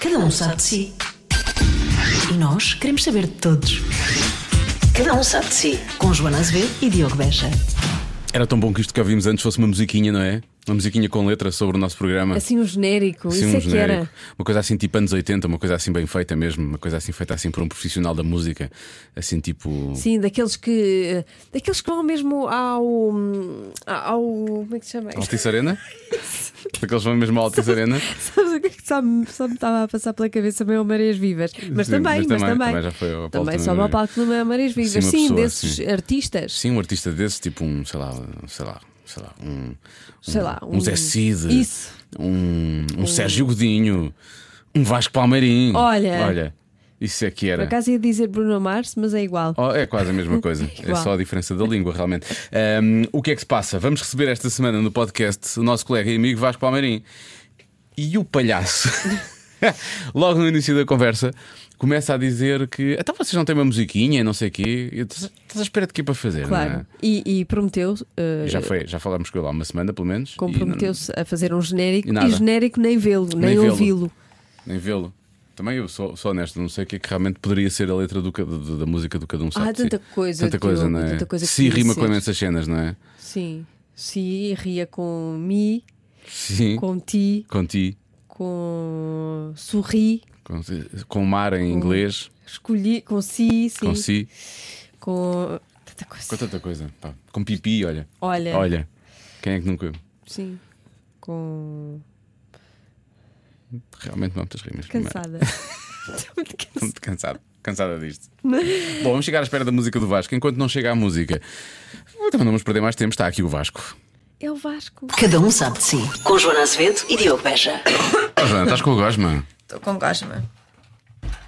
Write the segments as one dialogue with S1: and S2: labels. S1: Cada um sabe de si. E nós queremos saber de todos. Cada um sabe de si. Com Joana Azevedo e Diogo Beja.
S2: Era tão bom que isto que ouvimos antes fosse uma musiquinha, não é? Uma musiquinha com letra sobre o nosso programa.
S3: Assim um genérico,
S2: Assim,
S3: isso
S2: Hum. um
S3: é que era.
S2: genérico. Uma coisa assim tipo anos 80, uma coisa assim bem feita mesmo, uma coisa assim feita assim por um profissional da música, assim tipo.
S3: Sim, daqueles que. Daqueles que vão mesmo ao. hum, ao. Como é que se chama?
S2: Altice Arena? Daqueles vão mesmo à Altice Arena?
S3: Sabes o que é que só me, só me estava a passar pela cabeça? Meio Marés Vivas. Mas
S2: Sim,
S3: também,
S2: mas
S3: mas
S2: também,
S3: também.
S2: também já foi ao palco
S3: Também
S2: do
S3: sobe
S2: Meio
S3: ao palco do Meio Marés Vivas.
S2: uma
S3: Sim,
S2: pessoa,
S3: desses
S2: sim.
S3: artistas.
S2: Sim, um artista desse, tipo um, sei lá, sei lá, sei lá, um.
S3: Sei lá,
S2: Um, Zé Cid.
S3: Isso.
S2: Um, um Sérgio Godinho. Um Vasco Palmeirim.
S3: Olha.
S2: Olha, isso é que
S3: Por
S2: era.
S3: acaso ia dizer Bruno Mars, mas é igual.
S2: Oh, é quase a mesma coisa, é
S3: Igual.
S2: só a diferença da língua, realmente. Um, o que é que se passa? Vamos receber esta semana no podcast o nosso colega e amigo Vasco Palmeirim e o palhaço. Logo no início da conversa, começa a dizer que então vocês não têm uma musiquinha e não sei o quê. Eu, Estás estás à espera de quê para fazer, não
S3: claro.
S2: é?
S3: E, e prometeu. eh,
S2: Já, foi, já falámos com ele há uma semana, pelo menos. e
S3: Comprometeu-se a fazer um genérico
S2: E nada.
S3: e genérico nem vê-lo, nem,
S2: vê-lo.
S3: ouvi-lo.
S2: não- Nem vê-lo. Também eu sou, sou honesto, não sei o que é que realmente poderia ser a letra do ca- do- da música do Cada Um Sabe.
S3: Ah,
S2: de Si.
S3: tanta coisa,
S2: Tanta coisa,
S3: Diogo,
S2: não é?
S3: tanta coisa que
S2: Se
S3: podia
S2: rima com
S3: ser.
S2: imensas cenas, não é?
S3: Sim. Si ria com mi,
S2: Sim. Com,
S3: com ti,
S2: ti.
S3: com sorri,
S2: Com, com mar em inglês,
S3: escolhi, com si, sim,
S2: com si,
S3: com tanta coisa.
S2: com tanta coisa. pá. Com pipi, olha.
S3: Olha,
S2: Olha, quem é que nunca.
S3: sim, com
S2: Realmente não há muitas rimas.
S3: cansada. Estou muito
S2: Estou
S3: cansada.
S2: muito cansado, cansada disto. Bom, vamos chegar à espera da música do Vasco. Enquanto não chega a música, também não vamos perder mais tempo. Está aqui o Vasco.
S3: É o Vasco.
S1: Cada um sabe de si. Com Joana Azevedo e Diogo Beja.
S2: Oh, Joana, estás com o Gosma?
S4: Estou com gosma.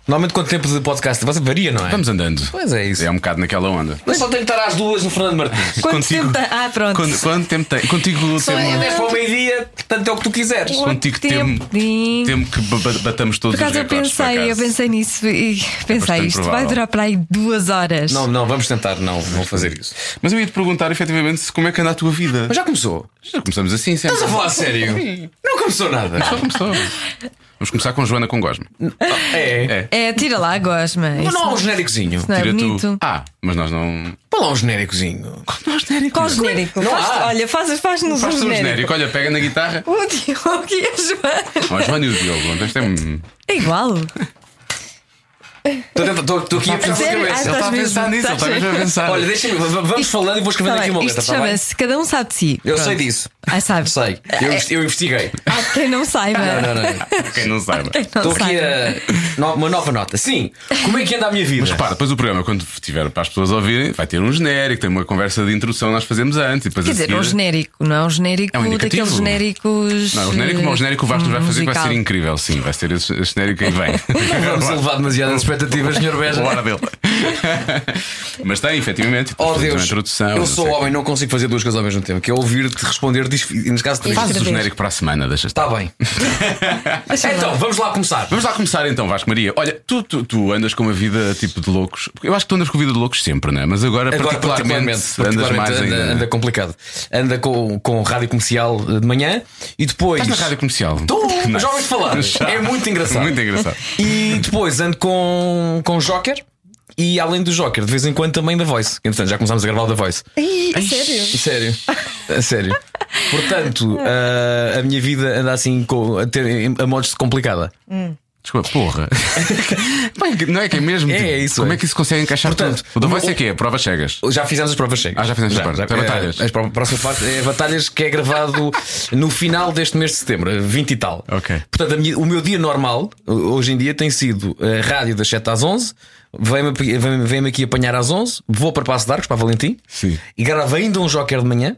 S5: Normalmente quanto tempo de podcast? Você varia, não é?
S2: Vamos andando.
S5: Pois é isso.
S2: É um bocado naquela onda.
S5: Mas só tenho que estar às duas no Fernando Martins.
S4: Quanto tempo tem? Ah, pronto.
S2: Quando, quanto tempo tem? Contigo
S5: É
S2: temo,
S5: 10 para o meio-dia, portanto é o que tu quiseres.
S2: contigo temo,
S4: Tempinho.
S2: temo que ba- ba- batamos todos
S4: Por
S2: os
S4: acaso eu
S2: recordes. por
S4: pensei, eu
S2: acaso. É
S4: pensei nisso e pensei,
S2: bastante
S4: isto
S2: provável.
S4: vai durar para aí duas horas.
S5: Não, não, vamos tentar não, não fazer isso.
S2: Mas eu ia te perguntar efetivamente se- como é que anda a tua vida.
S5: Mas já começou.
S2: Já começamos assim, sempre.
S5: Estás a falar a sério? Não começou nada.
S2: Só começou. Vamos começar com Joana com Gosma.
S5: É.
S2: É.
S4: É, tira lá a gosma.
S5: Mas
S4: Isso
S5: não há um
S4: não-
S5: genéricozinho.
S4: não é
S2: Tira tu.
S4: bonito.
S2: Ah, mas nós não.
S5: Põe lá um genéricozinho.
S4: Qual genérico?
S5: Não
S4: Faz-
S5: há.
S4: olha, faz- faz-nos
S2: Faz-te um
S4: um genérico.
S2: genérico. Olha, pega na guitarra.
S4: O Diogo e a Joana.
S2: Ó, a Joana e o Diogo. Então isto é um-
S4: É igual.
S5: Estou a tentar- Estou estou aqui a pensar
S4: sério? tá-
S5: na
S4: Ah,
S5: cabeça.
S4: estás
S2: Está a
S4: mesmo,
S2: pensar nisso, ele
S4: estás
S2: está mesmo a pensar.
S5: Olha, deixa-me, v- v- vamos falando e vou escrevendo
S4: Tá
S5: aqui
S4: bem,
S5: uma
S4: isto
S5: letra, está bem?
S4: chama-se Cada Um Sabe de Si.
S5: Eu
S4: Pronto.
S5: sei disso.
S4: Ah, sabes?
S5: Sei. Eu, eu investiguei.
S4: Há quem não saiba.
S5: Não, não, não.
S2: Quem não saiba.
S4: Quem não
S5: Estou aqui
S4: saiba.
S5: a. no- Uma nova nota. Sim, como é que anda a minha vida?
S2: Mas para, depois o programa, quando tiver para as pessoas ouvirem, vai ter um genérico, tem uma conversa de introdução, nós fazemos antes. E depois
S4: Quer
S2: a
S4: dizer,
S2: seguir...
S4: um genérico, não é um genérico
S2: É um indicativo.
S4: daqueles genéricos.
S2: Não, o genérico, o genérico Vasco vai fazer que vai ser
S4: musical.
S2: incrível, sim. Vai ser esse esse genérico aí vem.
S5: Vamos elevar demasiadas expectativas, Sr. Beja.
S2: Hora dele. Mas tem, efetivamente. depois
S5: Oh
S2: fazemos
S5: Deus,
S2: uma introdução,
S5: eu
S2: não
S5: sou
S2: sei o quê.
S5: homem, não consigo fazer duas coisas ao mesmo tempo. Que é ouvir-te responder, dis- e neste caso, três.
S2: Fazes o
S4: Escrever.
S2: genérico para a semana, deixa estar.
S5: Está Tá bem. então, vamos lá começar.
S2: Vamos lá começar então, Vasco Maria. Olha, tu, tu, tu andas com uma vida tipo de loucos. Eu acho que tu andas com vida de loucos sempre, não é? Mas agora,
S5: Agora,
S2: particularmente,
S5: particularmente, particularmente
S2: andas mais
S5: anda,
S2: ainda.
S5: anda complicado. Anda com, com rádio comercial eh, de manhã e depois.
S2: Estás na rádio comercial.
S5: Estou,
S2: Nice.
S5: já ouviste falar. É muito engraçado.
S2: Muito engraçado.
S5: E depois ando com, com Joker. E além do Joker, de vez em quando também da Voice. Entretanto, já começámos a gravar o da Voice.
S4: Ih, a sério?
S5: A sério. A sério. Portanto, ah, a minha vida anda assim com, a, ter, a modos de complicada.
S2: Desculpa, porra. Bem, não é que é mesmo?
S5: É,
S2: tipo,
S5: é isso,
S2: Como é.
S5: é.
S2: que isso consegue encaixar
S5: Portanto,
S2: tudo? O da
S5: o-
S2: voz é que é? Prova chegas.
S5: Já fizemos as provas chegas.
S2: Ah, já fizemos as provas. Tem
S5: É,
S2: batalhas.
S5: as pro- a próxima parte é batalhas que é gravado no final deste mês de setembro, 20 e tal.
S2: Ok.
S5: Portanto, a minha- o meu dia normal, hoje em dia, tem sido a rádio das 7 às 11. Vem-me ap- vem- vem-me aqui apanhar às 11. Vou para Passo de Arcos, para Valentim.
S2: Sim.
S5: E gravo ainda um joker de manhã.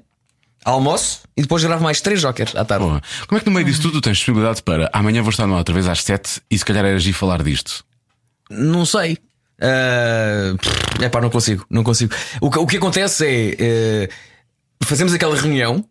S5: Almoço e depois gravo mais três jokers à tarde.
S2: Porra. Como é que no meio disso tudo tens disponibilidade para amanhã vou estar no ar outra vez às 7 e se calhar era agir falar disto?
S5: Não sei. é pá, não consigo, não consigo. O que, o que acontece é ah, fazemos aquela reunião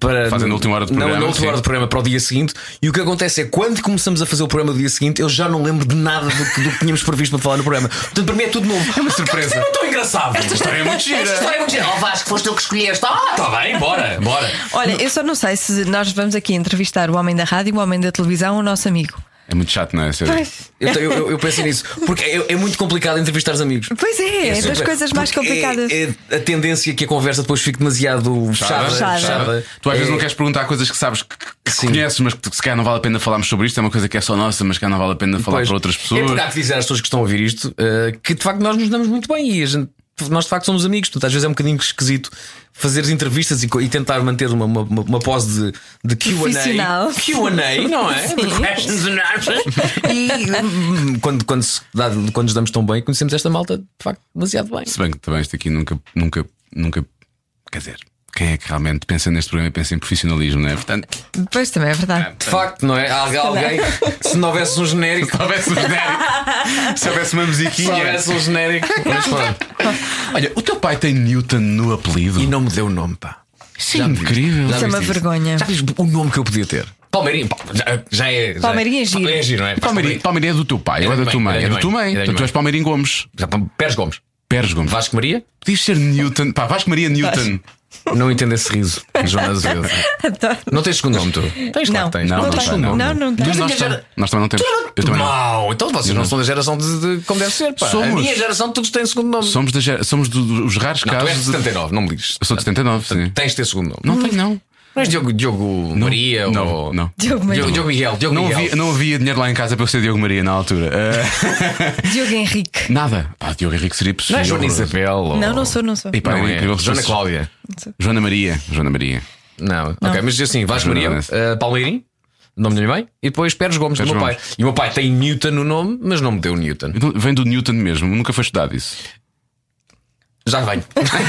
S5: para
S2: Fazem na última hora do
S5: Não,
S2: programa,
S5: na última
S2: sim.
S5: hora do programa para o dia seguinte. E o que acontece é quando começamos a fazer o programa do dia seguinte, eu já não lembro de nada do que, do que tínhamos previsto para falar no programa. Portanto, para mim é tudo novo. É uma
S2: surpresa.
S5: Isto é tão engraçado. Esta
S2: história é muito gira. Tá
S5: Esta história é muito gira. Oh, Vasco, foste tu que escolheste. Ah, está bem, bora, bora.
S4: Olha, eu só não sei se nós vamos aqui entrevistar o homem da rádio, o homem da televisão, o nosso amigo.
S2: É muito chato, não é? Ser...
S4: Pois,
S5: Eu, te- eu- eu- eu penso nisso. Porque é, é muito complicado entrevistar os amigos.
S4: pois é, é das
S5: super-
S4: coisas mais
S5: porque é-
S4: complicadas.
S5: é a tendência que a conversa depois fique demasiado fechada.
S4: Fechada.
S5: fechada.
S2: Tu às vezes
S5: É-
S2: não queres perguntar coisas que sabes que que
S5: Sim.
S2: conheces, mas que se calhar não vale a pena falarmos sobre isto. É uma coisa que é só nossa, mas que não vale a pena falar
S5: Pois.
S2: para outras
S5: É
S2: pessoas.
S5: porque há que dizer às pessoas que estão a ouvir isto uh, que de facto nós nos damos muito bem e a gente- nós de facto somos amigos. Portanto, às vezes é um bocadinho esquisito fazeres entrevistas e, co- e tentar manter uma, uma, uma- uma pose de, de QA.
S4: Profissional.
S5: QA, não é? De questions and answers. e hum, quando, quando, se dá- quando nos damos tão bem, conhecemos esta malta de facto demasiado bem.
S2: Se bem que também isto aqui nunca, nunca, nunca. Quer dizer, quem é que realmente pensa neste programa e pensa em profissionalismo, não é? Portanto,
S4: Pois também é verdade.
S5: De facto, não é? Há há alguém, se não houvesse um genérico.
S2: se houvesse um genérico, se houvesse uma
S5: Se
S2: musiquinha.
S5: houvesse um genérico. Mas pronto.
S2: Olha, o teu pai tem Newton no apelido.
S5: E não me deu o nome, pá.
S2: Isso é incrível.
S4: Isso é uma
S5: viste
S4: vergonha.
S5: Já viste o nome que eu podia ter? Palmeirinho, pá, já, já é. já
S4: Palmeirinho é giro.
S5: Palmeirinho é giro, não é?
S2: Palmeirinho, Palmeirinho é do teu pai, ou é da
S5: Era de
S2: tua
S5: mãe,
S2: mãe?
S5: era
S2: É
S5: de
S2: da tua
S5: mãe,
S2: mãe.
S5: era de
S2: Portanto, tu
S5: mãe.
S2: és Palmeirinho Gomes.
S5: Já, Pérez Gomes.
S2: Pérez Gomes.
S5: Vasco Maria?
S2: Podias ser Newton. Pá, Vasco Maria Newton.
S5: Não entendo esse riso, Joana Azevedo.
S4: Adoro.
S5: Não tens segundo nome, tu? Tens,
S4: Não.
S5: claro que tens.
S4: Não,
S5: tens
S4: não
S5: segundo
S4: tenho.
S5: nome.
S4: Não, não tenho.
S2: Mas
S4: Mas
S2: Nós,
S4: a minha
S2: tam- nós também não temos. Eu também não.
S5: Não, então vocês não são da geração de, de como deve ser, pá.
S2: Somos.
S5: A minha geração todos têm segundo nome.
S2: Somos, da gera- somos do- do- os raros
S5: Não, tu és
S2: casos.
S5: de
S2: de-
S5: 79, não me lixes.
S2: Eu sou de 79, sim.
S5: Tens de ter segundo nome.
S2: Não tenho, não.
S5: Não és Diogo, Diogo Maria
S2: não,
S5: ou.
S2: não.
S4: Diogo Maria.
S5: Diogo, Diogo Miguel. Diogo
S2: Não
S5: Miguel.
S2: havia, não havia dinheiro lá em casa para eu ser Diogo Maria na altura. Eh,
S4: Diogo Henrique.
S2: nada. Pá, Diogo Henrique seria possível.
S5: Não és Joana Isabel. ou-
S4: Não, não sou, não sou.
S2: E pá,
S5: Não
S2: era
S5: é.
S2: incrível se
S5: Joana
S2: fosse-
S5: Cláudia.
S2: Joana Maria. Joana Maria.
S5: Não. ok, mas assim, Vasco
S2: Não,
S5: Maria,
S2: não é esse.
S5: uh, Palmeirinho, nome da minha mãe, e depois Pérez Gomes, do
S2: Pérez
S5: meu pai. E o meu pai tem Newton no nome, mas não me deu Newton.
S2: Então, Vem do Newton mesmo. Nunca foi estudado isso.
S5: Já venho.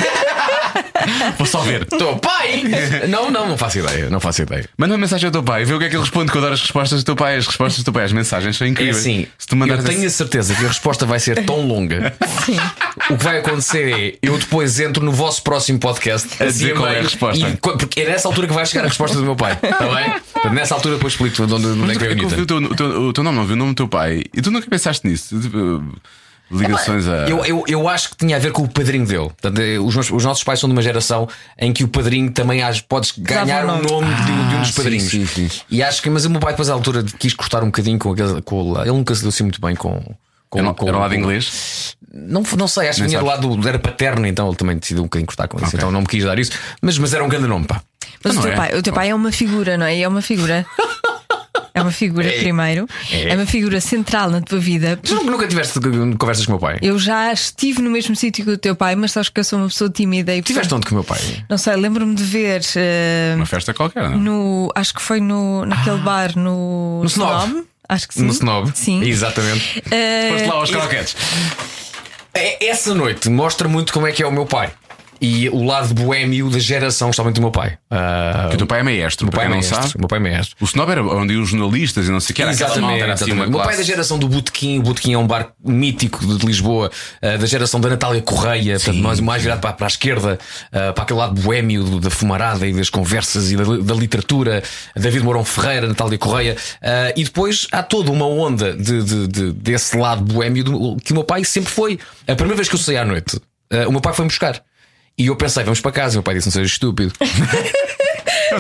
S2: Vou só ver.
S5: Estou, pai! não, não, não faço ideia, não faço ideia.
S2: Manda uma mensagem ao teu pai, vê o que é que ele responde, que eu adoro as respostas do teu pai. As respostas do teu pai, as mensagens são
S5: É
S2: incríveis.
S5: assim,
S2: se tu mandares
S5: eu tenho
S2: esse-
S5: a certeza que a resposta vai ser tão longa. O que vai acontecer é eu depois entro no vosso próximo podcast
S2: A dizer qual é a
S5: meio,
S2: resposta.
S5: e co- porque é nessa altura que vai chegar a resposta do meu pai, está bem? Portanto, Nessa altura depois explico de onde, onde é
S2: Mas
S5: que
S2: tu-
S5: veio o
S2: é que eu vi
S5: Newton.
S2: o teu, o teu- o teu nome, não vi o nome do teu pai. E tu nunca pensaste nisso? Tipo, ligações a.
S5: Eu, eu, eu acho que tinha a ver com o padrinho dele. Portanto, eh, os, meus- os nossos pais são de uma geração em que o padrinho também às, podes ganhar o
S4: o
S5: nome,
S4: nome.
S5: de, um- de um dos
S2: Ah,
S5: padrinhos.
S2: sim, sim, sim.
S5: E acho que, mas o meu pai depois à altura de- quis cortar um bocadinho com aquele. Com, o- ele nunca se deu assim muito bem com. com,
S2: Era,
S5: com-
S2: era lá de
S5: com-
S2: inglês?
S5: Não, não sei, acho que
S2: Nem
S5: vinha do
S2: sabes.
S5: lado do- era paterno, então ele também decidiu um bocadinho cortar com isso. Então não me quis dar isso. Mas, mas era um grande nome, pá.
S4: Mas
S2: Não
S4: o teu,
S2: é.
S4: pai, o teu pai é uma figura, não é? E É uma figura. É uma figura, primeiro. É. uma figura central na tua vida.
S5: Tu nunca- nunca tiveste conversas com o meu pai?
S4: Eu já estive no mesmo sítio que o teu pai, mas sabes que eu sou uma pessoa tímida e.
S5: Tiveste
S4: portanto,
S5: onde com o meu pai?
S4: Não sei, lembro-me de ver. eh,
S2: Uma festa qualquer, não? é?
S4: no, acho que foi no, naquele bar no.
S5: Ah. no Snob.
S4: Acho que sim.
S5: No Snob?
S4: Sim.
S5: Exatamente.
S4: Eh,
S2: Foste lá aos croquetes.
S5: É- Essa noite mostra muito como é que é o meu pai. E o lado boémio da geração, somente do meu pai. Ah,
S2: Que o teu pai é maestro,
S5: o meu
S2: para
S5: pai
S2: quem
S5: é
S2: não
S5: maestro.
S2: sabe.
S5: O meu pai é maestro.
S2: O Snob era onde iam os jornalistas e não sei o que era. aquela malta, era assim, uma
S5: O meu pai é
S2: classe.
S5: da geração do Botequim. O Botequim é um bar mítico de de Lisboa, ah, da geração da Natália Correia, portanto, mais, mais virado para, para a esquerda, ah, para aquele lado boémio do- da fumarada e das conversas e da, da literatura. David Mourão Ferreira, Natália Correia. Ah, e depois há toda uma onda de- de- de- desse lado boémio do- que o meu pai sempre foi. A primeira vez que eu saí à noite, ah, o meu pai foi-me buscar. E eu pensei, vamos para casa. E o meu pai disse: não seja estúpido.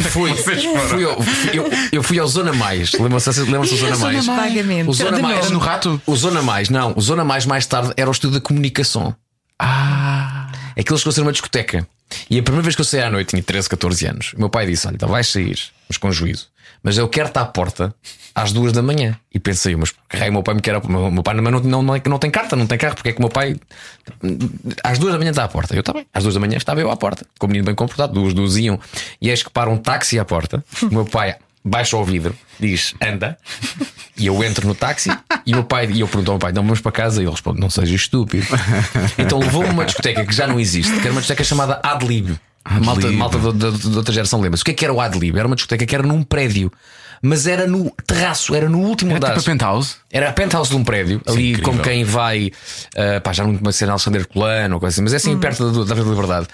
S5: Fui, fui ao- fui- eu, eu fui ao Zona Mais. Lembram-se lembram-se do Zona Mais?
S4: Vagamente.
S5: O Zona
S4: De
S5: Mais
S4: novo.
S2: Era no rato?
S5: O Zona Mais, não. O Zona Mais, mais tarde, era o estudo da comunicação. Ah! Aquilo chegou a ser uma discoteca. E a primeira vez que eu saí à noite, tinha 13, 14 anos. O meu pai disse: Olha, então vais sair, mas com juízo. Mas eu quero estar à porta às duas da manhã. E pensei, mas que raio, o meu pai me quer. O meu pai não, não, não, não tem carta, não tem carro, porque é que o meu pai às duas da manhã está à porta. Eu também. Às duas da manhã estava eu à porta, com o menino bem comportado, duas, duas iam. E eis que para um táxi à porta, o meu pai baixa o vidro, diz anda, e eu entro no táxi. E o meu pai, e eu pergunto ao meu pai, não vamos para casa? E ele responde, não seja estúpido. Então levou-me a uma discoteca que já não existe, que era uma discoteca chamada Adlib. Malta, malta da, da- da outra geração lembra-se. O que é que era o Adlib? Era uma discoteca que era num prédio, mas era no terraço, era no último
S2: Era
S5: andar.
S2: tipo a penthouse?
S5: Era a penthouse de um prédio, ali
S2: incrível.
S5: como quem vai, ah, pá, já não me ser Alexandre Herculano ou coisa assim, mas é assim perto da, da Avenida da Liberdade.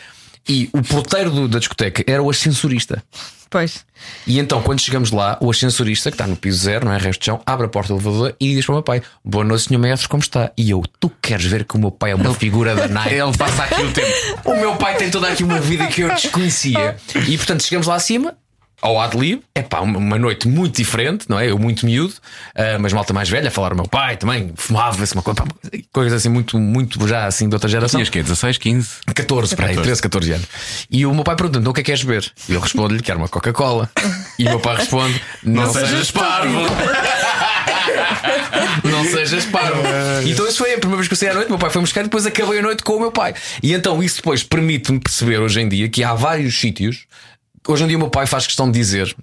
S5: E o porteiro do- da discoteca era o ascensorista.
S4: Pois.
S5: E então, quando chegamos lá, o ascensorista, que está no piso zero, não é resto de chão, abre a porta do elevador e diz para o meu pai: Boa noite, senhor mestre, como está? E eu, tu queres ver que o meu pai é uma figura da Nike?
S2: Ele passa aqui o tempo.
S5: O meu pai tem toda aqui uma vida que eu desconhecia. E portanto chegamos lá acima. ao ad lib, é pá, uma- uma noite muito diferente, não é? Eu muito miúdo, ah, mas malta mais velha, a falar o meu pai também, fumava-se uma coisa, pá, coisas assim muito, muito já assim de outra geração.
S2: Tinhas quê? 16, 15?
S5: 14, para aí, 13, 14 anos. E o meu pai pergunta então o que é que queres beber? E eu respondo-lhe que era uma Coca-Cola. E o meu pai responde: Não, sejas parvo. Não sejas parvo. Então, isso foi a primeira vez que eu saí à noite. Meu pai foi buscar e depois acabei a noite com o meu pai. E então, isso depois permite-me perceber hoje em dia que há vários sítios. Hoje em dia, o meu pai faz questão de dizer,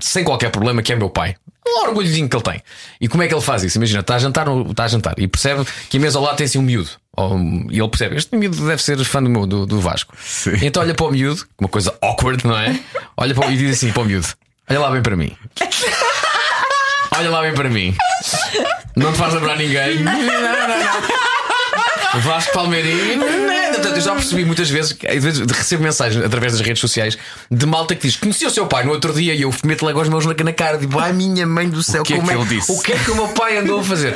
S5: sem qualquer problema, que é meu pai. Um orgulhozinho que ele tem. E como é que ele faz isso? Imagina, está a jantar, no- está a jantar e percebe que a mesa ao lado tem assim um miúdo. Ou um- e ele percebe, este miúdo deve ser fã do, meu, do, do Vasco. Então olha para o miúdo, uma coisa awkward, não é? Olha para o, e diz assim para o miúdo: Olha lá bem para mim. Olha lá bem para mim. Não te faz lembrar ninguém. Não, não, não. Vasco Palmeirinho. Portanto, eu já percebi muitas vezes, que- às vezes recebo mensagens através das redes sociais de malta que diz: Conheci o seu pai no outro dia e eu meto logo as mãos na, na cara. Digo, ai minha mãe do céu,
S2: que é
S5: como
S2: que ele disse?"
S5: O que é que o meu pai andou a fazer?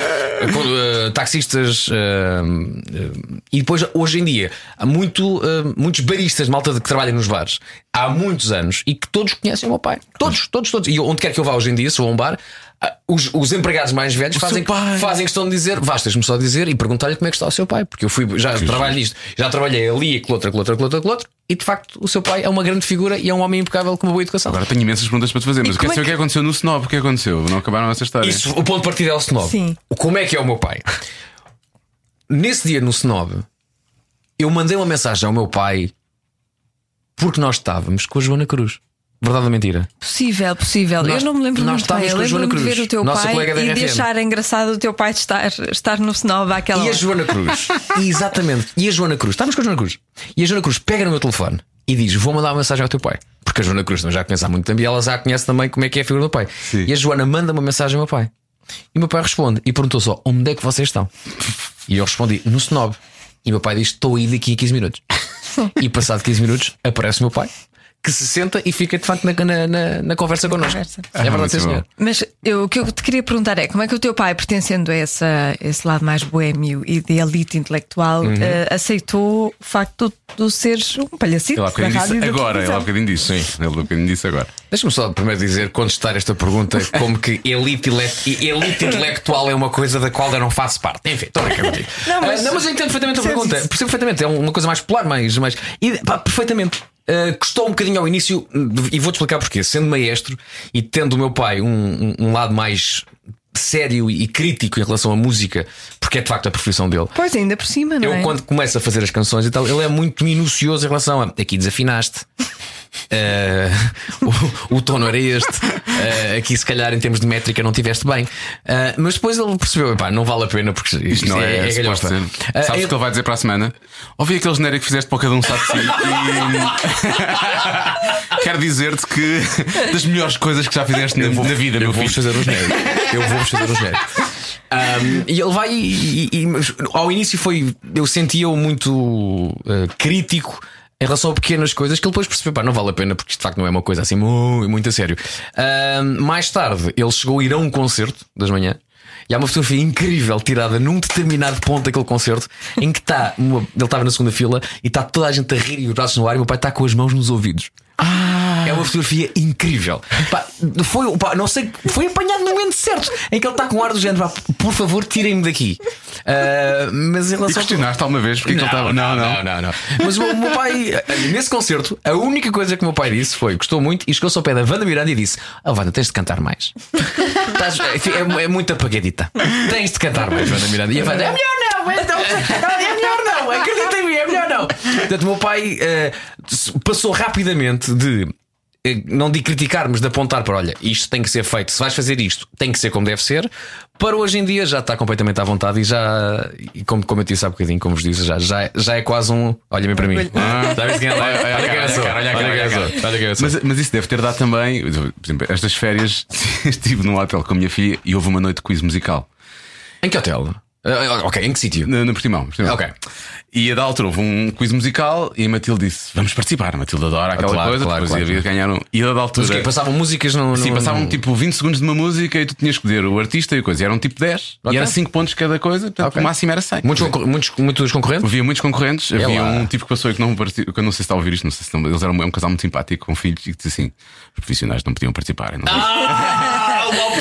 S5: Com, eh, taxistas. eh, eh, e depois, hoje em dia, há muito, eh, muitos baristas, malta de- que trabalham nos bares, há muitos anos e que todos conhecem o meu pai. Todos, todos, todos. E onde quer que eu vá hoje em dia, se eu vou a um bar. ah, Os, os empregados mais velhos
S2: seu
S5: fazem,
S2: pai.
S5: fazem questão de dizer, vastas-me só dizer e perguntar-lhe como é que está o seu pai, porque eu fui, já trabalho nisto, já trabalhei ali, com outra, com outra, com outra, com outra, e de facto o seu pai é uma grande figura e é um homem impecável com uma boa educação.
S2: Agora tenho imensas perguntas para te fazer, mas eu quero
S4: como é
S2: saber o
S4: que-
S2: que aconteceu no Snob. O que aconteceu? Não acabaram essa história.
S5: Isso, o ponto de partida é o Snob.
S4: Sim.
S5: O- Como é que é o meu pai? Nesse dia no Snob, eu mandei uma mensagem ao meu pai porque nós estávamos com a Joana Cruz. Verdade ou mentira?
S4: Possível, possível.
S5: Nós-
S4: eu não me lembro
S5: nós
S4: muito
S5: estávamos
S4: bem. Eu
S5: com a Joana
S4: lembro-me de ver
S5: Cruz,
S4: o teu
S5: nossa
S4: pai
S5: colega da
S4: e
S5: RFM.
S4: de achar engraçado o teu pai estar, estar no Snob àquela
S5: E a
S4: hora.
S5: Joana Cruz. Exatamente. E a Joana Cruz. Estávamos com a Joana Cruz. E a Joana Cruz pega no meu telefone e diz: Vou mandar uma mensagem ao teu pai. Porque a Joana Cruz também já a conhece há muito tempo e ela já conhece também como é que é a figura do pai.
S2: Sim.
S5: E a Joana manda uma mensagem ao meu pai. E o meu pai responde e perguntou só: Onde é que vocês estão? E eu respondi: No Snob. E o meu pai diz: Estou aí daqui a 15 minutos. e passado 15 minutos aparece o meu pai. Que se senta e fica de facto na, na, na- na conversa connosco.
S4: conversa.
S5: É verdade, sim,
S2: Ah, muito
S5: senhor.
S4: Mas eu, o que eu te queria perguntar é como é que o teu pai, pertencendo a essa, esse lado mais boémio e de elite intelectual,
S5: Uhum.
S4: eh, aceitou o facto de tu seres um palhacito
S2: Ele há
S4: da
S2: bocadinho
S4: rádio e
S2: disse
S4: da
S2: agora. Ele há
S4: televisão?
S2: bocadinho disse. Sim. Ele há bocadinho disse agora.
S5: Deixa-me só primeiro dizer, contestar esta pergunta como que elite, ele- elite intelectual é uma coisa da qual eu não faço parte. Enfim, estou a brincar contigo.
S4: Não, mas-
S5: Ah, não, mas eu entendo perfeitamente a
S4: Percebes
S5: pergunta.
S4: isso?
S5: Percebo perfeitamente. É uma coisa mais popular, mais. mais e, pá, perfeitamente. Ah, custou um bocadinho ao início, e vou-te explicar porquê. Sendo maestro e tendo o meu pai um, um- um lado mais sério e crítico em relação à música, porque é de facto a profissão dele.
S4: Pois ainda por cima, não
S5: Eu,
S4: é?
S5: quando começo a fazer as canções e tal, ele é muito minucioso em relação a aqui desafinaste. eh, o, o tono era este. eh, aqui, se calhar, em termos de métrica, não tiveste bem. Eh, mas depois ele percebeu: "Epá, não vale a pena porque isto,
S2: Isto não é, é, suposto
S5: galhofa."
S2: ser.
S5: Eh,
S2: Sabes o
S5: eu-
S2: que ele vai dizer para a semana? Ouvi aquele genérico que fizeste para o cada um sabe de si e quero dizer-te que das melhores coisas que já fizeste na, na vida, meu
S5: eu vou
S2: filho.
S5: fazer um genérico. Eu vou fazer um genérico. Um, e ele vai. E, e- e- mas ao início foi. Eu sentia-o muito uh, crítico. Em relação a pequenas coisas que ele depois percebeu, pá, não vale a pena porque isto de facto não é uma coisa assim muito, muito a sério. Um, mais tarde, ele chegou a ir a um concerto das manhã e há uma fotografia incrível tirada num determinado ponto daquele concerto em que está, uma- ele estava na segunda fila e está toda a gente a rir e os braços no ar e o meu pai está com as mãos nos ouvidos. É uma fotografia incrível. Pá, foi, pá, não sei, foi apanhado no momento certo em que ele está com o ar do género. pá, por favor, tirem-me daqui. Ah, mas em
S2: E
S5: relação.
S2: questionaste alguma vez porque é que ele estava.
S5: não, não. Mas o meu- o meu pai, eh, nesse concerto, a única coisa que o meu pai disse foi: gostou muito e chegou-se ao pé da Wanda Miranda e disse: Ah, Wanda, tens de cantar mais. Estás- é, é, é muito apagadita. Tens de cantar mais, Wanda Miranda. E a Wanda, é melhor não, então, é melhor não, acredita em mim, é melhor não. Portanto, o meu pai eh, passou rapidamente de. eh, Não de criticar, mas de apontar para olha, isto tem que ser feito, se vais fazer isto, tem que ser como deve ser. Para hoje em dia já está completamente à vontade e já, e como, como eu disse há bocadinho, como vos disse, já, já, já é quase um olha-me para mim. Ah, sabes quem é? Olha
S2: Olha,
S5: olha
S2: olha,
S5: quem eu
S2: olha,
S5: sou,
S2: cara, olha,
S5: olha
S2: cara,
S5: quem eu
S2: olha,
S5: sou,
S2: cara.
S5: olha quem eu sou.
S2: Mas, mas isso deve ter dado também. Por exemplo, estas férias estive num hotel com a minha filha e houve uma noite de quiz musical.
S5: Em que hotel? Ah, ok, em que sítio?
S2: No, no Portimão, Portimão.
S5: Ok.
S2: E a da altura houve um quiz musical e a Matilde disse: Vamos participar. A Matilde adora aquela
S5: Ah, claro,
S2: coisa.
S5: claro,
S2: depois
S5: claro.
S2: havia de ganhar um. E a da altura.
S5: Mas é- o quê? Passavam músicas no.
S2: Sim,
S5: no-
S2: passavam
S5: no-
S2: tipo 20 segundos de uma música e tu tinhas que escolher o artista e a coisa. E eram tipo 10. E
S5: Ok.
S2: era 5 pontos cada coisa, portanto
S5: Ok.
S2: o máximo era 100.
S5: Muitos, concor- muitos, muitos concorrentes?
S2: Havia muitos concorrentes, havia
S5: lá.
S2: um tipo que passou e que não participou, que eu não sei se está a ouvir isto, não sei se não, eles eram um, é um casal muito simpático com filhos e que disse assim: os profissionais não podiam participar. eu não sei."
S5: Ah, mal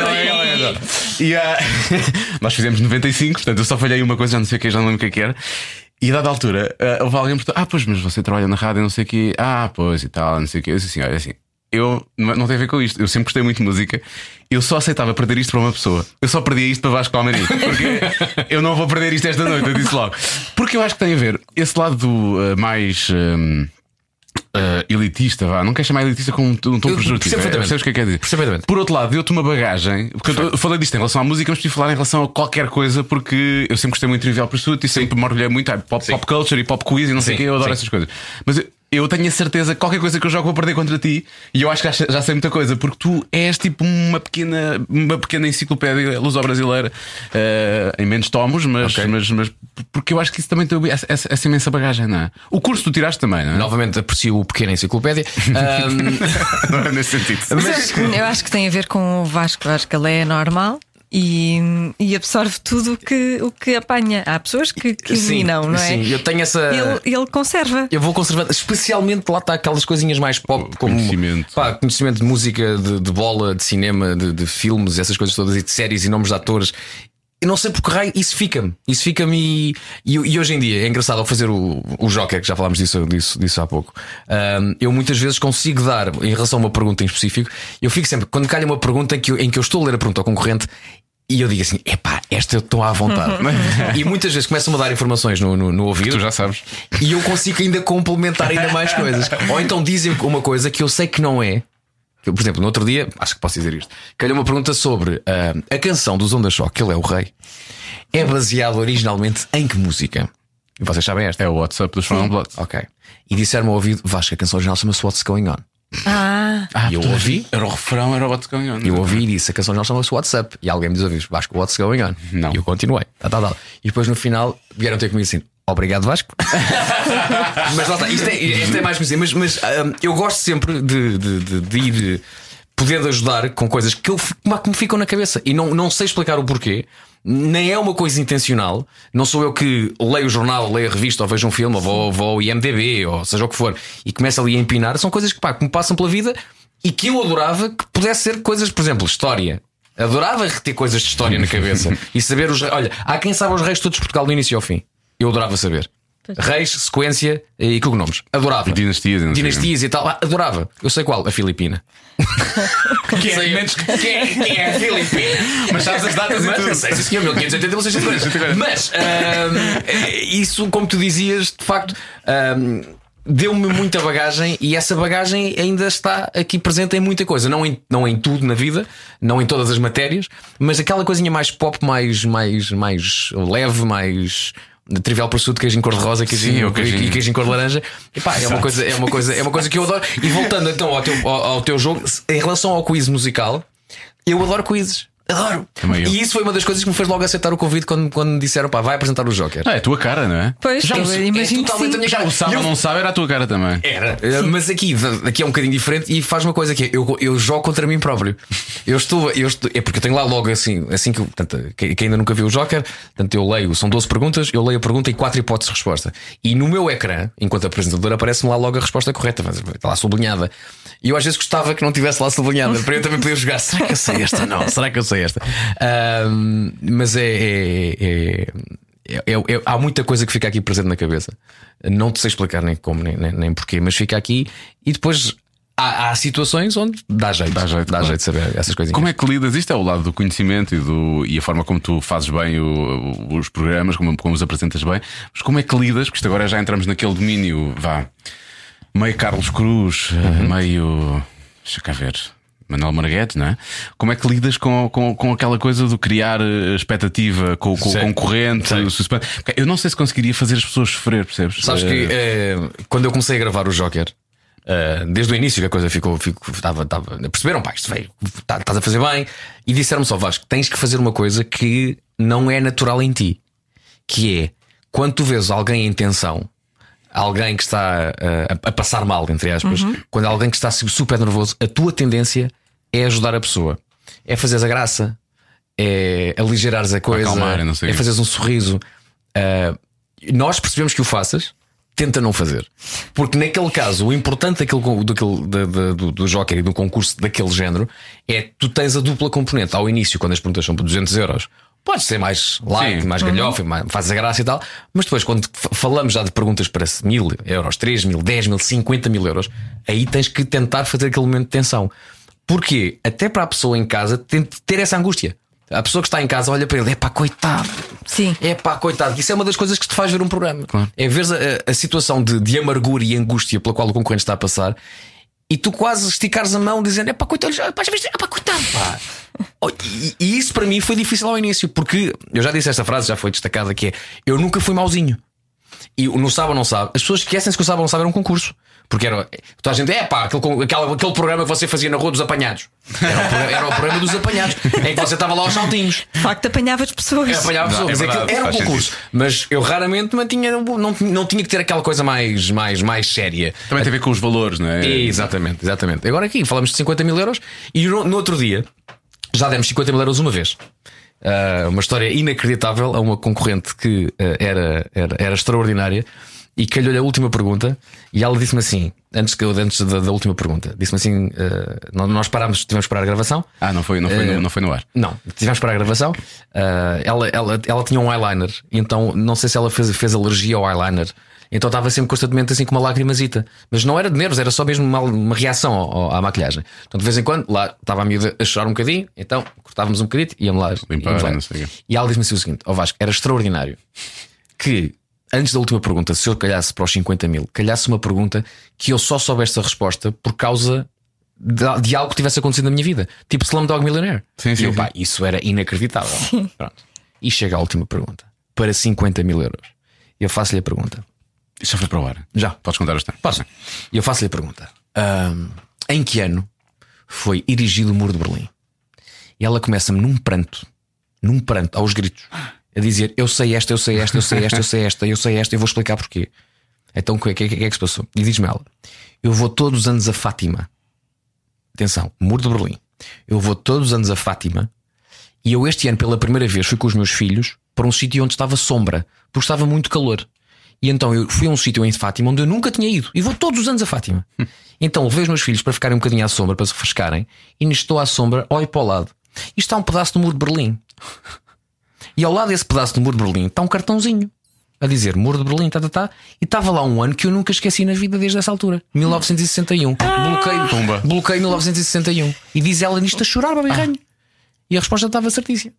S5: perder!
S2: E ah, nós fizemos 95, portanto eu só falhei uma coisa, já não sei o que, já não lembro o que é que era. E a dada altura, ah, houve alguém que perguntou: Ah, pois, mas você trabalha na rádio, não sei o quê, ah, pois e tal, não sei o quê. Eu disse assim: Olha, assim, eu não não tem a ver com isto, eu sempre gostei muito de música, eu só aceitava perder isto para uma pessoa, eu só perdia isto para Vasco Almerim, porque eu não vou perder isto esta noite, eu disse logo. Porque eu acho que tem a ver esse lado do, ah, mais. ah, ah, elitista, vá, não quero chamar elitista com um, t- um tom
S5: Eu
S2: prejudicativo.
S5: percebo
S2: é?
S5: perfeitamente.
S2: Percebes o que é que é dizer?
S5: Perfeitamente.
S2: Por outro lado, deu-te uma bagagem, porque eu tô- eu falei disto em relação à música, mas podia falar em relação a qualquer coisa, porque eu sempre gostei muito de Trivial Pursuit e sempre me orgulhei muito ah, pop, pop culture e pop quiz e não sei o
S5: Sim,
S2: quê, eu adoro
S5: sim.
S2: essas coisas. Mas eu, eu tenho a certeza que qualquer coisa que eu jogo vou perder contra ti e eu acho que já, já sei muita coisa, porque tu és tipo uma pequena, uma pequena enciclopédia luso-brasileira ah, em menos tomos, mas,
S5: Ok.
S2: mas, mas porque eu acho que isso também tem essa, essa- essa imensa bagagem, não é? O curso tu tiraste também, não é?
S5: Novamente aprecio o pequeno enciclopédia. Ahm,
S2: não é nesse sentido.
S4: Mas eu acho que- eu acho que tem a ver com o Vasco. Eu acho que ele é normal e, e absorve tudo o que, o que apanha. Há pessoas que, que
S5: sim,
S4: eliminam, não é?
S5: Sim, eu tenho essa.
S4: Ele, ele conserva.
S5: Eu vou conservando, especialmente lá está aquelas coisinhas mais pop, como
S2: conhecimento.
S5: pá, conhecimento de música, de, de bola, de cinema, de, de filmes, essas coisas todas, e de séries e nomes de atores. Eu não sei porque raio, isso fica-me. Isso fica-me e, e, e hoje em dia é engraçado ao fazer o, o Joker, que já falámos disso, disso, disso há pouco. ahm, eu muitas vezes consigo dar, em relação a uma pergunta em específico, eu fico sempre, quando calha uma pergunta em que eu, em que eu estou a ler a pergunta ao concorrente. E eu digo assim, epá, esta eu estou à vontade. e muitas vezes começam-me a dar informações no, no, no ouvido.
S2: Tu já sabes.
S5: E eu consigo ainda complementar ainda mais coisas. Ou então dizem uma coisa que eu sei que não é. Que eu, Por exemplo, no outro dia, acho que posso dizer isto. Calhou uma pergunta sobre ah, a canção dos Onda Choque, ele é o rei. É baseado originalmente em que música? E vocês sabem esta?
S2: É o WhatsApp dos Frown Blood.
S5: Ok. E disseram-me ao ouvido, Vasco, a canção original chama-se What's Going On.
S4: Ah,
S2: Ah,
S5: E eu
S2: tu
S5: ouvi.
S2: Era o refrão, era o é? What's Going On.
S5: E eu ouvi e disse, a canção original chama-se WhatsApp. E alguém me diz ao ouvido, Vasco, What's Going On?
S2: Não.
S5: E eu continuei. Tá, tá, tá. E depois no final vieram ter comigo assim. Obrigado, Vasco. mas lá está, isto é, isto é mais conhecido. Mas, mas, hum, eu gosto sempre de, de- de- de ir podendo ajudar com coisas que, eu, fico- que me ficam na cabeça e não, não sei explicar o porquê. Nem é uma coisa intencional. Não sou eu que leio o jornal, leio a revista, ou vejo um filme, ou vou, ou vou ao IMDB, ou seja o que for, e começo ali a empinar. São coisas que, pá, que me passam pela vida e que eu adorava que pudesse ser coisas, por exemplo, história. Adorava reter coisas de história na cabeça e saber os. Olha, há quem sabe os reis todos de Portugal do início ao fim. Eu adorava saber. Reis, sequência e cognomes. Adorava.
S2: E dinastias, não sei.
S5: Dinastias e tal. Ah, adorava. Eu sei qual, a Filipina.
S2: Que é
S5: Sei-
S2: menos que-
S5: Quem quem é a Filipina? Mas sabes as datas e
S2: Mas,
S5: tudo.
S2: sei,
S5: Sei, sim, senhor, 1580
S2: 680.
S5: Mas ahm, eh, isso, como tu dizias, de facto. ahm, Deu-me muita bagagem e essa bagagem ainda está aqui presente em muita coisa. Não em, não em tudo na vida, não em todas as matérias, mas aquela coisinha mais pop, mais, mais, mais leve, mais de trivial pursuit, queijinho cor-de-rosa, queijinho,
S2: Sim, ou
S5: queijinho.
S2: queijinho.
S5: queijinho cor de laranja. Epá, é uma coisa, é uma coisa, é uma coisa que eu adoro. E voltando então ao teu, ao, ao teu jogo, se- em relação ao quiz musical, eu adoro quizzes. Adoro.
S2: Também eu.
S5: E isso foi uma das coisas que me fez logo aceitar o convite quando, quando me disseram, pá, vai apresentar o Joker.
S2: Ah, é a tua cara, não é?
S4: pois,
S5: Já
S4: eu
S5: me- é
S4: imagino que
S5: totalmente
S4: sim.
S5: a minha
S2: Já
S5: cara.
S2: o sabe
S5: E eu-
S2: ou não sabe, era a tua cara também.
S5: Era. Eh, Mas aqui, aqui é um bocadinho diferente e faz uma coisa que é, eu, eu jogo contra mim próprio. Eu estou, eu estou- É porque eu tenho lá logo assim, assim que, eu- portanto, quem quem ainda nunca viu o Joker, portanto, eu leio, são 12 perguntas, eu leio a pergunta e quatro hipóteses de resposta. E no meu ecrã, enquanto apresentador, aparece-me lá logo a resposta correta, mas está lá sublinhada. E eu às vezes gostava que não tivesse lá sublinhada, para eu também poder jogar. Será que eu sei esta? ou Não, será que eu sei esta? Ahm, mas é- é- é é- é- é- há muita coisa que fica aqui presente na cabeça. Não te sei explicar nem como, nem, nem, nem porquê, mas fica aqui e depois há, há situações onde dá jeito. Dá jeito, dá jeito de saber essas coisinhas.
S2: Como é que lidas? Isto é o lado do conhecimento e, do, e a forma como tu fazes bem o- os programas, como, como os apresentas bem. Mas como é que lidas? Porque isto agora já entramos naquele domínio, vá, meio Carlos Cruz, eh,
S5: Uhum.
S2: meio. Deixa cá ver. Manuel Marguete, não é? Como é que lidas com, com, com aquela coisa do criar eh, expectativa com, com o
S5: Sei.
S2: concorrente? o suspense? Porque Eu não sei se conseguiria fazer as pessoas sofrer, percebes?
S5: Sabes
S2: Eh,
S5: que eh, quando eu comecei a gravar o Joker, eh, desde o início que a coisa ficou. ficou tava, tava- perceberam, pá, isto veio, tá- estás a fazer bem. E disseram-me só, Vasco, tens que fazer uma coisa que não é natural em ti. Que é quando tu vês alguém em tensão, alguém que está ah, a, a passar mal, entre aspas,
S2: Uhum.
S5: quando alguém que está super nervoso, a tua tendência é ajudar a pessoa, é fazeres a graça, é aligerares a coisa,
S2: Acalmar, não sei.
S5: é fazeres um sorriso. Ah, nós percebemos que o faças, tenta não fazer. Porque naquele caso, o importante daquele, con- daquele- da- da- do, do Joker e do concurso daquele género é que tu tens a dupla componente. Ao início, quando as perguntas são por 200 euros, pode ser mais light,
S2: Sim.
S5: mais galhofa, mais- fazes a graça e tal. Mas depois, quando fa- falamos já de perguntas para mil euros, 3 mil, 10 mil, 50 mil euros, aí tens que tentar fazer aquele momento de tensão. Porquê? Até para a pessoa em casa tem de ter essa angústia. A pessoa que está em casa olha para ele, é pá, coitado,
S4: Sim.
S5: é pá, coitado, isso é uma das coisas que te faz ver um programa. É ver a, a situação de, de amargura e angústia pela qual o concorrente está a passar e tu quase esticares a mão dizendo: é pá, coitado, já, pá, já viste? é pá, coitado, pá. Oh, E, e isso para mim foi difícil ao início, porque eu já disse esta frase, já foi destacada, que é: eu nunca fui mauzinho. E o não sabe ou não sabe, as pessoas esquecem-se que o sabe ou não sabe era um concurso. Porque era. Toda a gente, é pá, aquele, con- aquele, aquele programa que você fazia na Rua dos Apanhados. Era o, programa- era o programa dos apanhados, em que você estava lá aos saltinhos.
S4: De facto, apanhava as pessoas.
S5: Eu apanhava
S2: Não, é
S5: pessoas,
S2: verdade,
S5: aquilo era um
S2: faz
S5: concurso. Mas eu raramente mantinha, não, não tinha que ter aquela coisa mais, mais, mais séria.
S2: Eh, Também tem a ver com os valores, não é?
S5: Exatamente, exatamente. Agora aqui falamos de 50 mil euros e no, no outro dia já demos 50 mil euros uma vez. Ah, uma história inacreditável a uma concorrente que ah, era, era, era extraordinária e calhou-lhe a última pergunta e ela disse-me assim, antes, que, eu- antes da, da última pergunta, disse-me assim: ah, nó- nós parámos, tivemos que parar a gravação.
S2: Ah, não foi, não foi,
S5: Eh,
S2: no, não foi no ar.
S5: Não, tivemos para a gravação. Ah, ela, ela, ela tinha um eyeliner, então não sei se ela fez, fez alergia ao eyeliner. Então estava sempre constantemente assim com uma lagrimazita. Mas não era de nervos, era só mesmo uma, uma reação ao- ao- à maquilhagem. Então de vez em quando, lá estava a miúda a chorar um bocadinho, então cortávamos um bocadinho e íamos lá.
S2: Limpar,
S5: íamos lá.
S2: não sei o quê.
S5: E ela disse-me assim o seguinte: Ó Vasco, era extraordinário que, antes da última pergunta, se eu calhasse para os 50 mil, calhasse uma pergunta que eu só soubesse a resposta por causa de, de algo que tivesse acontecido na minha vida. Tipo Slumdog Millionaire.
S2: Sim, sim,
S5: e eu,
S2: sim.
S5: pá, isso era inacreditável. Pronto. E chega à última pergunta: para 50 mil euros. E eu faço-lhe a pergunta.
S2: Isso Já foi para o ar.
S5: Já.
S2: Podes contar a história.
S5: Posso? E eu faço-lhe a pergunta: ahm, em que ano foi erigido o muro de Berlim? E ela começa-me num pranto, num pranto, aos gritos, a dizer: Eu sei esta, eu sei esta, eu sei esta, eu sei esta, eu sei esta, eu vou explicar porquê. Então o que, é- que, é- que é que se passou? E diz-me ela: Eu vou todos os anos a Fátima. Atenção, muro de Berlim. Eu vou todos os anos a Fátima e eu este ano, pela primeira vez, fui com os meus filhos para um sítio onde estava sombra, porque estava muito calor. E então eu fui a um sítio em Fátima onde eu nunca tinha ido. E vou todos os anos a Fátima. então levei os meus filhos para ficarem um bocadinho à sombra, para se refrescarem. E nisto estou à sombra, olho para o lado. E está um pedaço do muro de Berlim. E ao lado desse pedaço do muro de Berlim está um cartãozinho a dizer Muro de Berlim, tá, tá, tá. E estava lá um ano que eu nunca esqueci na vida desde essa altura, 1961. Bloqueio,
S2: Pumba. Ah.
S5: bloqueio 1961. E diz ela nisto a chorar, bem ganho. E a resposta estava certíssima.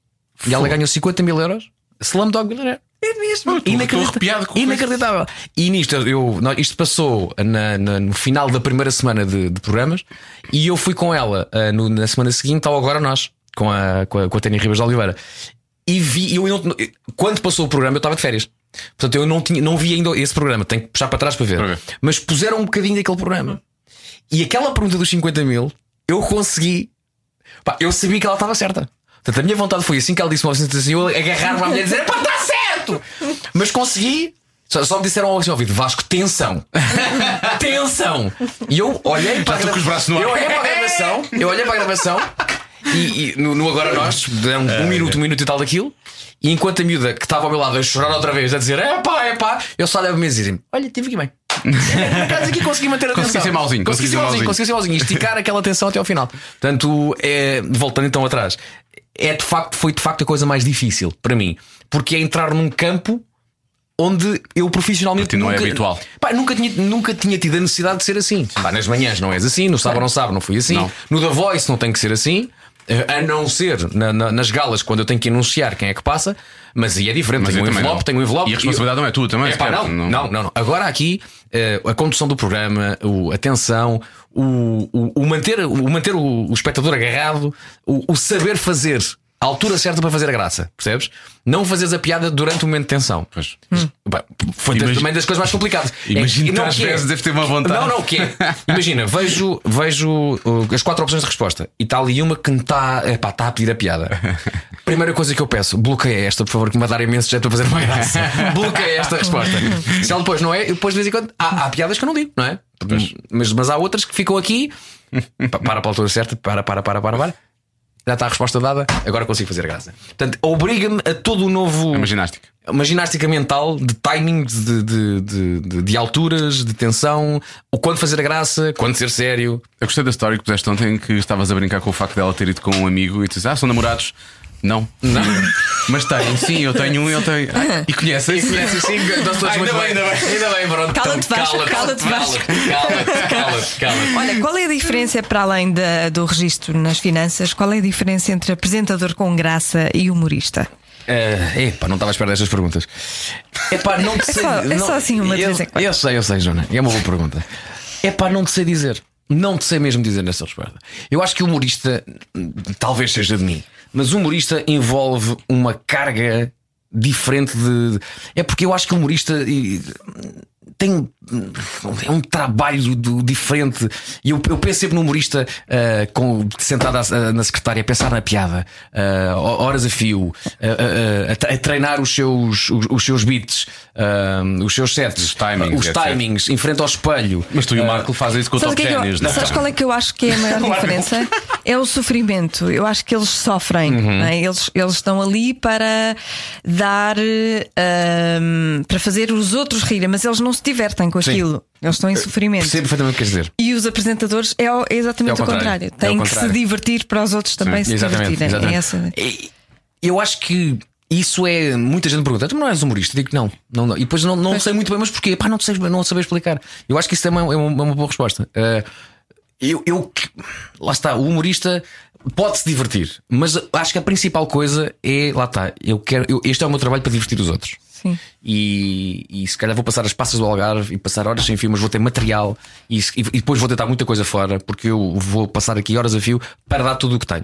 S5: E ela ganhou 50 mil euros. Slumdog Millionaire. É mesmo.
S2: estou- estou arrepiado com coisas.
S5: Inacreditável. E nisto, eu, nós- isto passou na- na- no final da primeira semana de, de programas e eu fui com ela ah, no- na semana seguinte ao Agora Nós, com a, com a, com a Tânia Ribas de Oliveira. E vi, eu não, quando passou o programa, eu estava de férias. Portanto, eu não, tinha, não vi ainda esse programa, tenho que puxar para trás para ver.
S2: Para ver.
S5: Mas puseram um bocadinho daquele programa. E aquela pergunta dos 50 mil, eu consegui. Pá, eu sabia que ela estava certa. Portanto, a minha vontade foi assim que ela disse 900 eu agarrar-me à mulher e dizer: pá, está certo! Mas consegui. Só, só me disseram assim ao ouvido: Vasco, tensão. tensão! E eu olhei para. a
S2: estou com os braços no ar.
S5: Eu olhei para a gravação. Eu olhei para a gravação. E, e no, no Agora Nós, deram
S2: É,
S5: um minuto, um minuto e tal daquilo. E enquanto a miúda que estava ao meu lado a chorar outra vez, a dizer: é pá, é pá, eu só levo-me a dizer: assim, olha, tive aqui bem. Por acaso aqui consegui manter a
S2: Consegui
S5: atenção.
S2: ser mauzinho, consegui
S5: Consegui
S2: ser
S5: ser mauzinho,
S2: mauzinho.
S5: consegui ser mauzinho. E esticar aquela atenção até ao final. Portanto, é, voltando então atrás, é de facto, foi de facto a coisa mais difícil para mim. Porque é entrar num campo onde eu profissionalmente.
S2: Porque não é
S5: nunca,
S2: habitual.
S5: Pá, nunca, tinha, nunca tinha tido a necessidade de ser assim. Pá, nas manhãs não és assim, no sábado não sabe, não fui assim.
S2: Não.
S5: No The Voice não tem que ser assim. eh, A não ser na- na- nas galas, quando eu tenho que anunciar quem é que passa, mas aí é diferente.
S2: Mas
S5: tenho
S2: aí
S5: um
S2: também
S5: envelope,
S2: não.
S5: tenho um envelope.
S2: E a responsabilidade não é tua também,
S5: Epá,
S2: sequer.
S5: não,
S2: Não-
S5: não, não, não. Agora aqui, eh, a condução do programa, o- a tensão, o, o- o manter, o, manter o, o espectador agarrado, o, o saber fazer a altura certa para fazer a graça, percebes? Não fazeres a piada durante o momento de tensão.
S2: Pois.
S5: Pá, Foi das-
S2: Hum. Imagi-
S5: também das coisas mais complicadas.
S2: Imagino
S5: É-
S2: que
S5: não,
S2: às
S5: que é-
S2: vezes deve ter uma vontade.
S5: Não, não, o que é? Imagina, vejo, tá, vejo uh, as quatro opções de resposta e está ali uma que está tá a pedir a piada. Primeira coisa que eu peço, bloqueia esta, por favor, que me dá imenso jeito para fazer uma graça. bloqueia esta resposta. Se ela depois não é, eu depois de vez em quando há, há piadas que eu não digo, não é? Mas, mas há outras que ficam aqui. Pa- Para para a altura certa, para, para, para, para, para. Já está a resposta dada, agora consigo fazer graça. Portanto, obriga-me a todo o novo.
S2: É uma ginástica.
S5: Uma ginástica mental de timing, de, de, de, de- de alturas, de tensão, o quando fazer a graça, quando ser sério.
S2: Eu gostei da história que puseste ontem em que estavas a brincar com o facto dela ter ido com um amigo e tu dizes, ah, são namorados. Não. Não. Mas tem, sim, eu tenho um e ele tem. Ah, e conheces?
S5: Conhece assim, nós todos
S2: Ai, ainda
S5: muito
S2: bem, ainda bem.
S5: Ainda bem, Bruno.
S4: Cala-te,
S5: Então,
S4: Vasco,
S5: cala-te,
S4: cala-te, Vasco.
S5: Cala-te, cala-te, cala-te.
S4: Olha, qual é a diferença para além da- do registro nas finanças? Qual é a diferença entre apresentador com graça e humorista?
S5: Eh, Epá, não estava à espera destas perguntas. Epá, não te
S4: É
S5: sei.
S4: só- é
S5: não-
S4: só assim uma de
S5: eu,
S4: vez em quando.
S5: eu sei, eu sei, Joana. É uma boa pergunta. Epá, não te sei dizer. Não te sei mesmo dizer nessa resposta. Eu acho que o humorista hum, talvez seja de mim, mas o humorista envolve uma carga diferente de. É porque eu acho que o humorista e- tem um- é um trabalho do- diferente. E eu, eu penso sempre no humorista ah, com, sentado à- eh, na secretária a pensar na piada, ah, horas a fio, ah, ah, ah, a, treinar os seus, os, os seus beats, ah, os seus sets,
S2: Os timings,
S5: os
S2: etc.
S5: timings, em frente ao espelho.
S2: Mas tu e o Marco fazem isso com o
S4: Sabes, o
S2: top
S4: que é que eu-
S2: génios,
S5: né?
S2: não é?
S4: sabes qual é que eu acho que é a maior diferença? É o sofrimento. Eu acho que eles sofrem.
S5: Uhum.
S4: não é? eles, eles estão ali para dar. eh, ahm, para fazer os outros rirem, mas eles não se divertem com aquilo. Eles estão em sofrimento.
S5: Percebo perfeitamente o que queres dizer.
S4: E os apresentadores é, o- é exatamente
S5: É o
S4: o contrário.
S5: contrário. É o
S4: Têm que se
S5: contrário.
S4: divertir para os outros também se
S5: Exatamente,
S4: divertirem.
S5: exatamente.
S4: É essa-
S5: E- Eu acho que isso é. Muita gente pergunta, tu não és humorista? Eu digo não, não, não. E depois não, não sei muito bem, mas porquê? Pá, não sei, não sei explicar. Eu acho que isso também é uma, é uma boa resposta. Eh, eu, eu que- Lá está, o humorista pode-se divertir, mas acho que a principal coisa é. Lá está, eu quero. eu- este é o meu trabalho para divertir os outros.
S4: Sim.
S5: E, e se calhar vou passar as passas do Algarve e passar horas sem fio, mas vou ter material e, se- e depois vou tentar muita coisa fora, porque eu vou passar aqui horas a fio para dar tudo o que tenho.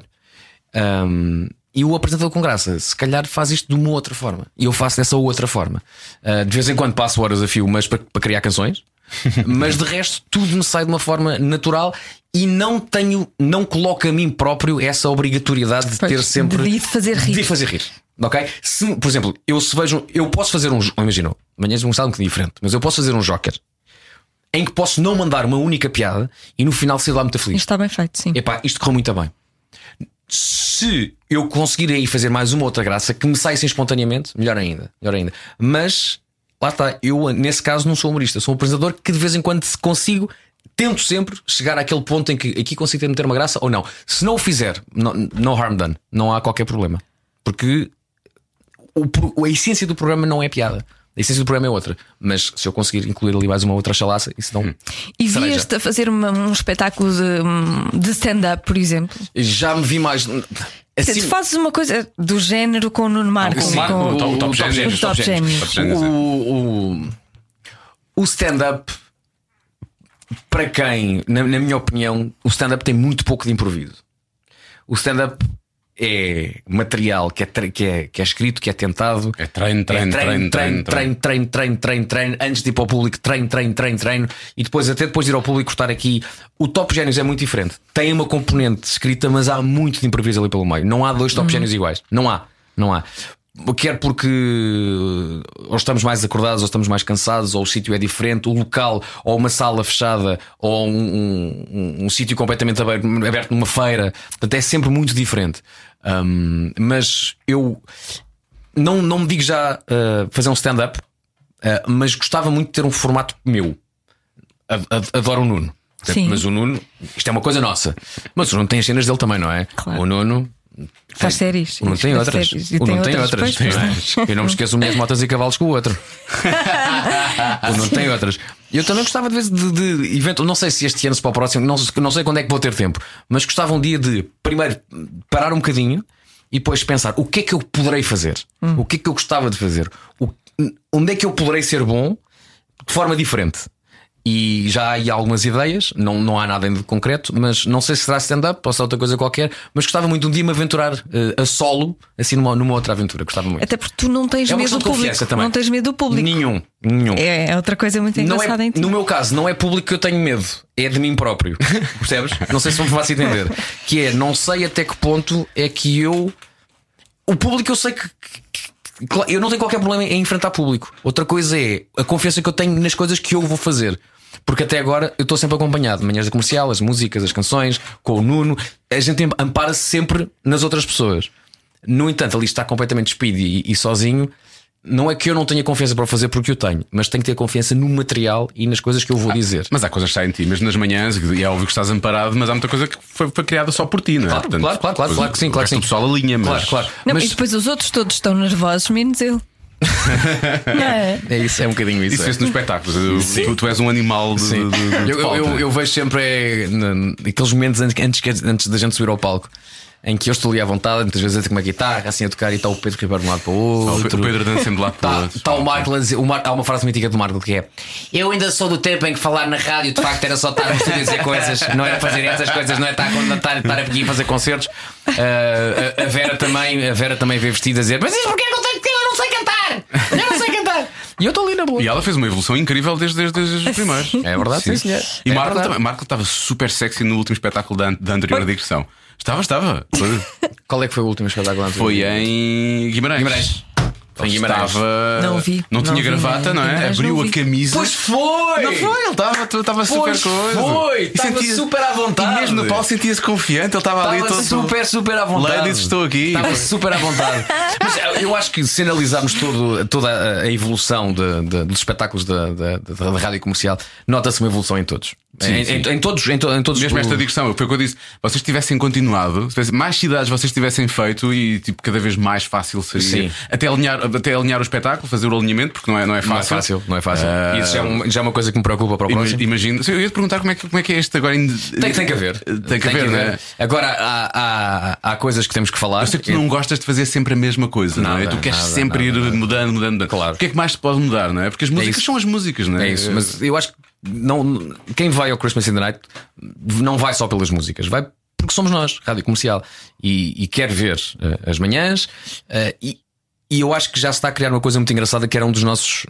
S5: Ahm, e o apresentador com graça, se calhar faz isto de uma outra forma. E eu faço dessa outra forma. Ah, de vez em quando passo horas a fio, mas para, para criar canções. mas de resto, tudo me sai de uma forma natural e não tenho, não coloco a mim próprio essa obrigatoriedade de
S4: Pois,
S5: ter sempre.
S4: de- de fazer rir.
S5: de fazer rir. Ok? Se, por exemplo, eu se vejo. Eu posso fazer um. jo- Imagina, amanhã é um estado um bocadinho diferente, mas eu posso fazer um joker em que posso não mandar uma única piada e no final sair lá muito
S4: Isto
S5: feliz.
S4: está bem feito, sim.
S5: Epá, isto correu muito bem. Se eu conseguir aí fazer mais uma outra graça que me saíssem espontaneamente, melhor ainda, melhor ainda. Mas lá está, eu nesse caso não sou humorista, sou um apresentador que de vez em quando se consigo, tento sempre chegar àquele ponto em que aqui consigo ter- meter uma graça ou não. Se não o fizer, no, no harm done, não há qualquer problema. Porque o pro- a essência do programa não é piada. A essência do programa é outra. Mas se eu conseguir incluir ali mais uma outra chalaça, isso não.
S4: E
S5: Cereja.
S4: vieste a fazer uma- um espetáculo de, de stand-up, por exemplo.
S5: Já me vi mais. Assim,
S4: Quer dizer, Tu fazes uma coisa do género com é o Nuno Marco.
S5: Não,
S2: O
S5: Sim,
S2: Marco,
S4: com-
S2: o, top- o top
S5: o
S2: génios,
S4: Top
S2: o top
S4: Génios.
S2: génios, o top génios, é.
S5: o, o- o stand-up, para quem, na, na minha opinião, o stand-up tem muito pouco de improviso. O stand-up é material que é, tre- que, é, que é escrito, que é tentado.
S2: É treino, treino, treino, treino,
S5: treino,
S2: treino.
S5: treino, treino, treino, treino, antes de ir para o público, treino, treino, treino, treino, e depois, até depois de ir ao público, cortar aqui. O Top Génios é muito diferente. Tem uma componente escrita, mas há muito de improviso ali pelo meio. Não há dois Top Génios iguais. Não há, não há. Quer porque eh, ou estamos mais acordados, ou estamos mais cansados, ou o sítio é diferente, o local, ou uma sala fechada, ou um, um- um- um sítio completamente aberto, aberto numa feira. Portanto, é sempre muito diferente. Hum, mas eu não, não me digo já uh, fazer um stand-up, uh, mas gostava muito de ter um formato meu. Ad- ad- Adoro o Nuno.
S4: Sim.
S5: Mas o Nuno, isto é uma coisa nossa. Mas o Nuno tem as cenas dele também, não é?
S4: Claro.
S5: O Nuno.
S4: Faz séries.
S5: O Nuno tem
S4: Faz
S5: outras.
S4: séries.
S5: O Nuno tem outras.
S4: Pois, pois,
S5: não é?
S4: pois.
S5: Eu não me esqueço mulheres, motas e cavalos com o outro. o Nuno tem outras. Eu também gostava de vez de, de evento. Não sei se este ano, se para o próximo, não, não sei quando é que vou ter tempo, mas gostava um dia de primeiro parar um bocadinho e depois pensar o que é que eu poderei fazer, o que é que eu gostava de fazer, O- onde é que eu poderei ser bom de forma diferente. E já há aí algumas ideias, não, não há nada ainda de concreto, mas não sei se será stand-up ou será outra coisa qualquer. Mas gostava muito de um dia me aventurar eh, a solo, assim numa, numa outra aventura. Gostava muito.
S4: Até porque tu não tens
S5: É uma
S4: medo
S5: questão
S4: do
S5: de
S4: público.
S5: confiança também.
S4: Não tens medo do público.
S5: Nenhum, nenhum.
S4: É é outra coisa muito
S5: Não é,
S4: engraçada em ti.
S5: no meu caso, não é público que eu tenho medo, é de mim próprio. Percebes? Não sei se me faço entender. Que é, não sei até que ponto é que eu O público eu sei que. que- que- Eu não tenho qualquer problema em enfrentar público. Outra coisa é a confiança que eu tenho nas coisas que eu vou fazer. Porque até agora eu estou sempre acompanhado. Manhãs da comercial, as músicas, as canções, com o Nuno. A gente ampara-se sempre nas outras pessoas. No entanto, ali está completamente despido e, e sozinho. Não é que eu não tenha confiança para o fazer porque eu tenho, mas tenho que ter confiança no material e nas coisas que eu vou dizer.
S2: Mas há coisas que saem de ti, mesmo nas manhãs, e é óbvio que estás amparado, mas há muita coisa que foi, foi criada só por ti, não é?
S5: Claro, claro, claro, claro,
S2: depois
S5: claro que sim,
S2: o
S5: claro que
S2: resto do
S5: sim.
S2: pessoal alinha, mas.
S5: Claro, claro.
S4: Não,
S5: mas
S4: E depois os outros todos estão nervosos, menos ele. Não é?
S5: é isso, é um bocadinho
S2: Isso vê-se nos espetáculos. Tu, tu és um animal de.
S5: Sim.
S2: de- de- de
S5: eu, eu,
S2: palco, não
S5: eu,
S2: é?
S5: eu vejo sempre é, n- aqueles momentos antes, antes, que- antes da gente subir ao palco em que eu estou ali à vontade, muitas vezes eu tenho uma guitarra assim a tocar e está o Pedro Ribeiro de um lado para o
S2: Ah,
S5: outro.
S2: o Pe- o Pedro dançando de lado para o
S5: Tá,
S2: outro.
S5: tá o Marco a dizer, o Mar- há uma frase mítica do Marco que é: Eu ainda sou do tempo em que falar na rádio de facto era só estar no estúdio a dizer coisas, não era fazer essas coisas, não é estar a contar, estar a pedir fazer concertos. Ah, a, a Vera também, a Vera também veio vestida a dizer: Mas isso porquê é que eu tenho que eu não sei cantar? Eu não sei cantar. E eu estou ali na boa.
S2: E ela fez uma evolução incrível desde, desde, desde os primeiros.
S5: É verdade, sim, senhor.
S2: E
S5: É
S2: Marco
S5: verdade.
S2: também. Marco estava super sexy no último espetáculo da, da anterior digressão. Estava, estava. Foi-
S5: Qual é que foi o último espetáculo antes?
S2: Foi em Guimarães.
S5: Guimarães. Foi em
S2: Ele
S5: Guimarães.
S2: Estava...
S4: Não vi,
S2: Não,
S4: não
S2: tinha
S4: vi,
S2: gravata,
S4: em
S2: não é?
S4: Guimarães
S2: Abriu
S4: não
S2: a
S4: vi.
S2: camisa.
S5: Pois foi!
S2: Não foi, ele estava estava super
S5: Pois
S2: coisa.
S5: foi,
S2: E
S5: estava super à vontade.
S2: E mesmo no palco sentia-se confiante, ele estava ali todo.
S5: Estava super, super à vontade.
S2: Ladies, estou aqui.
S5: Estava super à vontade. Mas eu- eu acho que se analisarmos todo- toda a- a evolução de- de- dos espetáculos da, da- da- da rádio comercial, nota-se uma evolução em todos.
S2: Sim,
S5: em,
S2: sim.
S5: em- em todos, em, to- em todos
S2: Mesmo
S5: os-
S2: esta digressão, foi o que eu disse. Vocês tivessem continuado, se tivessem- mais cidades vocês tivessem feito e tipo, cada vez mais fácil seria.
S5: Sim.
S2: Até alinhar, até alinhar o espetáculo, fazer o alinhamento, porque não é, não é
S5: Não é
S2: fácil.
S5: fácil, não é fácil.
S2: Ah,
S5: Isso já é, um- já é uma coisa que me preocupa para o
S2: ima-
S5: próximo.
S2: Imagino. Sim, Eu ia te perguntar como é que, como é, que é este agora. em-
S5: Tem, tem que haver.
S2: Tem que haver, não é?
S5: Agora, há, há- há coisas que temos que falar.
S2: Eu sei que tu não gostas de fazer sempre a mesma coisa, não é?
S5: Nada,
S2: Tu queres
S5: nada,
S2: sempre
S5: nada,
S2: ir
S5: nada.
S2: mudando, mudando, mudando.
S5: Claro.
S2: O que é que mais te pode mudar, não é? Porque as músicas
S5: isso.
S2: são as músicas, não é?
S5: É isso, mas eu acho que não, quem vai ao Christmas in the Night não vai só pelas músicas, vai porque somos nós, rádio comercial, e, e quer ver eh, as manhãs. eh, e, e eu acho que já se está a criar uma coisa muito engraçada que era um dos nossos,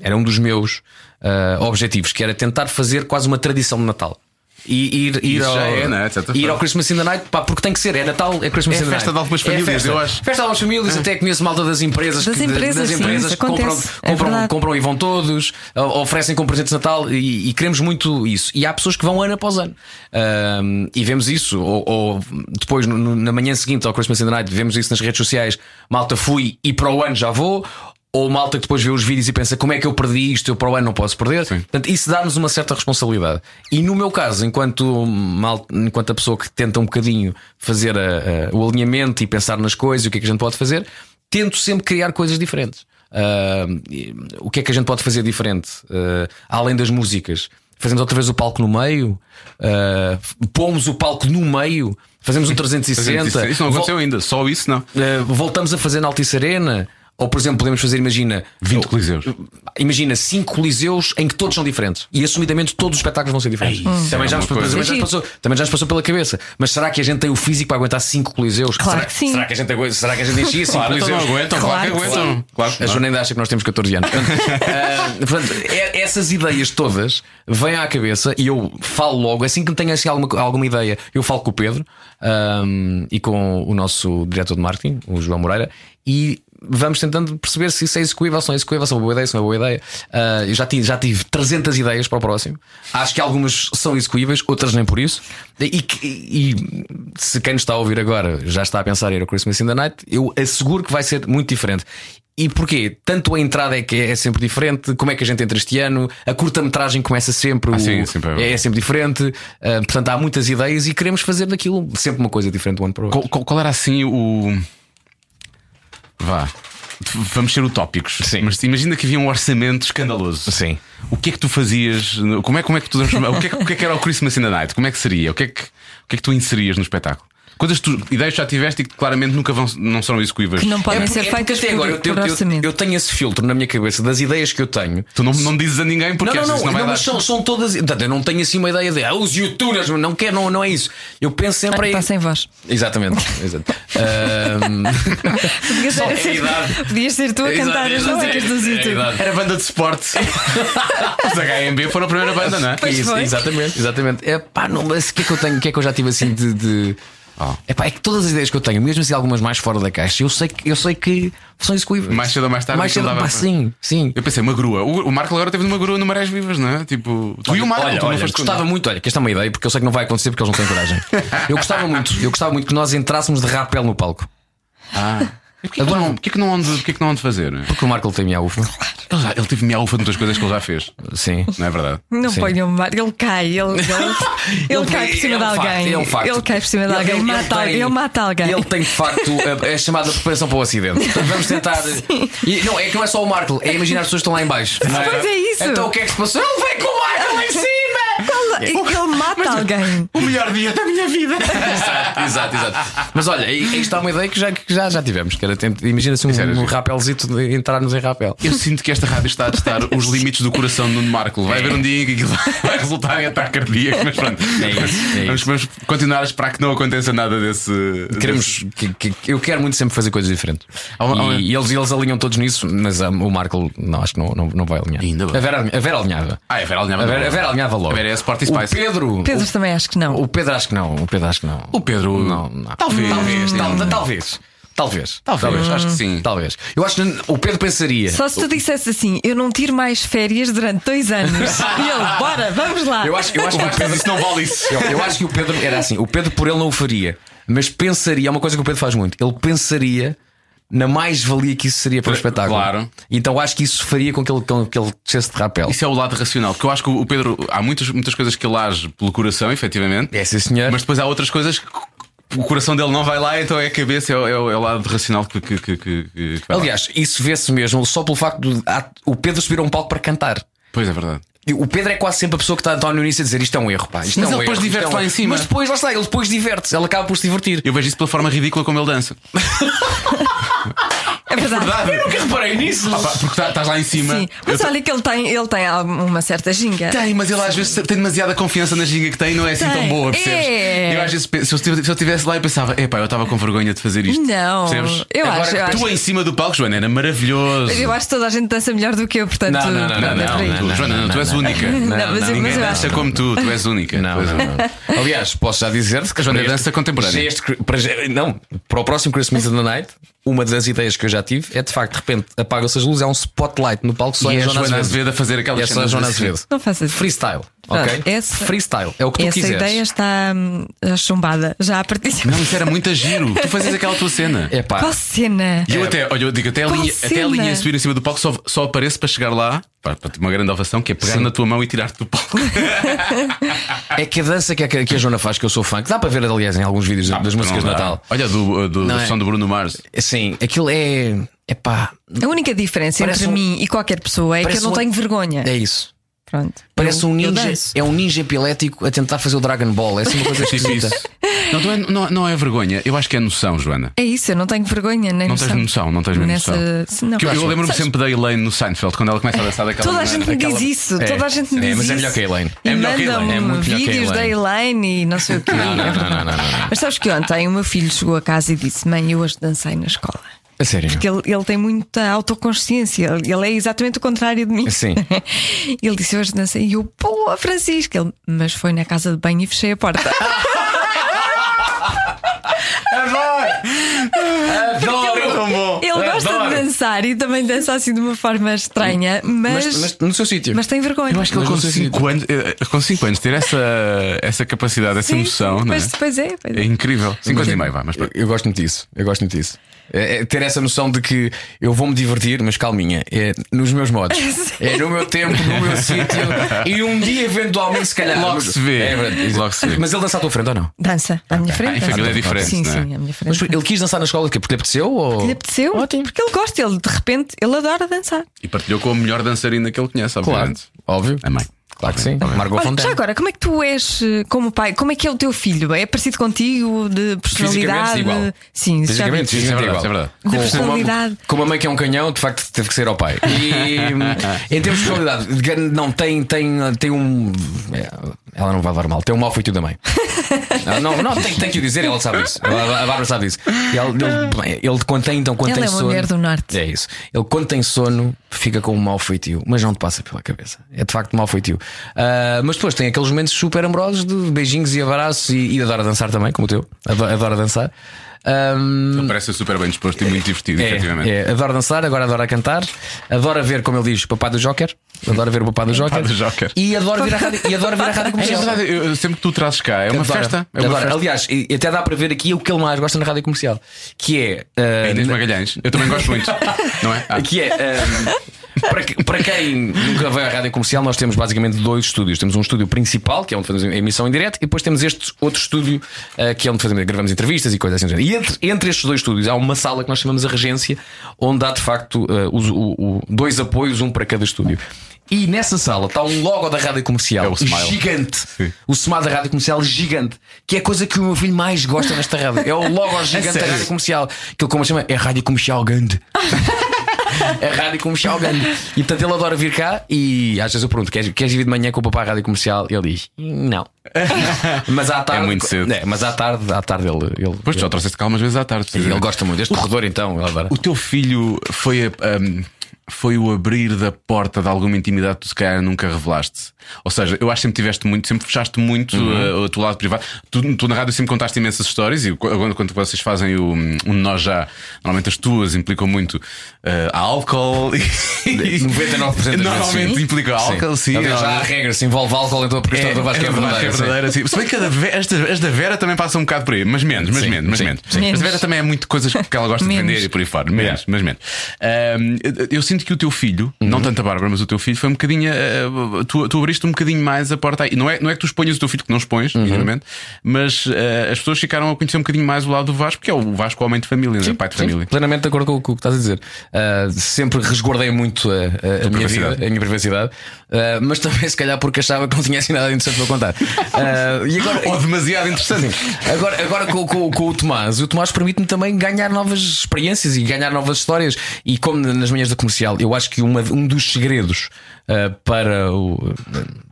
S5: era um dos meus eh, objetivos, que era tentar fazer quase uma tradição de Natal. E ir, ir,
S2: Isso
S5: ao,
S2: já é, não é? De certa
S5: ir
S2: forma.
S5: ao Christmas in the Night, pá, porque tem que ser, é Natal, é Christmas
S2: É
S5: in the Night.
S2: festa de algumas famílias,
S5: é festa.
S2: eu acho. É.
S5: Festa de algumas famílias, até conheço malta das empresas
S4: Das
S5: que, de-
S4: empresas,
S5: das
S4: sim,
S5: empresas
S4: isso
S5: que compram,
S4: acontece, é
S5: compram,
S4: verdade.
S5: compram e vão todos, o- oferecem como presente de Natal e, e queremos muito isso. E há pessoas que vão ano após ano. Ahm, e vemos isso, ou, ou depois no- no- na manhã seguinte ao Christmas in the Night, vemos isso nas redes sociais. Malta, fui e para o ano já vou. Ou malta que depois vê os vídeos e pensa como é que eu perdi isto, eu para o ano não posso perder. Portanto, isso dá-nos uma certa responsabilidade. E no meu caso, enquanto, mal, enquanto a pessoa que tenta um bocadinho fazer a- a- o alinhamento e pensar nas coisas e o que é que a gente pode fazer, tento sempre criar coisas diferentes. Ah, e- o que é que a gente pode fazer diferente? Ah, além das músicas, fazemos outra vez o palco no meio, Ah, f- pomos o palco no meio, fazemos um 360.
S2: Isso não aconteceu
S5: Vol-
S2: ainda, só isso não.
S5: ah, voltamos a fazer na Altice Arena. Ou, por exemplo, podemos fazer, imagina, Ah,
S2: 20 coliseus.
S5: imagina 5 coliseus em que todos são diferentes e assumidamente todos os espetáculos vão ser diferentes.
S2: era
S5: Também, já
S2: É uma
S5: nos, também
S2: coisa.
S5: já nos passou, também já nos passou pela cabeça. Mas será que a gente tem o físico para aguentar 5 coliseus?
S4: Claro
S5: será,
S4: que sim.
S5: Será que a gente, agu- será que a gente enchia 5
S2: Claro, então
S5: coliseus?
S2: não aguentam, claro,
S4: Claro
S2: que
S4: que
S2: aguentam. Claro.
S5: A Joana ainda acha que nós temos 14 anos. Portanto, ah, portanto, é- essas ideias todas vêm à cabeça e eu falo logo, assim que tenho assim, alguma, alguma ideia, eu falo com o Pedro ahm, e com o nosso diretor de marketing, o João Moreira, e vamos tentando perceber se isso é execuível, se não é execuível, se é uma boa ideia, se não é uma boa ideia. Ah, eu já tive, já tive 300 ideias para o próximo. Acho que algumas são execuíveis, outras nem por isso. E, que- e se quem nos está a ouvir agora já está a pensar em ir ao Christmas in the Night, eu asseguro que vai ser muito diferente. E porquê? Tanto a entrada é que é sempre diferente, como é que a gente entra este ano, a curta-metragem começa sempre, o-
S2: sim, sempre é.
S5: é, sempre diferente, ah, portanto há muitas ideias e queremos fazer daquilo sempre uma coisa diferente do ano para o outro.
S2: Qual, qual- qual era assim o. Vá. V- Vamos ser utópicos.
S5: Sim.
S2: Mas imagina que havia um orçamento escandaloso.
S5: Sim.
S2: O que é que tu fazias? Como é, como é que tu transforma- o, que é, que- o que é que era o Christmas in the Night? Como é que seria? O que é que, o que, é que tu inserias no espetáculo? Quantas tu, ideias já tiveste e que claramente nunca vão, não serão execuíveis? É.
S4: Que não podem ser
S5: É porque
S4: feitas
S5: até
S4: por,
S5: agora eu,
S4: por
S5: eu- eu-
S4: orçamento.
S5: eu tenho esse filtro na minha cabeça das ideias que eu tenho.
S2: Tu não, não dizes a ninguém porque
S5: não,
S2: achas
S5: não,
S2: que
S5: não,
S2: vai
S5: não,
S2: dar.
S5: mas são, são todas. Portanto, eu não tenho assim uma ideia de ah, os youtubers, não quero, não, não é isso. Eu penso
S4: Ah,
S5: Tá sempre
S4: Está
S5: aí.
S4: sem voz.
S5: Exatamente, exato. Ahm,
S4: Podias
S5: Só
S4: ser,
S5: é a idade.
S4: podias ser tu a
S5: Exato,
S4: cantar as
S5: exato,
S4: músicas dos
S5: é a
S4: YouTube.
S5: idade.
S2: Era banda de esporte. Os HMB foram a primeira banda, não é?
S4: Pois
S5: Isso,
S4: foi.
S5: exatamente, exatamente. É pá, não, mas o que é que eu tenho? O que é que eu já tive assim de. de- Oh. Epá, é que todas as ideias que eu tenho, mesmo assim algumas mais fora da caixa, eu sei que, eu sei que são execuíveis.
S2: Mais cedo ou mais tarde
S5: Mais
S2: aquilo
S5: cedo,
S2: dava
S5: pá,
S2: para-
S5: sim, sim.
S2: Eu pensei, uma grua. O, o Marco agora teve uma grua no Marés Vivas, não é? Tipo, tu e o Marco,
S5: olha,
S2: tu não
S5: olha,
S2: foste com
S5: gostava
S2: nada.
S5: muito, olha, que esta é uma ideia, porque eu sei que não vai acontecer porque eles não têm coragem. Eu gostava muito, eu gostava muito que nós entrássemos de rapel no palco.
S2: Ah. E Porquê que, não, porquê, que não onde, porquê que não onde fazer? Ele,
S5: Porque o Marco ele tem minha ufa.
S2: já, ele teve minha ufa de muitas coisas que ele já fez,
S5: Sim.
S2: não é verdade?
S4: Não
S5: Sim.
S4: ponham mar, ele cai, ele, ele, ele
S5: Ele
S4: cai
S5: tem-
S4: por cima
S5: é um
S4: de
S5: facto,
S4: alguém.
S5: é um facto.
S4: Ele cai por cima de alguém, mata, al-
S5: tem-
S4: ele mata alguém.
S5: Ele tem de facto a- é chamada preparação para o acidente. Portanto, vamos tentar. E, não, é que não é só o Marco, é imaginar as pessoas que estão lá em baixo. não
S4: Pois é isso.
S5: Então o que é que se passou? Ele veio com o Marco lá em cima!
S4: Ele, é? ele mata alguém.
S2: O melhor dia da minha vida!
S5: exato, exato, exato. Mas olha, aí aí está uma ideia que já, que já, já tivemos. que era tempo- Imagina-se um,
S2: era
S5: um
S2: giro.
S5: rapelzito de entrarmos em rapel.
S2: Eu sinto que esta rádio está a testar os limites do coração do Nuno Marco. Vai haver um dia em que aquilo vai resultar em ataque cardíaco, mas pronto.
S5: É isso, é
S2: vamos,
S5: isso.
S2: vamos continuar a esperar que não aconteça nada desse.
S5: Queremos que, que- eu quero muito sempre fazer coisas diferentes.
S2: Há uma- há uma-
S5: E, e eles, eles alinham todos nisso, mas hum, o Marco não, acho que não, não, não vai alinhar.
S2: Ainda bem.
S5: A Vera, a Vera alinhava.
S2: Ah, é Vera alinhava
S5: A Vera, a
S2: logo.
S5: Vera alinhava logo.
S2: A Vera é Sporty Spice.
S5: O Pedro.
S4: Pedro também acho que
S5: O,
S4: não.
S5: o Pedro acho que não. O Pedro acho que não.
S2: O Pedro.
S5: Não, não.
S2: Talvez.
S5: Talvez. tal-
S2: Hum.
S5: talvez. Talvez.
S2: Talvez, acho que sim.
S5: Talvez. Eu acho que o Pedro pensaria.
S4: Só se tu dissesse assim, eu não tiro mais férias durante dois anos. e ele, bora, vamos lá.
S5: Eu acho, eu acho que o Pedro.
S2: Isso não vale isso.
S5: Eu, eu acho que o Pedro era assim. O Pedro por ele não o faria, mas pensaria. É uma coisa que o Pedro faz muito. Ele pensaria na mais-valia que isso seria para o espetáculo.
S2: Claro.
S5: Então acho que isso faria com que ele, com que ele descesse de rapel.
S2: Isso é o lado racional, porque eu acho que o Pedro há muitas, muitas coisas que ele age pelo coração, efetivamente,
S5: É, sim, senhor.
S2: mas depois há outras coisas que o coração dele não vai lá, então é a cabeça, é o, é o- é o lado racional que, que, que, que, que vai lá.
S5: Aliás, isso vê-se mesmo só pelo facto de há- o Pedro subir a um palco para cantar.
S2: Pois é verdade.
S5: E O Pedro é quase sempre a pessoa que está, está no início a dizer isto é um erro, pá. Isto
S2: Mas
S5: é
S2: ele
S5: um
S2: depois
S5: erro,
S2: diverte-se
S5: isto é um
S2: lá em
S5: erro."
S2: cima.
S5: Mas depois, lá está, ele depois diverte-se. Ele acaba por se divertir.
S2: Eu vejo isso pela forma ridícula como ele dança.
S4: É verdade.
S5: Eu nunca reparei nisso.
S2: Ah, pá, porque tá- estás lá em cima.
S4: Sim. Mas
S2: Eu-
S4: olha que ele tem, ele tem uma certa ginga.
S2: Tem, mas ele às vezes tem demasiada confiança na ginga que tem não é assim tão
S4: Tem.
S2: boa, percebes?
S4: É.
S2: Eu às vezes penso- se eu estive- se eu estivesse lá e pensava, epá, eu estava com vergonha de fazer isto.
S4: Não,
S2: percebes?
S4: eu
S2: Agora
S4: acho, eu
S2: que tu
S4: acho.
S2: em cima do palco, Joana, era maravilhoso.
S4: Eu acho que toda a gente dança melhor do que eu, portanto.
S5: Não, não, não,
S4: pronto,
S5: não,
S4: é por aí.
S5: não, não.
S2: Joana, não, tu és única.
S4: Não, mas eu-
S2: Ninguém
S4: mas eu é.
S2: dança
S4: acho-
S2: como tu, tu és única. é.
S5: Não,
S2: Tu és
S5: não,
S2: única.
S5: não. Aliás, posso já dizer-te que a
S2: Joana
S5: para
S2: dança contemporânea.
S5: para este- para já- não, para o próximo Christmas in the Night, uma das ideias que eu já tive é de facto, de repente, apagam-se as luzes, há um spotlight no palco só
S2: E
S5: é
S2: é a
S5: Joana
S2: Joana
S5: Azevedo.
S2: Azevedo a fazer aquelas
S5: É só a
S2: cenas
S5: Joana
S2: assim.
S5: Azevedo.
S4: Não faças isso.
S5: Freestyle, ok?
S4: Pronto, essa-
S5: Freestyle, é o que tu
S4: Essa
S5: quiseres.
S4: ideia está hum, já chumbada, já a partir de
S2: Não, isso era muito a giro. Tu fazias aquela tua cena.
S5: É pá,
S4: Qual cena?
S2: E eu até, olha, eu digo, até a,
S4: Qual
S2: linha, até a
S4: cena?
S2: linha a subir em cima do palco só, só aparece para chegar lá, pá, para ter uma grande ovação, que é pegar
S5: Sim.
S2: na tua mão e tirar-te do palco.
S5: é que a dança que a, que a Joana faz, que eu sou fã, que dá para ver, aliás, em alguns vídeos das músicas de
S2: Não dá.
S5: Natal.
S2: Olha, do, do,
S5: Não
S2: da
S5: é?
S2: versão do Bruno Mars.
S5: Assim, aquilo é. É pá,
S4: A única diferença
S5: Parece
S4: entre
S5: um-
S4: mim e qualquer pessoa é que
S5: parece
S4: eu não
S5: um-
S4: tenho vergonha.
S5: é isso.
S4: Pronto.
S5: Parece
S4: Eu-
S5: um
S4: eu
S5: ninja,
S4: danço.
S5: é um ninja epilético a tentar fazer o Dragon Ball. É assim uma coisa
S2: Tipo
S5: esquisita.
S2: isso. Não, não é, não, não é vergonha, eu acho que é noção, Joana.
S4: É isso, eu não tenho vergonha, nem
S2: Não tens noção, não tens mesmo
S4: Nessa- se- não.
S2: Que eu eu lembro-me
S4: Sabes,
S2: sempre da Elaine no Seinfeld, quando ela começa a dançar daquela
S4: Toda a gente me
S2: daquela-
S4: diz isso,
S5: É,
S4: toda a gente me
S5: é,
S4: diz
S5: mas é
S4: isso.
S5: melhor que a Elaine.
S4: E
S5: É
S2: melhor que a Elaine,
S4: mandam-me
S5: é muito melhor que a
S4: vídeos da
S5: Elaine.
S4: Elaine e não sei o que.
S5: Não, não, não, não, não, não, não.
S4: Mas sabes que ontem o meu filho chegou a casa e disse: Mãe, eu hoje dancei na escola.
S5: A sério.
S4: Porque ele, ele tem muita autoconsciência, ele ele é exatamente o contrário de mim.
S5: Sim.
S4: Ele disse hoje dancei e eu, pô, Francisca, ele, mas foi na casa de banho e fechei a porta.
S5: Adoro!
S4: ele
S2: É,
S4: gosta de dançar e também dança assim de uma forma estranha, mas,
S5: Mas,
S4: mas,
S5: mas no seu sítio.
S4: tem vergonha.
S2: tipo, Eu acho que ele
S5: Mas
S2: com
S5: não sei se-
S2: 5 anos, eh, com cinco anos, ter essa, essa capacidade, essa
S4: Sim,
S2: noção,
S4: sim,
S2: não é?
S4: Mas depois é, pois
S2: É
S4: é.
S2: incrível. 5 anos e meio, vá, mas
S5: Eu,
S2: pronto.
S5: eu gosto muito disso. Eu gosto muito disso. É- é ter essa noção de que eu vou me divertir, mas calminha, é nos meus modos, é no meu tempo, no meu sítio e um dia eventualmente se calhar
S2: Logo se vê.
S5: É verdade.
S2: Logo se vê.
S5: Mas ele dança à tua frente ou não?
S4: Dança à minha frente.
S2: em
S4: dança.
S2: família é diferente,
S4: Sim,
S2: não é?
S4: sim, à minha frente.
S5: Mas ele quis dançar na escola porque lhe apeteceu ou
S4: Lhe apeteceu? Porque ele gosta, ele de repente, ele adora dançar.
S2: E partilhou com a melhor dançarina que ele conhece,
S5: Claro,
S2: obviamente.
S5: óbvio.
S2: A mãe.
S5: Claro
S2: é,
S5: que sim. Margot
S4: Olha, já
S5: Fontaine.
S4: agora, como é que tu és eh, como pai? Como é que é o teu filho? É parecido contigo? De personalidade?
S5: igual.
S4: Sim, isso já vi.
S5: Fisicamente,
S2: Isso é
S5: fisicamente
S2: verdade, isso
S5: igual.
S2: é verdade.
S4: De
S5: Com-
S4: personalidade.
S5: Com uma mãe que é um canhão, de facto teve que ser ao pai. E em termos de personalidade, de- não, tem, tem, tem um. é, Ela não vai levar mal. Tem um mau feitiço da mãe. Ah, não, não, tem, tem que o dizer, ela sabe isso. Ela- A Bárbara sabe isso. E ela- ele, ele contém, então, quando
S4: Ela
S5: tem
S4: é uma
S5: sono.
S4: mulher do norte.
S5: É isso. Ele, quando tem sono, fica com um mau feitio, mas não te passa pela cabeça. É de facto mau feitio. Ah, mas depois tem aqueles momentos super amorosos de beijinhos e abraços e, e adora dançar também, como o teu. Ado- Adora dançar. Ahm,
S2: Ele parece super bem disposto e muito divertido, efetivamente.
S5: Hum. é, é, adora dançar, agora adora cantar, adora ver, como ele diz, o papá do Joker, adora ver o papá do Joker,
S2: do Joker.
S5: e adora vir à rádio, e adora vir à rádio
S2: É
S5: comercial.
S2: verdade, eu- eu- sempre que tu trazes cá, é uma
S5: Adora,
S2: festa. É uma
S5: adora.
S2: festa.
S5: Aliás, e- e até dá para ver aqui o que ele mais gosta na rádio comercial, que é. ah,
S2: É Inês
S5: na-
S2: Magalhães, eu também gosto muito, não é? Ah,
S5: que é. ahm, para, que- para quem nunca veio à rádio comercial, nós temos basicamente dois estúdios. Temos um estúdio principal, que é onde fazemos a emissão em direto, e depois temos este outro estúdio, ah, que é onde fazemos, gravamos entrevistas e coisas assim. do género. E entre, entre estes dois estúdios há uma sala que nós chamamos a Regência, onde há de facto ah, os- o- o- dois apoios, um para cada estúdio. E nessa sala está um logo da rádio comercial
S2: É o Smile.
S5: gigante.
S2: Sim.
S5: O smile da rádio comercial gigante, que é a coisa que o meu filho mais gosta nesta rádio. É o logo gigante da rádio comercial, que ele como chama é rádio comercial grande. É rádio comercial grande. E portanto ele adora vir cá e às vezes eu pergunto: queres, queres vir de manhã com o papá à rádio comercial? E ele diz: não. mas à tarde.
S2: muito cedo.
S5: É, mas à tarde, à tarde ele. ele
S2: Pois tu já trouxeste cá umas vezes à tarde.
S5: ele, ele gosta muito. Este corredor então, ele adora.
S2: O teu filho foi, a- ahm, foi o abrir da porta de alguma intimidade que tu se calhar nunca revelaste. Ou seja, eu acho que sempre tiveste muito, sempre fechaste muito
S5: Uhum.
S2: uh, o teu lado privado. Tu, tu na rádio sempre contaste imensas histórias e qu- quando, quando vocês fazem o, um nós já, normalmente as tuas implicam muito eh, álcool e.
S5: 99% das vezes,
S2: Normalmente
S5: sim.
S2: implica álcool, sim.
S5: Aliás, já há regra, se envolve álcool, então a questão do Vasco é
S2: do Vasco
S5: verdadeira. sim.
S2: verdadeira, sim. Se bem que a da Ve- as, da- as da Vera também passam um bocado por aí, mas menos, mas
S5: Sim,
S2: menos, mas
S5: sim,
S2: menos.
S5: sim.
S2: Mas a Vera também é muito coisas que ela gosta de
S4: Menos.
S2: vender e por aí fora, menos, mas menos. Ahm, eu- eu sinto que o teu filho,
S5: Uhum.
S2: não tanto a Bárbara, mas o teu filho foi um bocadinho. ah, tu, tu abriste um bocadinho mais a porta aí. Não é, não é que tu exponhas o teu filho, que não expões,
S5: Uhum.
S2: geralmente, mas ah, as pessoas ficaram a conhecer um bocadinho mais o lado do Vasco, que é o Vasco, homem de família, não é pai de
S5: Sim,
S2: família.
S5: Plenamente de acordo com o que estás a dizer. Ah, sempre resguardei muito a, a- a minha
S2: privacidade.
S5: vida, a minha privacidade, ah, mas também se calhar porque achava que não tinha assim nada interessante para contar. Ah, e agora,
S2: Ou demasiado interessante.
S5: Agora, agora com, com- com o Tomás, o Tomás permite-me também ganhar novas experiências e ganhar novas histórias. E como nas manhãs da comercial, eu acho que uma- um dos segredos ah, para, o-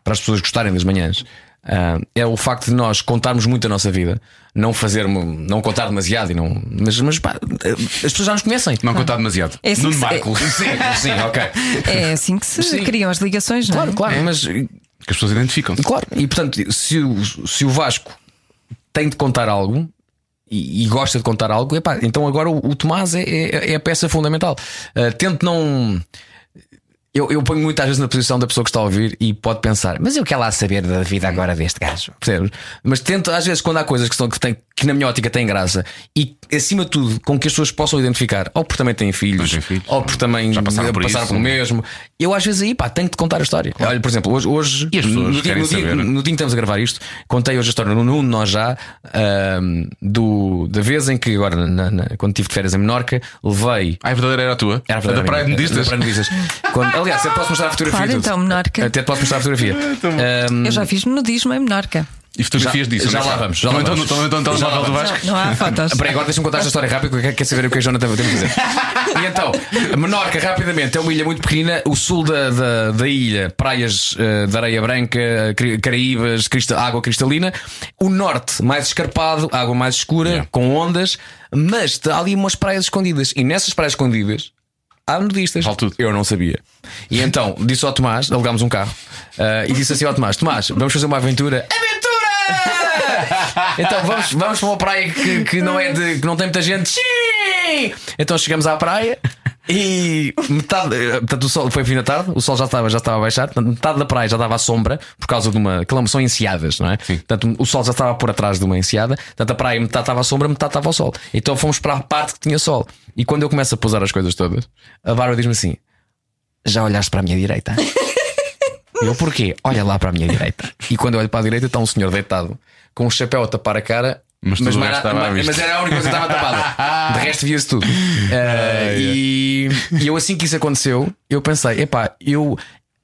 S5: para as pessoas gostarem das manhãs. ah, é o facto de nós contarmos muito a nossa vida, não fazer, não contar demasiado e não. Mas, mas pá, eh, as pessoas já nos conhecem.
S2: Não contar demasiado.
S4: É assim
S2: Nuno
S4: que se-
S2: Marco.
S5: Sim, sim, ok.
S4: É assim que se criam as ligações, não é?
S5: Claro, claro, mas
S2: Que as pessoas identificam-se.
S5: Claro, e portanto, se o, se o Vasco tem de contar algo e, e gosta de contar algo, epá, então agora o, o Tomás é, é- é a peça fundamental. Ah, tento não. Eu, eu ponho muitas vezes na posição da pessoa que está a ouvir e pode pensar, mas eu quero lá saber da vida agora deste gajo, percebes? Mas tento, às vezes, quando há coisas que, são, que, têm, que na minha ótica têm graça e, acima de tudo, com que as pessoas possam identificar, ou porque também têm filhos,
S2: têm filhos,
S5: ou porque também
S2: já passaram por isso.
S5: pelo mesmo, eu às vezes aí, pá, tenho de contar a história. Olha, por exemplo, hoje, hoje
S2: E as pessoas
S5: no, dia,
S2: querem
S5: no, dia,
S2: saber.
S5: no dia em que estamos a gravar isto, contei hoje a história no Nuno Nós Já ahm, do, da vez em que, agora, na- na- quando estive de férias em Menorca, levei.
S2: Ah, a verdadeira era a tua.
S5: Era
S2: a da Praia de Medistas.
S5: Para aliás, até te posso mostrar a fotografia.
S4: Claro,
S5: e tudo.
S4: então, Menorca.
S5: Até te posso mostrar a fotografia. Ahm,
S4: Eu já fiz menudismo em Menorca.
S2: E fotografias
S5: Já-
S2: disso.
S5: já
S2: não é?
S5: lá vamos, já lá
S2: Ou então,
S5: vamos.
S2: ou então, então,
S5: Já lá
S2: telemóvel do
S5: vamos.
S2: Vasco.
S4: Não há fotos.
S5: Espera, aí, agora deixa-me contar esta história rápido, porque eu quero saber o que a Jonathan tem a dizer. E então, Menorca, rapidamente, é uma ilha muito pequenina, o sul da, da, da ilha, praias eh, de areia branca, cri- Caraíbas, crista- água cristalina. O norte, mais escarpado, água mais escura,
S2: Yeah.
S5: com ondas, mas há ali umas praias escondidas. E nessas praias escondidas. Há nudistas.
S2: Vale tudo.
S5: Eu não sabia. E então disse ao Tomás, alugámos um carro, eh, e disse assim ao Tomás: Tomás, vamos fazer uma aventura. Então vamos, vamos para uma praia que, que não é de. que não tem muita gente. Sim! Então chegamos à praia e metade. eh, Portanto, o sol foi fim da tarde, o sol já estava, já estava a baixar, portanto, metade da praia já estava à sombra por causa de uma. Aquilo são enseadas, não é? Portanto, o sol já estava por atrás de uma enseada, portanto a praia metade estava à sombra, metade estava ao sol. Então fomos para a parte que tinha sol. E quando eu começo a pousar as coisas todas, a Bárbara diz-me assim: já olhaste para a minha direita? Eu porquê? Olha lá para a minha direita. E quando eu olho para a direita está um senhor deitado com um chapéu a tapar a cara.
S2: Mas tudo o
S5: mais
S2: resto
S5: nada-
S2: estava à
S5: mas- é
S2: vista.
S5: mas era a única coisa que estava tapada. De resto via-se tudo. Eh, e, e eu, assim que isso aconteceu, eu pensei: epá, eu.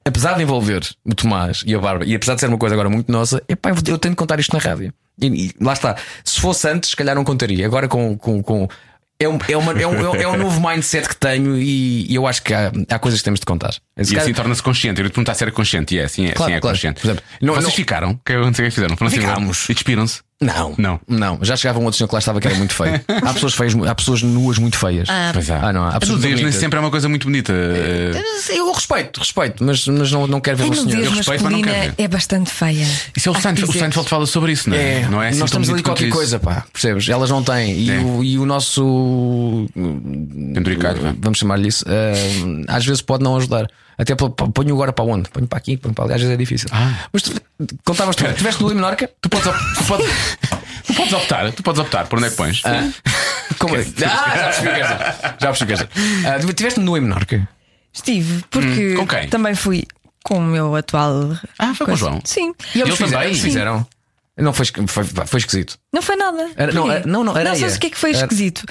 S5: Apesar de envolver o Tomás e a Bárbara, e apesar de ser uma coisa agora muito nossa, epá, eu, eu tenho de contar isto na rádio. E, e lá está. Se fosse antes, se calhar não contaria. Agora com. com, com É um, é, uma- é um, é um novo mindset que tenho e, e eu acho que há, há coisas que temos de contar. Esse
S2: E
S5: cara-
S2: assim torna-se consciente. Eu ia te perguntar se era consciente. E é, sim, é,
S5: Claro,
S2: sim, é
S5: claro.
S2: consciente.
S5: Por exemplo, não-
S2: Vocês
S5: não-
S2: ficaram? O que é que aconteceu? O que é que fizeram? Foram assim,
S5: Ficámos.
S2: E despiram-se?
S5: Não.
S2: Não.
S5: Não. Já chegavam outros na que lá estava que era muito feio. há, pessoas feias, mu- há pessoas nuas muito feias.
S4: Ah.
S2: Pois é. há.
S5: não. Há
S2: A
S5: pessoas
S2: nudez nem
S5: bonitas.
S2: sempre é uma coisa muito bonita. eh,
S5: Eu respeito, respeito, mas, mas não, não quero ver
S4: A
S5: o senhor.
S4: nudez
S2: um eu respeito, mas não
S4: masculina
S2: quero
S4: é bastante feia.
S2: Isso é o
S4: Há que
S2: Seinfeld. O
S4: dizer.
S2: Seinfeld fala sobre isso, não é? não é assim
S5: nós
S2: tão
S5: estamos ali
S2: bonito quanto
S5: qualquer
S2: isso.
S5: coisa, pá, percebes? Elas não têm. E,
S2: É.
S5: o, e o nosso. eh,
S2: Penduricalho, vá.
S5: Vamos chamar-lhe isso. eh, às vezes pode não ajudar. Até pô- pô- ponho agora para onde? Ponho para aqui, ponho para ali. Às vezes é difícil. Mas tu, contavas tu, tiveste no Menorca?
S2: Tu podes, op- tu, podes, tu podes optar, tu podes optar por onde é que pões.
S5: Ah, Como é? Ah, já percebi o que é essa. Já percebi o que é essa. Ah, tu tiveste no Menorca?
S4: Estive, porque
S2: Hum, com quem?
S4: também fui com o meu atual.
S2: Ah, foi com o
S4: coisa.
S2: João.
S4: Sim.
S5: E eles
S2: Eles também?
S5: fizeram?
S2: Sim.
S5: fizeram? Não foi, esqui- foi, foi esquisito.
S4: Não foi nada.
S5: Era- não,
S4: Porquê?
S5: era- não, não, areia.
S4: sabes o que é que foi
S5: Era-
S4: esquisito?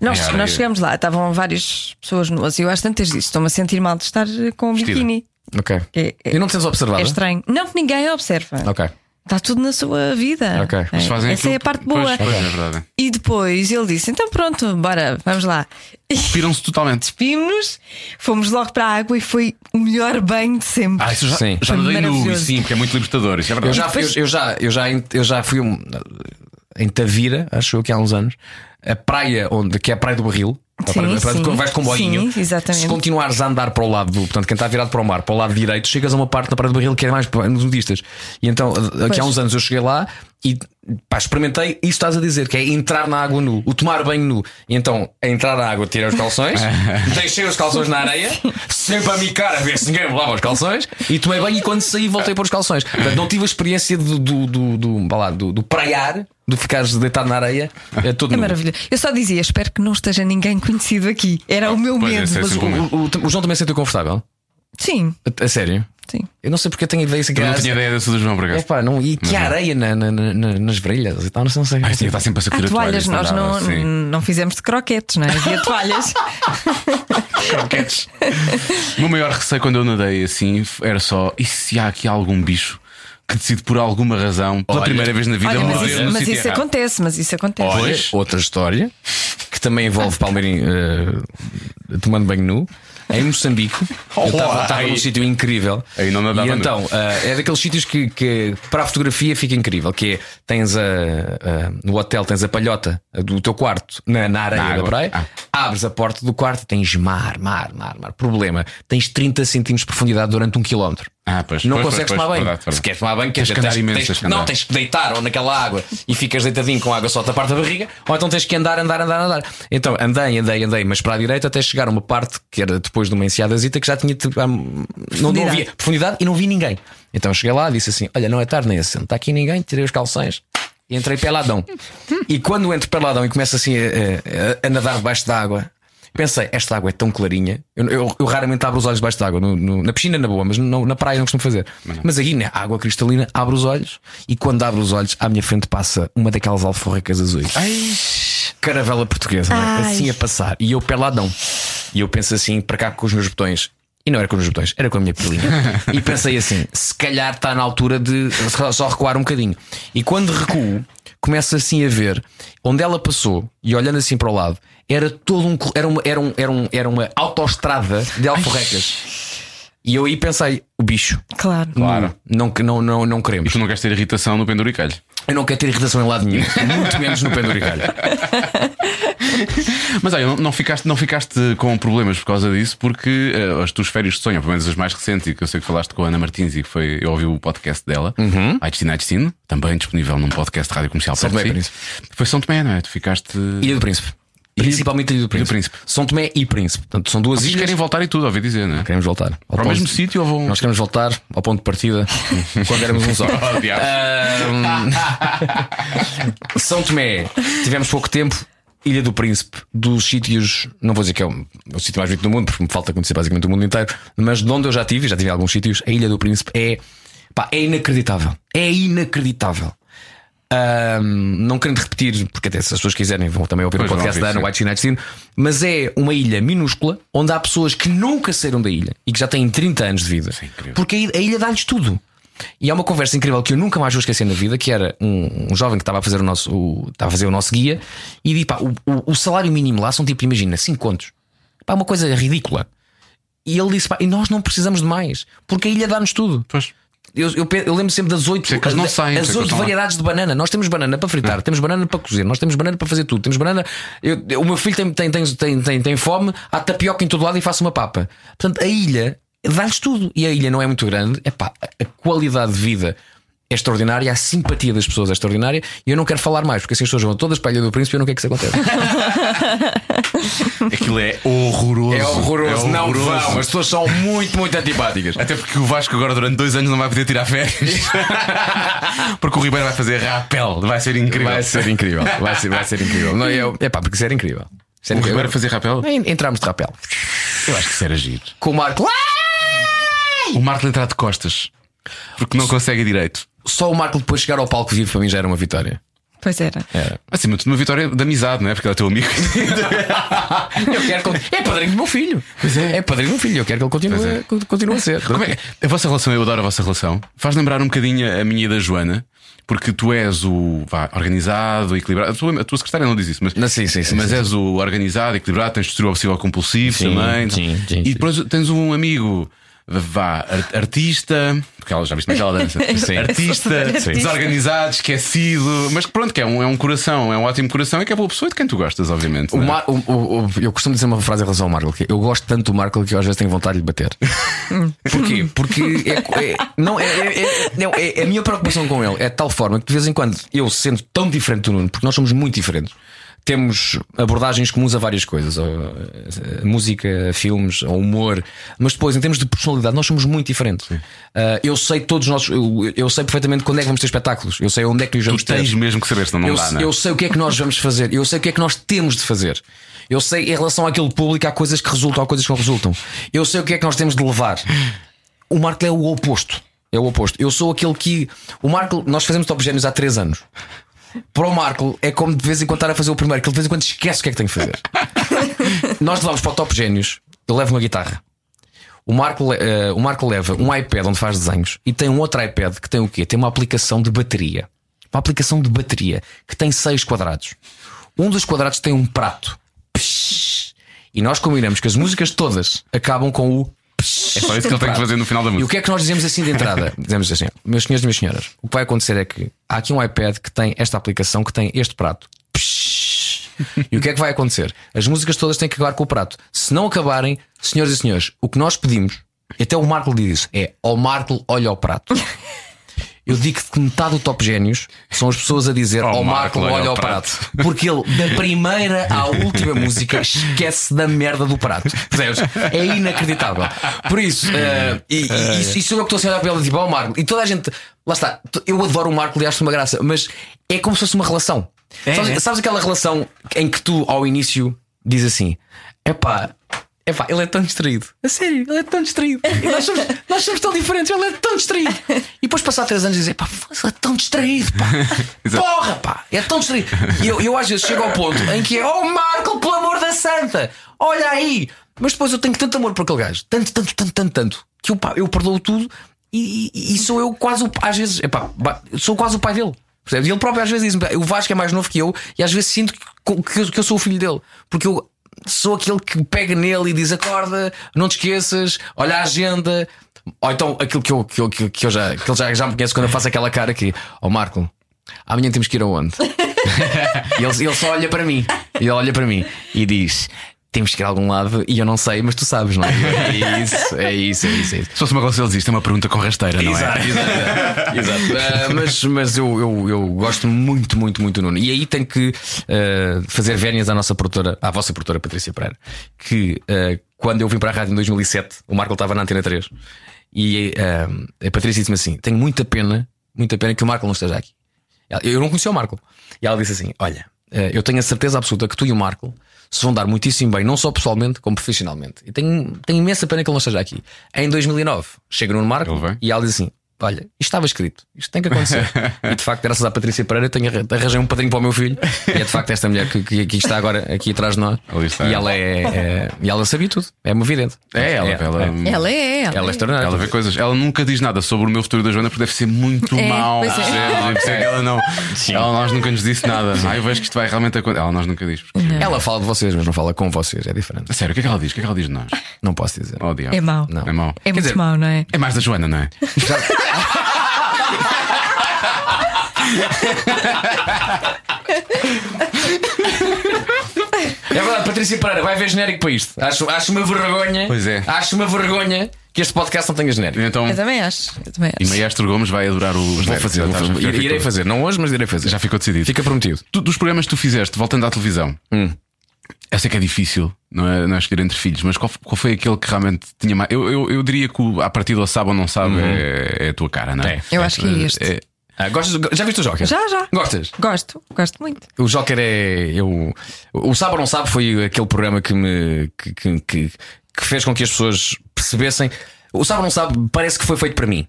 S4: Nós,
S2: Era areia.
S4: nós chegamos lá, estavam várias pessoas nuas e eu às tantas disse: estou-me a sentir mal de estar com o
S2: Vestida.
S4: biquíni.
S5: Ok.
S4: É, é-
S5: E não te tens observado?
S4: é estranho. Não que ninguém observa.
S5: Ok.
S4: Está tudo na sua vida.
S5: Ok.
S4: É,
S5: Mas
S2: Fazem
S4: Essa
S2: aquilo-
S4: é a parte boa.
S2: Pois, pois, é verdade.
S4: E depois ele disse: então pronto, bora, vamos lá.
S2: Piram-se totalmente.
S4: Despimos-nos, fomos logo para a água e foi o melhor banho de sempre.
S2: Ah, isso já,
S5: Sim.
S2: já andei nu, e
S4: Maravilhoso.
S2: sim, porque é muito libertador. Isso é
S5: Eu
S2: verdade.
S5: já, eu, eu já, eu já, em- eu já fui um- em Tavira, acho eu que há uns anos, a praia onde, que é a Praia do Barril. a
S4: Sim,
S5: praia, a praia
S4: sim.
S5: de- vais com o boinho.
S4: Sim, exatamente.
S5: Se continuares a andar para o lado do, portanto, quem está virado para o mar, para o lado direito, chegas a uma parte da Praia do Barril que é mais para nos nudistas. E então, aqui há uns anos eu cheguei lá e pá, experimentei isso que estás a dizer, que é entrar na água nu, o tomar banho nu. E então, a entrar na água, tirei os calções, deixei os calções na areia, sempre a micar a ver se ninguém me lava os calções, e tomei banho e quando saí voltei a pôr os calções. Portanto, não tive a experiência do, do, do, do, vá lá, do, do praiar, do ficares deitado na areia, é todo
S4: É
S5: nu.
S4: maravilhoso. Eu só dizia: espero que não esteja ninguém conhecido aqui. Era o meu
S2: Pois,
S4: medo.
S2: esse é
S5: Mas o,
S2: sempre o meu.
S5: o- o João também se sentiu confortável?
S4: Sim,
S5: A, a sério?
S4: sim.
S5: Eu não sei porque eu tenho ideia se
S2: Eu não tinha ideia dessa do João
S5: É
S2: Bragas.
S5: pá, não, e que areia na- na- na- na- nas brilhas e tal, não sei. Não sei.
S2: Ah, eu tinha que estar sempre a
S4: Há
S2: sacudir a toalha.
S4: toalhas,
S2: isso
S4: nós
S2: dava,
S4: não,
S2: sim.
S4: não fizemos de croquetes, não é? Havia toalhas.
S2: croquetes. o meu maior receio quando eu nadei assim f- era só: e se há aqui algum bicho que decide por alguma razão, pela
S5: Olha.
S2: primeira vez na vida,
S4: Olha, mas
S2: morrer
S4: isso,
S2: no
S4: mas
S2: sítio
S4: isso
S2: errado?
S4: acontece, mas isso acontece.
S2: Olha.
S5: Depois, É outra história que também envolve Palmeirim eh, tomando banho nu. é Em Moçambique, eu
S2: Oh, ai.
S5: estava num sítio incrível.
S2: Aí não nadava
S5: e
S2: nu.
S5: então, eh, é daqueles sítios que, que para a fotografia fica incrível: que é, tens a, a- no hotel tens a palhota do teu quarto na, na areia
S2: Na
S5: da
S2: água.
S5: praia,
S2: Ah.
S5: abres a porta do quarto e tens mar, mar, mar, mar. Problema: tens 30 centímetros de profundidade durante um quilómetro.
S2: Ah, pois,
S5: não
S2: pois,
S5: consegues
S2: pois, pois,
S5: tomar banho.
S2: verdade, verdade.
S5: Se queres tomar banho,
S2: Tens
S5: quer
S2: que
S5: dizer,
S2: andar
S5: tens,
S2: imenso,
S5: tens-
S2: tens que andar.
S5: não, tens que deitar ou naquela água e ficas deitadinho com a água só a tapar da barriga, ou então tens que andar, andar, andar, andar. Então andei, andei, andei, mas para a direita até chegar a uma parte que era depois de uma enseadazita que já tinha tipo, ah, não, não
S4: Profundidade.
S5: havia profundidade e não vi ninguém. Então cheguei lá disse assim: Olha, não é tarde nem é cedo, está aqui ninguém, tirei os calções. E entrei peladão. E quando entro peladão e começo assim a, a- a nadar debaixo da água, pensei, esta água é tão clarinha. Eu, eu- eu raramente abro os olhos debaixo da água. No- no- na piscina, na boa, mas não- na praia não costumo fazer. Mas aqui, na água cristalina, abro os olhos e quando abro os olhos, à minha frente passa uma daquelas alforrecas azuis. Caravela portuguesa, não é?
S4: Ai.
S5: assim a passar. E eu peladão. E eu penso assim, para cá com os meus botões. E não era com os meus botões, era com a minha pilinha. e pensei assim: se calhar está na altura de só recuar um bocadinho. E quando recuo, começo assim a ver onde ela passou e olhando assim para o lado, era todo um. cor- Era uma, era um, era um, era uma autoestrada de alforrecas. E eu aí pensei: o bicho. Hum,
S4: Claro.
S2: Claro.
S5: Não, não, não, não
S2: E
S5: queremos.
S2: tu não queres ter irritação no penduricalho.
S5: Eu não quero ter irritação em lado nenhum, muito menos no penduricalho.
S2: Mas olha, não, não ficaste, não ficaste com problemas por causa disso, porque eh, as tuas férias de sonho, pelo menos as mais recentes, e que eu sei que falaste com a Ana Martins e que foi, eu ouvi o podcast dela, A Destino, A Destino, também disponível num podcast de rádio comercial
S5: Uhum. São
S2: perto
S5: Tomé
S2: de
S5: e
S2: si. Foi São Tomé, não é? Tu ficaste.
S5: Ilha do Príncipe. Principalmente Ilha do Príncipe.
S2: Príncipe.
S5: São Tomé e Príncipe. Portanto, são duas
S2: Vocês
S5: ilhas.
S2: querem voltar e tudo, ouvi dizer, não é?
S5: Queremos voltar. Ao
S2: Para o
S5: ponto-
S2: mesmo sítio ou vão.
S5: Nós queremos voltar ao ponto de partida quando éramos um só.
S2: Oh, diabo.
S5: Ahm, São Tomé, tivemos pouco tempo. Ilha do Príncipe, dos sítios, não vou dizer que é o, o sítio mais bonito do mundo, porque me falta conhecer basicamente o mundo inteiro, mas de onde eu já tive, e já tive em alguns sítios, a Ilha do Príncipe é, pá, é inacreditável. É inacreditável. Ahm, não querendo repetir, porque até se as pessoas quiserem vão também ouvir
S2: Pois
S5: o podcast
S2: vão ouvir,
S5: da Ana
S2: sim.
S5: White China Destino, mas é uma ilha minúscula onde há pessoas que nunca saíram da ilha e que já têm 30 anos de vida.
S2: é incrível.
S5: porque a ilha, a ilha dá-lhes tudo. E há uma conversa incrível que eu nunca mais vou esquecer na vida, que era um, um jovem que estava a fazer o nosso, o- estava a fazer o nosso guia e disse, pá, o, o- o salário mínimo lá são tipo, imagina, 5 contos. Pá, uma coisa ridícula. E ele disse, pá, e nós não precisamos de mais, porque a ilha dá-nos tudo.
S2: Pois.
S5: Eu, eu, pe- eu lembro sempre das oito
S2: Por isso é que eles não É. saem, por isso é que
S5: as
S2: eles
S5: oito
S2: estão lá.
S5: variedades de banana. Nós temos banana para fritar, temos banana para cozer, nós temos banana para fazer tudo. Temos banana. eu- eu- o meu filho tem, tem, tem, tem, tem, tem fome, há tapioca em todo lado e faço uma papa. Portanto, a ilha dá-lhes tudo. E a ilha não é muito grande. Epá, a- a qualidade de vida é extraordinária, a simpatia das pessoas é extraordinária. E eu não quero falar mais, porque assim as pessoas vão todas para a Ilha do Príncipe e eu não quero que isso aconteça.
S2: Aquilo é horroroso. É
S5: As pessoas são muito, muito antipáticas.
S2: Até porque o Vasco agora durante dois anos não vai poder tirar férias. porque o Ribeiro vai fazer rapel. Vai ser incrível.
S5: Vai ser incrível. Vai ser, vai ser incrível. Não, eu, epá, porque isso era incrível. Isso era
S2: O Ribeiro vai
S5: incrível.
S2: fazer rapel?
S5: Entramos de rapel.
S2: Eu acho que isso era giro.
S5: Com o Marco.
S2: O Marco entrar de costas. Porque não consegue direito.
S5: Só o Marco depois chegar ao palco vivo para mim já era uma vitória.
S4: Pois era.
S2: Acima de tudo, uma vitória de amizade, não é? Porque ele é teu amigo.
S5: Eu quero que- É padrinho do meu filho. é. padrinho do meu filho. Eu quero que ele continue,
S2: Pois é.
S5: co- continue a ser.
S2: Como é que- A vossa relação, eu adoro a vossa relação. Faz lembrar um bocadinho a minha e da Joana, porque tu és o vá, organizado, equilibrado. A tua, a tua secretária não diz isso, mas,
S5: Não, sim, sim, sim,
S2: mas
S5: sim,
S2: és o organizado, equilibrado, tens distúrbio obsessivo compulsivo
S5: Sim,
S2: também.
S5: sim, sim,
S2: e depois tens um amigo. Vá, ar- artista, porque ela já viste como é que ela dança,
S5: Sim.
S2: artista,
S5: Sim.
S2: desorganizado, esquecido, mas que pronto, que é um, é um coração, é um ótimo coração e que é boa pessoa e de quem tu gostas, obviamente.
S5: O
S2: não é?
S5: Mar- o- o- o- eu costumo dizer uma frase em relação ao Marco que é, eu gosto tanto do Marco que eu às vezes tenho vontade de lhe bater. Porquê? Porque é, é- não, é, é- é- não, é- a minha preocupação com ele é de tal forma que de vez em quando eu sendo tão diferente do Nuno, porque nós somos muito diferentes. Temos abordagens comuns a várias coisas, ou, eh, música, filmes, ou humor, mas depois, em termos de personalidade, nós somos muito diferentes. Ah, eu sei todos nós, eu, eu sei perfeitamente quando é que vamos ter espetáculos, eu sei onde é que os
S2: tu
S5: vamos ter
S2: tens mesmo que saber, senão não
S5: eu,
S2: dá, não é?
S5: eu sei o que é que nós vamos fazer, eu sei o que é que nós temos de fazer. Eu sei, em relação àquele público, há coisas que resultam, há coisas que não resultam. Eu sei o que é que nós temos de levar. O Marco é o oposto. É o oposto. Eu sou aquele que. O Marco, nós fazemos top génios há 3 anos. Para o Marco é como de vez em quando estar a fazer o primeiro, que ele de vez em quando esquece o que é que tem que fazer. nós levamos para o Top Génios, eu levo uma guitarra. O Marco, le- eh, o Marco leva um iPad onde faz desenhos e tem um outro iPad que tem o quê? Tem uma aplicação de bateria. Uma aplicação de bateria que tem seis quadrados. Um dos quadrados tem um prato. Psh. E nós combinamos que as músicas todas acabam com o.
S2: É só isso que ele tem que fazer no final da
S5: E
S2: música.
S5: o que é que nós dizemos assim de entrada? Dizemos assim: meus senhores e minhas senhoras, o que vai acontecer é que há aqui um iPad que tem esta aplicação que tem este prato. Psh. E o que é que vai acontecer? As músicas todas têm que acabar com o prato. Se não acabarem, senhoras e senhores, o que nós pedimos, até o Marco lhe diz, é ao Marco olha o prato. Eu digo que metade do top génios são as pessoas a dizer
S2: Ó
S5: ao Oh, Marco, olha o prato. Porque ele, da primeira à última música, esquece da merda do prato. Percebes? É inacreditável. Por isso, eh, e, e, e, e sou eu que estou a olhar para ele tipo, ó Marco. E toda a gente, lá está, t- eu adoro o Marco, lhe acho uma graça, mas é como se fosse uma relação. sabes, sabes aquela relação em que tu, ao início, diz assim: epá. Epá, ele é tão distraído. A sério, ele é tão distraído. E nós, somos, nós somos tão diferentes, ele é tão distraído. E depois passar três anos dizer, pá, ele é tão distraído, pá. Porra, pá, é tão distraído. E eu, eu às vezes chego ao ponto em que é, oh Marco, pelo amor da santa, olha aí. Mas depois eu tenho tanto amor por aquele gajo, tanto, tanto, tanto, tanto, tanto, que eu, pá, eu perdoo tudo e, e- e sou eu quase o, às vezes, epá, ba- sou quase o pai dele. Percebes? E ele próprio às vezes diz-me, o Vasco é mais novo que eu e às vezes sinto que, que eu- que eu sou o filho dele, porque eu sou aquele que pega nele e diz acorda, não te esqueças, olha a agenda. Ou então aquilo que eu, que eu, que eu- que eu já, que ele já, já me conhece quando eu faço aquela cara aqui, ó Marco, amanhã temos que ir aonde? e ele, ele só olha para mim, e ele olha para mim e diz. Temos que ir a algum lado e eu não sei, mas tu sabes, não é? É isso, é isso, é isso. É isso.
S2: Se fosse uma coisa, ele diz: isto é uma pergunta com rasteira, não é?
S5: exato. Ah, mas mas eu, eu, eu gosto muito, muito, muito do Nuno. E aí tenho que ah, fazer vénias à nossa produtora, à vossa produtora Patrícia Pereira, que ah, quando eu vim para a rádio em 2007, o Marco estava na Antena 3 e ah, a Patrícia disse-me assim: Tenho muita pena, muita pena que o Marco não esteja aqui. Ela- Eu não conhecia o Marco. E ela disse assim: Olha, eh, eu tenho a certeza absoluta que tu e o Marco se vão dar muitíssimo bem, não só pessoalmente, como profissionalmente. E tenho, tenho imensa pena que ele não esteja aqui. Em 2009, chega no Marco
S2: Ele vem.
S5: e ela diz assim: olha, isto estava escrito, isto tem que acontecer. e de facto, graças à Patrícia Pereira, eu tenho, arran- arranjei um padrinho para o meu filho. E é de facto esta mulher que, que, que está agora aqui atrás de nós.
S2: Ali está.
S5: E ela é, é- E ela sabia tudo. É uma vidente.
S2: É ela,
S5: é,
S2: ela,
S5: é.
S4: Ela é, ela.
S5: Ela é extraordinária.
S2: Ela vê coisas. Ela nunca diz nada sobre o meu futuro da Joana porque deve ser muito
S4: É,
S2: mau.
S4: pois é.
S2: percebes? Deve ser que Ela não. Ela nós nunca nos disse nada. Ah, eu vejo que isto vai realmente acontecer. Ela nós nunca diz.
S4: é.
S2: porque-
S5: Ela fala de vocês, mas não fala com vocês, é diferente.
S2: Sério, o que é que ela diz? O que é que ela diz de nós?
S5: Não posso dizer.
S2: Oh, diabo.
S4: É mau.
S5: Não.
S2: É mau.
S4: É
S2: Quer
S4: muito
S2: dizer,
S4: mau, não é?
S2: É mais da Joana, não é?
S5: É verdade, Patrícia Pereira, vai ver genérico para isto. Acho, acho uma vergonha.
S2: Pois é.
S5: Acho uma vergonha que este podcast não tenha genérico.
S2: Então,
S4: Eu também acho. Eu também
S2: e
S4: acho.
S2: Maestro Gomes vai adorar o.
S5: Vou fazer, vou fazer. Irei irei fazer. Não hoje, mas irei fazer.
S2: Já ficou decidido.
S5: Fica prometido.
S2: Tu- dos programas que tu fizeste, voltando à televisão,
S5: Hum.
S2: eu sei que é difícil, não é, não é escolher entre filhos, mas qual, f- qual foi aquele que realmente tinha mais. Eu, eu, eu diria que o- à partida ou sabe ou não sabe é, é a tua cara, não é?
S5: Uhum. É.
S4: Eu acho que é este.
S2: É,
S5: Ah, gostas, do- já viste o Joker?
S4: Já, já.
S5: Gostas?
S4: Gosto, gosto muito.
S5: O Joker é. Eu, o Sabe ou Não Sabe foi aquele programa que me. Que, que, que- que fez com que as pessoas percebessem. O Sabe ou Não Sabe parece que foi feito para mim.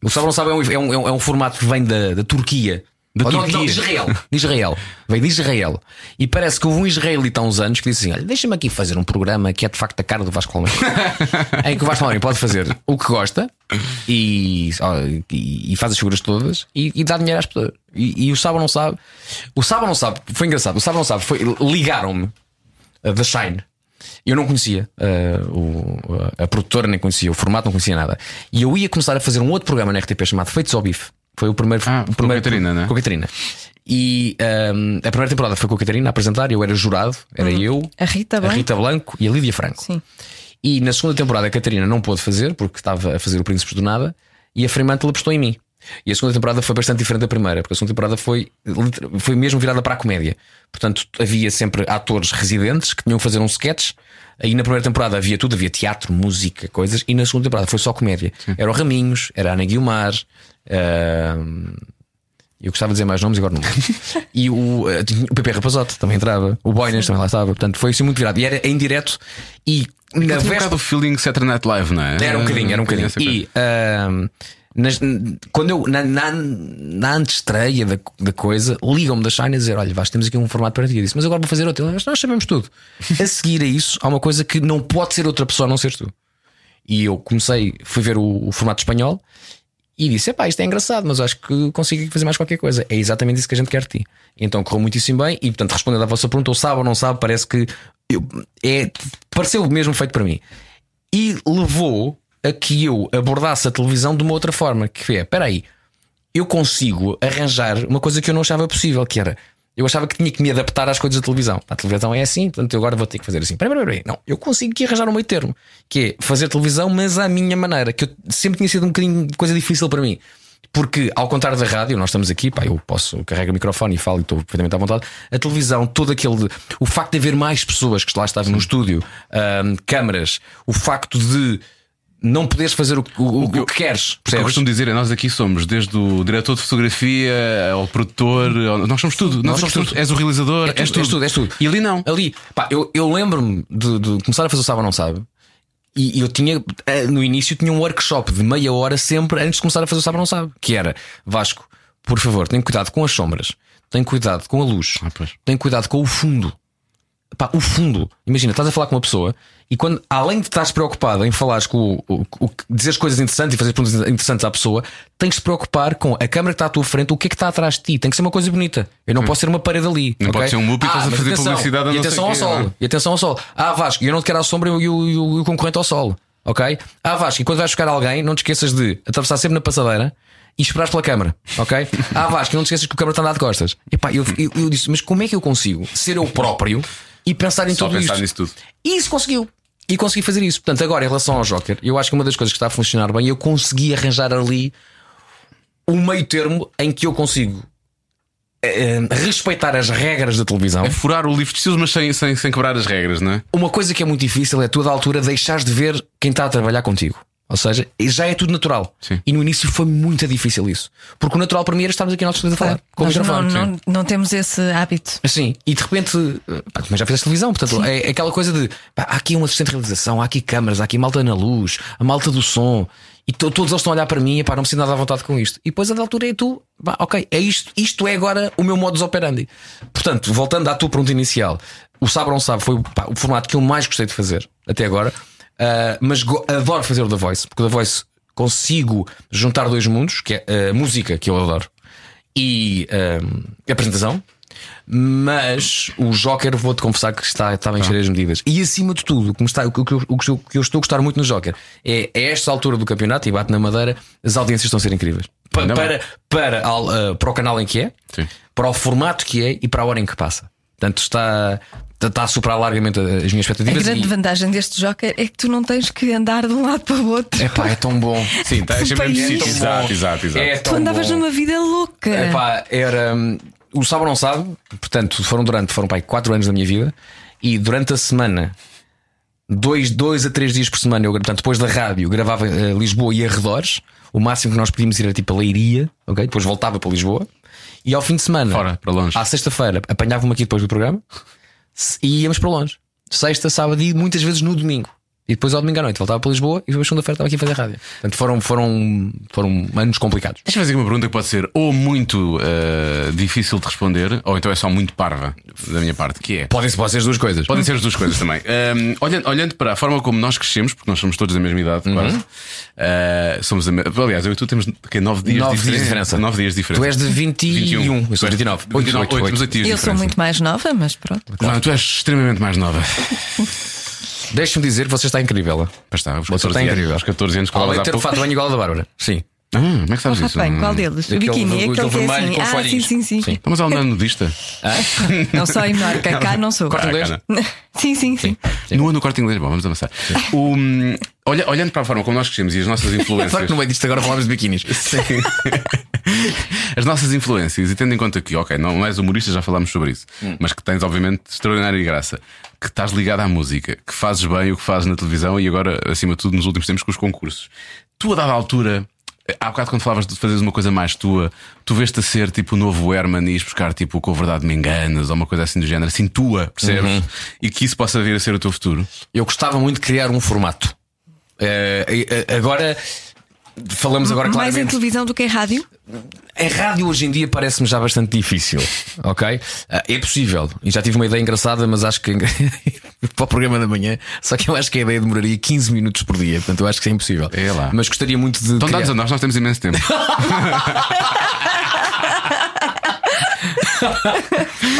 S5: O Sabe ou Não Sabe é um, é um- é um- é um formato que vem da, da Turquia.
S2: Da
S5: Ou Oh, não,
S2: Turquia.
S5: não, de Israel. De Israel. Vem de Israel. E parece que houve um israelita há uns anos que disse assim: Olha, deixa-me aqui fazer um programa que é de facto a cara do Vasco Almeida. em que o Vasco Almeida pode fazer o que gosta e, ó, e- e faz as figuras todas e, e dá dinheiro às pessoas. E, e o Sábado não sabe. O Sábado não sabe, foi engraçado. O Sábado não sabe, foi- ligaram-me uh, da Shine. Eu não conhecia uh, o- a- a produtora, nem conhecia o formato, não conhecia nada. E eu ia começar a fazer um outro programa na RTP chamado Feitos ao Bife. Foi o primeiro.
S2: Ah,
S5: o
S2: com a Catarina, né?
S5: com a Catarina. E um, a primeira temporada foi com a Catarina a apresentar, eu era jurado, era eu,
S4: Uhum. A Rita
S5: a
S4: Blanco.
S5: Rita Blanco e a Lídia Franco.
S4: Sim.
S5: E na segunda temporada a Catarina não pôde fazer porque estava a fazer o Príncipes do Nada e a Fremantle apostou em mim. E a segunda temporada foi bastante diferente da primeira, porque a segunda temporada foi, liter- foi mesmo virada para a comédia. Portanto, havia sempre atores residentes que tinham que fazer um sketch. Aí na primeira temporada havia tudo, havia teatro, música, coisas, e na segunda temporada foi só comédia. Era o Raminhos, era a Ana Guilmar, ahm, eu gostava de dizer mais nomes e agora não. me lembro. e o, eh, tinha- o PP Rapazote também entrava, o Boinas também lá estava, portanto foi assim muito virado. E era em direto e na
S2: Tinha um
S5: véspera.
S2: bocado o feeling Saturday Night Live, não é?
S5: Era um bocadinho, era um bocadinho.
S2: essa coisa.
S5: E ahm, nas- n- quando eu, na, na, na antestreia da, da coisa, ligam-me da Shine a dizer: Olha, Vasco, temos aqui um formato para ti. Eu disse: Mas agora vou fazer outro. Ele, Mas nós sabemos tudo. A seguir a isso, há uma coisa que não pode ser outra pessoa a não seres tu. E eu comecei, fui ver o, o formato espanhol e disse: Epá, isto é engraçado, mas acho que consigo aqui fazer mais qualquer coisa. É exatamente isso que a gente quer de ti. Então correu muitíssimo bem e, portanto, respondendo à vossa pergunta, ou sabe ou não sabe, parece que eu- é, pareceu mesmo feito para mim. E levou a que eu abordasse a televisão de uma outra forma, que é: espera aí, eu consigo arranjar uma coisa que eu não achava possível, que era. Eu achava que tinha que me adaptar às coisas da televisão. A televisão é assim, portanto eu agora vou ter que fazer assim. Peraí, peraí, peraí. Não, eu consigo aqui arranjar um meio termo, que é fazer televisão, mas à minha maneira, que eu sempre tinha sido um bocadinho de coisa difícil para mim. Porque, ao contrário da rádio, nós estamos aqui, pá, eu posso, eu carrego o microfone e falo e estou perfeitamente à vontade. A televisão, todo aquele. O facto de haver mais pessoas que lá estavam no estúdio, ahm, câmaras, o facto de não poderes fazer o, o- o- o que queres.
S2: Porque eu
S5: percebes?
S2: costumo dizer, é, nós aqui somos, desde o diretor de fotografia ao produtor, ao- nós somos tudo. Nós,
S5: Nós
S2: somos tudo.
S5: somos tudo.
S2: És o realizador,
S5: É tudo, és tudo, és tudo.
S2: E ali não.
S5: Ali, pá, eu, eu lembro-me de, de começar a fazer o Sabe ou Não Sabe. E eu tinha, eh, no início, tinha um workshop de meia hora sempre antes de começar a fazer o Sabe ou Não Sabe. Que era Vasco, por favor, tem cuidado com as sombras, tem cuidado com a luz,
S2: Ah, pois.
S5: tem cuidado com o fundo. Pá, o fundo. Imagina, estás a falar com uma pessoa e quando, além de estás preocupado em falares com o, o, o- dizeres coisas interessantes e fazer perguntas interessantes à pessoa, tens de te preocupar com a câmera que está à tua frente, o que é que está atrás de ti. Tem que ser uma coisa bonita. Eu não posso ser uma parede ali.
S2: Hum. Não
S5: ok? Ah,
S2: pode ser um loop e estás a
S5: mas
S2: fazer publicidade a
S5: E
S2: não sei
S5: atenção ao
S2: quê,
S5: sol.
S2: não é?
S5: E atenção ao sol. Ah, Vasco, eu não te quero à sombra e o, e o- e o- e o concorrente ao sol. Ok? Ah, Vasco, e quando vais buscar alguém, não te esqueças de atravessar sempre na passadeira e esperares pela câmara. Ok? Ah, Vasco, e não te esqueças que o câmara está a andar de costas. Epá, eu, eu, eu disse, mas como é que eu consigo ser eu próprio e pensar em
S2: Só
S5: tudo
S2: pensar
S5: isto?
S2: nisso tudo.
S5: E isso conseguiu. E consegui fazer isso. Portanto, agora em relação ao Joker, eu acho que uma das coisas que está a funcionar bem, eu consegui arranjar ali um meio termo em que eu consigo eh, eh, respeitar as regras da televisão.
S2: É furar o livro de estilos, mas sem, sem, sem quebrar as regras, não é?
S5: Uma coisa que é muito difícil é tu, a toda altura, deixares de ver quem está a trabalhar contigo. Ou seja, já é tudo natural.
S2: Sim.
S5: E no início foi muito difícil isso. Porque o natural para mim era estarmos aqui na nossa a falar. Com o
S4: Nós não,
S5: microfone.
S4: não, não temos esse hábito.
S5: Assim, e de repente, pá, também já fizeste televisão, portanto, é aquela coisa de pá, há aqui um assistente de realização, há aqui câmaras, há aqui malta na luz, a malta do som, e to- todos eles estão a olhar para mim e pá, não me sinto nada à vontade com isto. E depois a da altura é tu, pá, ok, é isto, isto é agora o meu modus operandi. Portanto, voltando à tua pergunta inicial, o Sabe ou não Sabe foi pá, o formato que eu mais gostei de fazer até agora, ah, mas go- adoro fazer o The Voice, porque o The Voice consigo juntar dois mundos, que é a música, que eu adoro, e ah, a apresentação. Mas o Joker, vou-te confessar que está, está
S2: Tá.
S5: a encher as medidas. E acima de tudo, o que, me está- o que- o que eu- o que eu- o que eu estou a gostar muito no Joker é a esta altura do campeonato, e bate na madeira, as audiências estão a ser incríveis. Pa-
S2: Ainda
S5: para,
S2: bem.
S5: para, al- ah, para o canal em que é,
S2: Sim.
S5: para o formato que é e para a hora em que passa. Portanto, está, está a superar largamente as minhas
S4: A
S5: expectativas.
S4: É grande
S5: e-
S4: vantagem deste joker é que tu não tens que andar de um lado para o outro.
S5: Epá, é tão bom.
S2: Sim, tá,
S4: Um
S2: chamamos
S5: assim.
S4: país.
S2: de sítio.
S4: Tão
S2: Exato, exato, exato.
S5: É
S4: tu
S5: tão
S4: andavas
S5: bom.
S4: numa vida louca.
S2: É.
S5: Epá, era. hum, O Sabe ou Não Sabe, portanto, foram durante, foram pai, 4 anos da minha vida e durante a semana, dois, dois a três dias por semana, eu, gra- portanto, depois da rádio, gravava eh, Lisboa e arredores. O máximo que nós podíamos ir era tipo a Leiria, ok? Depois voltava para Lisboa e ao fim de semana,
S2: Fora, para longe.
S5: à sexta-feira, apanhava-me aqui depois do programa se- e íamos para longe. Sexta, sábado e muitas vezes no domingo. E depois ao domingo à noite voltava para Lisboa e depois segunda-feira estava aqui a fazer rádio. Portanto, foram, foram, foram anos complicados.
S2: Deixa eu fazer aqui uma pergunta que pode ser ou muito eh, difícil de responder, ou então é só muito parva da minha parte, que é.
S5: Podem-se pode ser as duas coisas.
S2: Podem ser as duas coisas também. Ahm, olhando, olhando para a forma como nós crescemos, porque nós somos todos da mesma idade,
S5: Uhum.
S2: quase. ah, somos da me- Aliás, eu e tu temos que, é nove dias de
S5: Nove dias de
S2: diferença.
S5: diferença.
S2: Nove dias de diferença. um.
S5: Tu és de 21, eu sou
S2: Tu és-
S5: 29.
S2: 29,
S5: Oito,
S2: oito,
S5: oito.
S2: temos oito dias de
S4: Eu sou
S2: diferença.
S4: muito mais nova, mas pronto. tá
S2: Joana, tu és extremamente mais nova.
S5: Deixa-me dizer, você está incrível.
S2: Pois está, aos 14
S5: Você está
S2: anos,
S5: incrível.
S2: aos 14 anos,
S5: Ao
S2: falavas
S5: leite
S2: há
S5: ter o
S2: pouco.
S5: fato bem igual ao da Bárbara. Sim.
S2: Ah, como é que sabes
S4: Ah,
S2: isso?
S4: bem, qual deles? O
S5: Aquele
S4: biquíni,
S5: ver-
S4: aquele
S5: aquele
S4: que é
S5: vermelho
S4: assim.
S5: com
S4: Ah, sim,
S5: folhinhas.
S4: sim, sim.
S5: Sim.
S2: Vamos
S4: É-
S2: ao nano nudista.
S4: Não sou em Menorca, cá não sou.
S5: Corta um
S2: Ah,
S5: dois.
S2: cara.
S4: Sim, sim, sim.
S2: No ano corte inglês, bom, vamos avançar. O, hum, olha- olhando para a forma como nós crescemos e as nossas
S5: Será
S2: influências.
S5: que é. no meio disto agora falamos de biquinis?
S2: Sim. As nossas influências, e tendo em conta que, ok, não és humorista, já falámos sobre isso,
S5: Hum.
S2: mas que tens, obviamente, extraordinária graça, que estás ligado à música, que fazes bem o que fazes na televisão e agora, acima de tudo, nos últimos tempos, com os concursos. Tu, a dada altura, há bocado quando falavas de fazeres uma coisa mais tua, tu veste a ser tipo o novo Herman e ires buscar tipo com a verdade me enganas ou uma coisa assim do género, assim tua, percebes?
S5: Uhum.
S2: E que isso possa vir a ser o teu futuro.
S5: Eu gostava muito de criar um formato. Eh, eh, agora. Falamos agora
S4: Mais em
S5: claramente.
S4: televisão do que em rádio?
S5: Em rádio hoje em dia parece-me já bastante difícil, ok? Ah, É possível. E já tive uma ideia engraçada, mas acho que para o programa da manhã, só que eu acho que a ideia demoraria 15 minutos por dia, portanto eu acho que é impossível.
S2: É lá.
S5: Mas gostaria muito de.
S2: Então,
S5: criar-
S2: dados a nós, nós temos imenso tempo.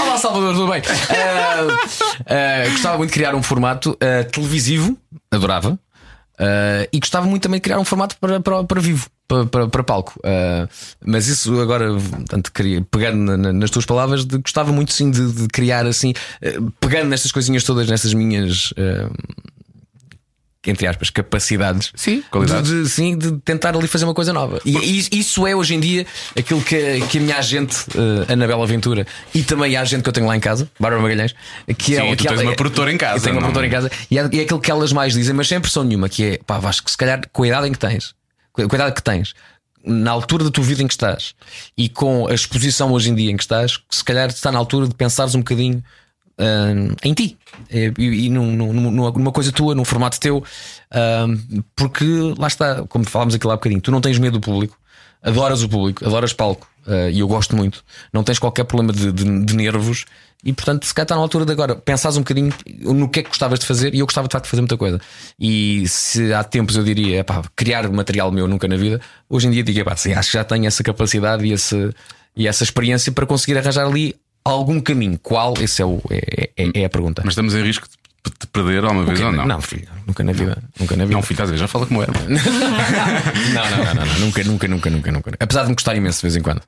S5: Olá, Salvador, tudo bem? Ah, ah, gostava muito de criar um formato ah, televisivo, adorava, Ah, e gostava muito também de criar um formato para, para, para vivo. Para, para, para palco, Ah, mas isso agora, portanto, queria, pegando na- na- nas tuas palavras, de- gostava muito sim de, de criar assim, eh, pegando nestas coisinhas todas, nestas minhas, ah, entre aspas, capacidades,
S2: Sim, qualidades.
S5: de, de- sim, de tentar ali fazer uma coisa nova. E i- isso é hoje em dia aquilo que, que a minha agente, eh, Anabela Ventura, e também a agente que eu tenho lá em casa, Bárbara Magalhães, que é
S2: Sim,
S5: o-
S2: tu
S5: que
S2: tens uma produtora em casa,
S5: Eu tenho uma
S2: não-
S5: produtora em casa, e é, e é aquilo que elas mais dizem, mas sem pressão nenhuma, que é pá, acho que se calhar com a idade em que tens, com a idade que tens. Na altura da tua vida em que estás e com a exposição hoje em dia em que estás, se calhar está na altura de pensares um bocadinho Ahn, em ti Eh, e, e num- num- numa, numa coisa tua, num formato teu, Ahm, porque lá está, como falámos aqui lá há bocadinho, tu não tens medo do público, adoras o público, adoras palco, eh, e eu gosto muito, não tens qualquer problema de, de- de nervos, e portanto, se calhar está na altura de agora pensares um bocadinho no que é que gostavas de fazer, e eu gostava de facto de fazer muita coisa. E se há tempos eu diria, "Epá, criar material meu nunca na vida, hoje em dia digo, "Epá, sim, acho que já tenho essa capacidade e esse- E essa experiência para conseguir arranjar ali algum caminho. Qual? Esse é, o, é, é- é a pergunta.
S2: Mas estamos em risco de de te perder alguma vez ou não?
S5: não, filho, nunca na vida. Nunca na vida.
S2: Não, filho, estás a ver, já fala como é, era.
S5: não, não, não, não, não, nunca, nunca, nunca, nunca, nunca. Apesar de me gostar imenso de vez em quando.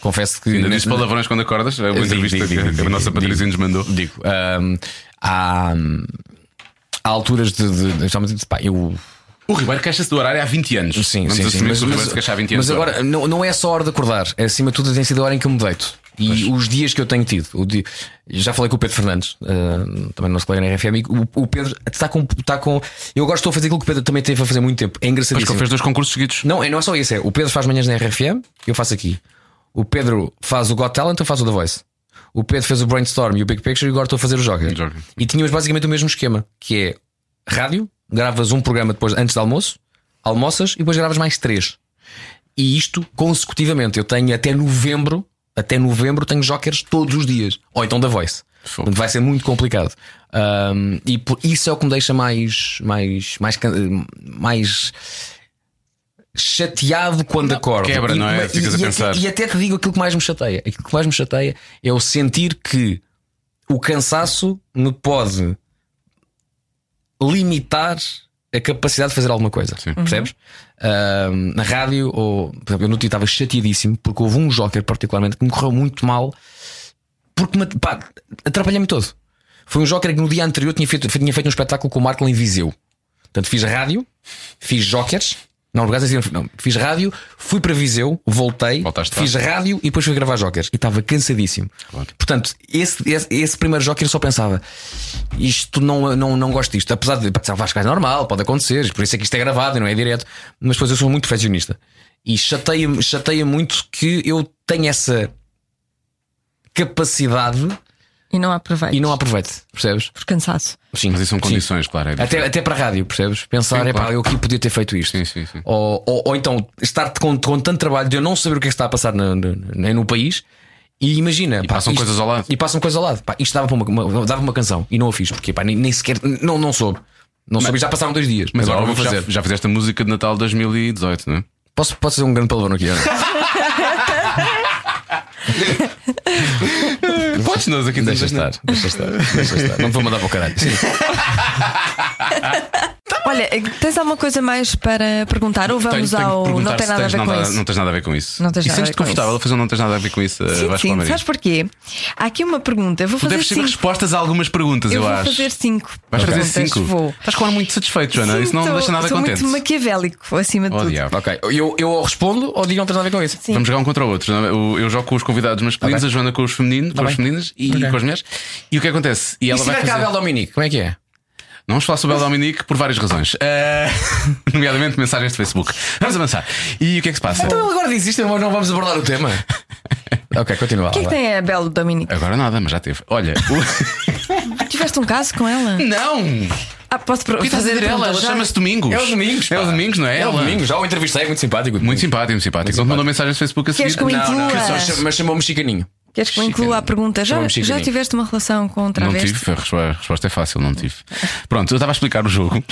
S5: Confesso que.
S2: Ainda dizes palavrões quando acordas? É uma
S5: Digo,
S2: entrevista
S5: digo,
S2: que
S5: digo,
S2: a
S5: digo,
S2: nossa
S5: digo.
S2: Patrícia nos mandou.
S5: Digo, hum, há, há alturas de. de, de, de, de pá, eu
S2: O Ribeiro queixa-se do horário há 20 anos.
S5: Sim,
S2: Vamos
S5: sim, sim.
S2: assumir que o Ribeiro se queixa há 20 anos.
S5: é, mas agora, não, não é só a hora de acordar. Acima de tudo, tem sido a hora em que eu me deito. E os dias que eu tenho tido, o di- já falei com o Pedro Fernandes, eh, também nosso colega na RFM, e o, o Pedro está com, está com. Eu gosto de fazer aquilo que o Pedro também teve a fazer há muito tempo. É
S2: Mas que
S5: engraçadíssimo.
S2: ele fez dois concursos seguidos.
S5: Não, é- não é só isso, é o Pedro faz manhãs na RFM, eu faço aqui. O Pedro faz o Got Talent, eu faço o The Voice. O Pedro fez o Brainstorm e o Big Picture e agora estou a fazer o Joker.
S2: Joker.
S5: E tínhamos basicamente o mesmo esquema, que é rádio, gravas um programa depois antes do almoço, almoças e depois gravas mais três. E isto consecutivamente. Eu tenho até novembro, até novembro tenho Jokers todos os dias. Ou então The Voice.
S2: Fogo.
S5: Portanto, vai ser muito complicado. Ahm, e por isso é o que me deixa mais mais mais can- mais chateado quando acordo.
S2: quebra,
S5: e,
S2: não é?
S5: e-
S2: Ficas a
S5: e-
S2: pensar.
S5: e até te digo aquilo que mais me chateia. Aquilo que mais me chateia é o sentir que o cansaço me pode limitar a capacidade de fazer alguma coisa.
S2: Sim.
S5: Percebes? Ahm, na rádio, ou por exemplo, eu no dia estava chateadíssimo porque houve um joker particularmente que me correu muito mal porque me, pá, atrapalhei-me todo. Foi um joker que no dia anterior tinha feito, tinha feito um espetáculo com o Marco em Viseu. Portanto, fiz rádio, fiz jokers. Não, por acaso assim, não, fiz rádio, fui para Viseu, voltei,
S2: Voltaste lá.
S5: fiz rádio e depois fui gravar jokers. E estava cansadíssimo. Portanto, esse, esse, esse primeiro joker eu só pensava: isto não, não, não gosto disto. Apesar de pensar, Vasco é normal, pode acontecer, por isso é que isto é gravado e não é direto. Mas depois eu sou muito perfeccionista. E chateia-me chateia muito que eu tenho essa capacidade
S4: E não aproveito.
S5: e não aproveite, percebes?
S4: Por cansaço.
S5: Sim,
S2: Mas isso são
S5: sim.
S2: condições, claro. é
S5: Até, até para a rádio, percebes? Pensar,
S2: Sim,
S5: epá,
S2: claro.
S5: eu aqui podia ter feito isto.
S2: Sim, sim, sim.
S5: Ou, ou, ou então estar com, com tanto trabalho de eu não saber o que é que está a passar no, no, no- no país e imagina. pá,
S2: passam
S5: isto-
S2: coisas ao lado.
S5: E passam coisas ao lado. Pá, isto dava para uma, uma- dava uma canção e não a fiz, porque pá, nem, nem sequer. Não, não soube. Não soube e já passaram dois dias.
S2: Mas
S5: agora
S2: agora
S5: vou fazer.
S2: Já, já fizeste a música de Natal de 2018, não é?
S5: Posso, posso fazer um grande palavrão aqui? Ana?
S2: Podes, nós aqui é?
S5: deixa
S2: estamos a-
S5: estar, deixa estar, deixa estar. Não te vou mandar para o caralho.
S4: Olha, tens alguma coisa mais para perguntar? Ou vamos
S2: Tenho- tenho
S4: ao.
S2: que perguntar
S4: não tem
S2: se
S4: nada a
S2: tens
S4: ver com
S2: nada-
S4: isso.
S2: Não tens nada a ver com isso.
S4: Não tens
S2: e
S4: nada a ver
S2: sentes-te
S4: com
S2: confortasvel a fazer um não tens nada a ver com isso,
S4: Sim,
S2: Vasco
S4: sim,
S2: Palmeirim?
S4: sabes porquê? Há aqui uma pergunta. Eu vou
S2: Tu
S4: fazer
S2: deves ter
S4: cinco.
S2: respostas a algumas perguntas, eu,
S4: Eu vou
S2: acho.
S4: fazer cinco.
S2: Vais fazer
S4: perguntas.
S2: cinco?
S4: Vou.
S2: Estás com um ar muito satisfeito, Joana. isso não
S4: Sim,
S2: deixa
S4: tô-
S2: nada
S4: sou
S2: contente.
S4: muito maquiavélico, acima de
S2: Oh,
S4: tudo.
S2: diabo.
S5: ok, eu, eu ou respondo ou digo não tens nada a ver com isso.
S4: Sim.
S2: Vamos jogar um contra o outro. não é? O- Eu jogo com os convidados masculinos,
S5: Ok.
S2: a Joana com os femininos, com
S5: Tá bem.
S2: as femeninas e com as mulheres. E o que acontece? E
S5: E
S2: ela
S5: se
S2: vai
S5: tiver
S2: fazer...
S5: cá a Bel Dominique, como é que é?
S2: Não vamos falar sobre o Dominique por várias razões. Eh, nomeadamente mensagens de Facebook. Vamos avançar. E o que é que se passa?
S5: Então ele agora diz isto, mas não vamos abordar o tema. ok, continua.
S4: O que é que
S5: lá,
S4: tem a Belo Dominique?
S2: Agora nada, mas já teve. Olha, o-
S4: Tiveste um caso com ela?
S2: não!
S4: Ah, posso pro-
S2: O que estás a
S4: fazer
S2: dizer
S4: a
S2: ela?
S4: pergunta
S2: Ela
S4: já?
S2: chama-se Domingos.
S5: É o Domingos,
S2: É o
S5: pá.
S2: Domingos, não é?
S5: É o
S2: ela?
S5: domingo, já o entrevistei, muito simpático.
S2: Muito simpático, muito simpático. Ele me mandou mensagem no Facebook a
S4: Queres
S2: seguir.
S4: que eu
S5: Não, não,
S4: inclua?
S5: que só- mas chamou-me Chicaninho.
S4: Queres que eu inclua a pergunta? Já,
S5: Chama-me
S4: já
S5: Chicaninho.
S4: tiveste uma relação com um
S2: Não
S4: travesti?
S2: tive, a resposta, a resposta é fácil, não tive. Pronto, eu estava a explicar o jogo.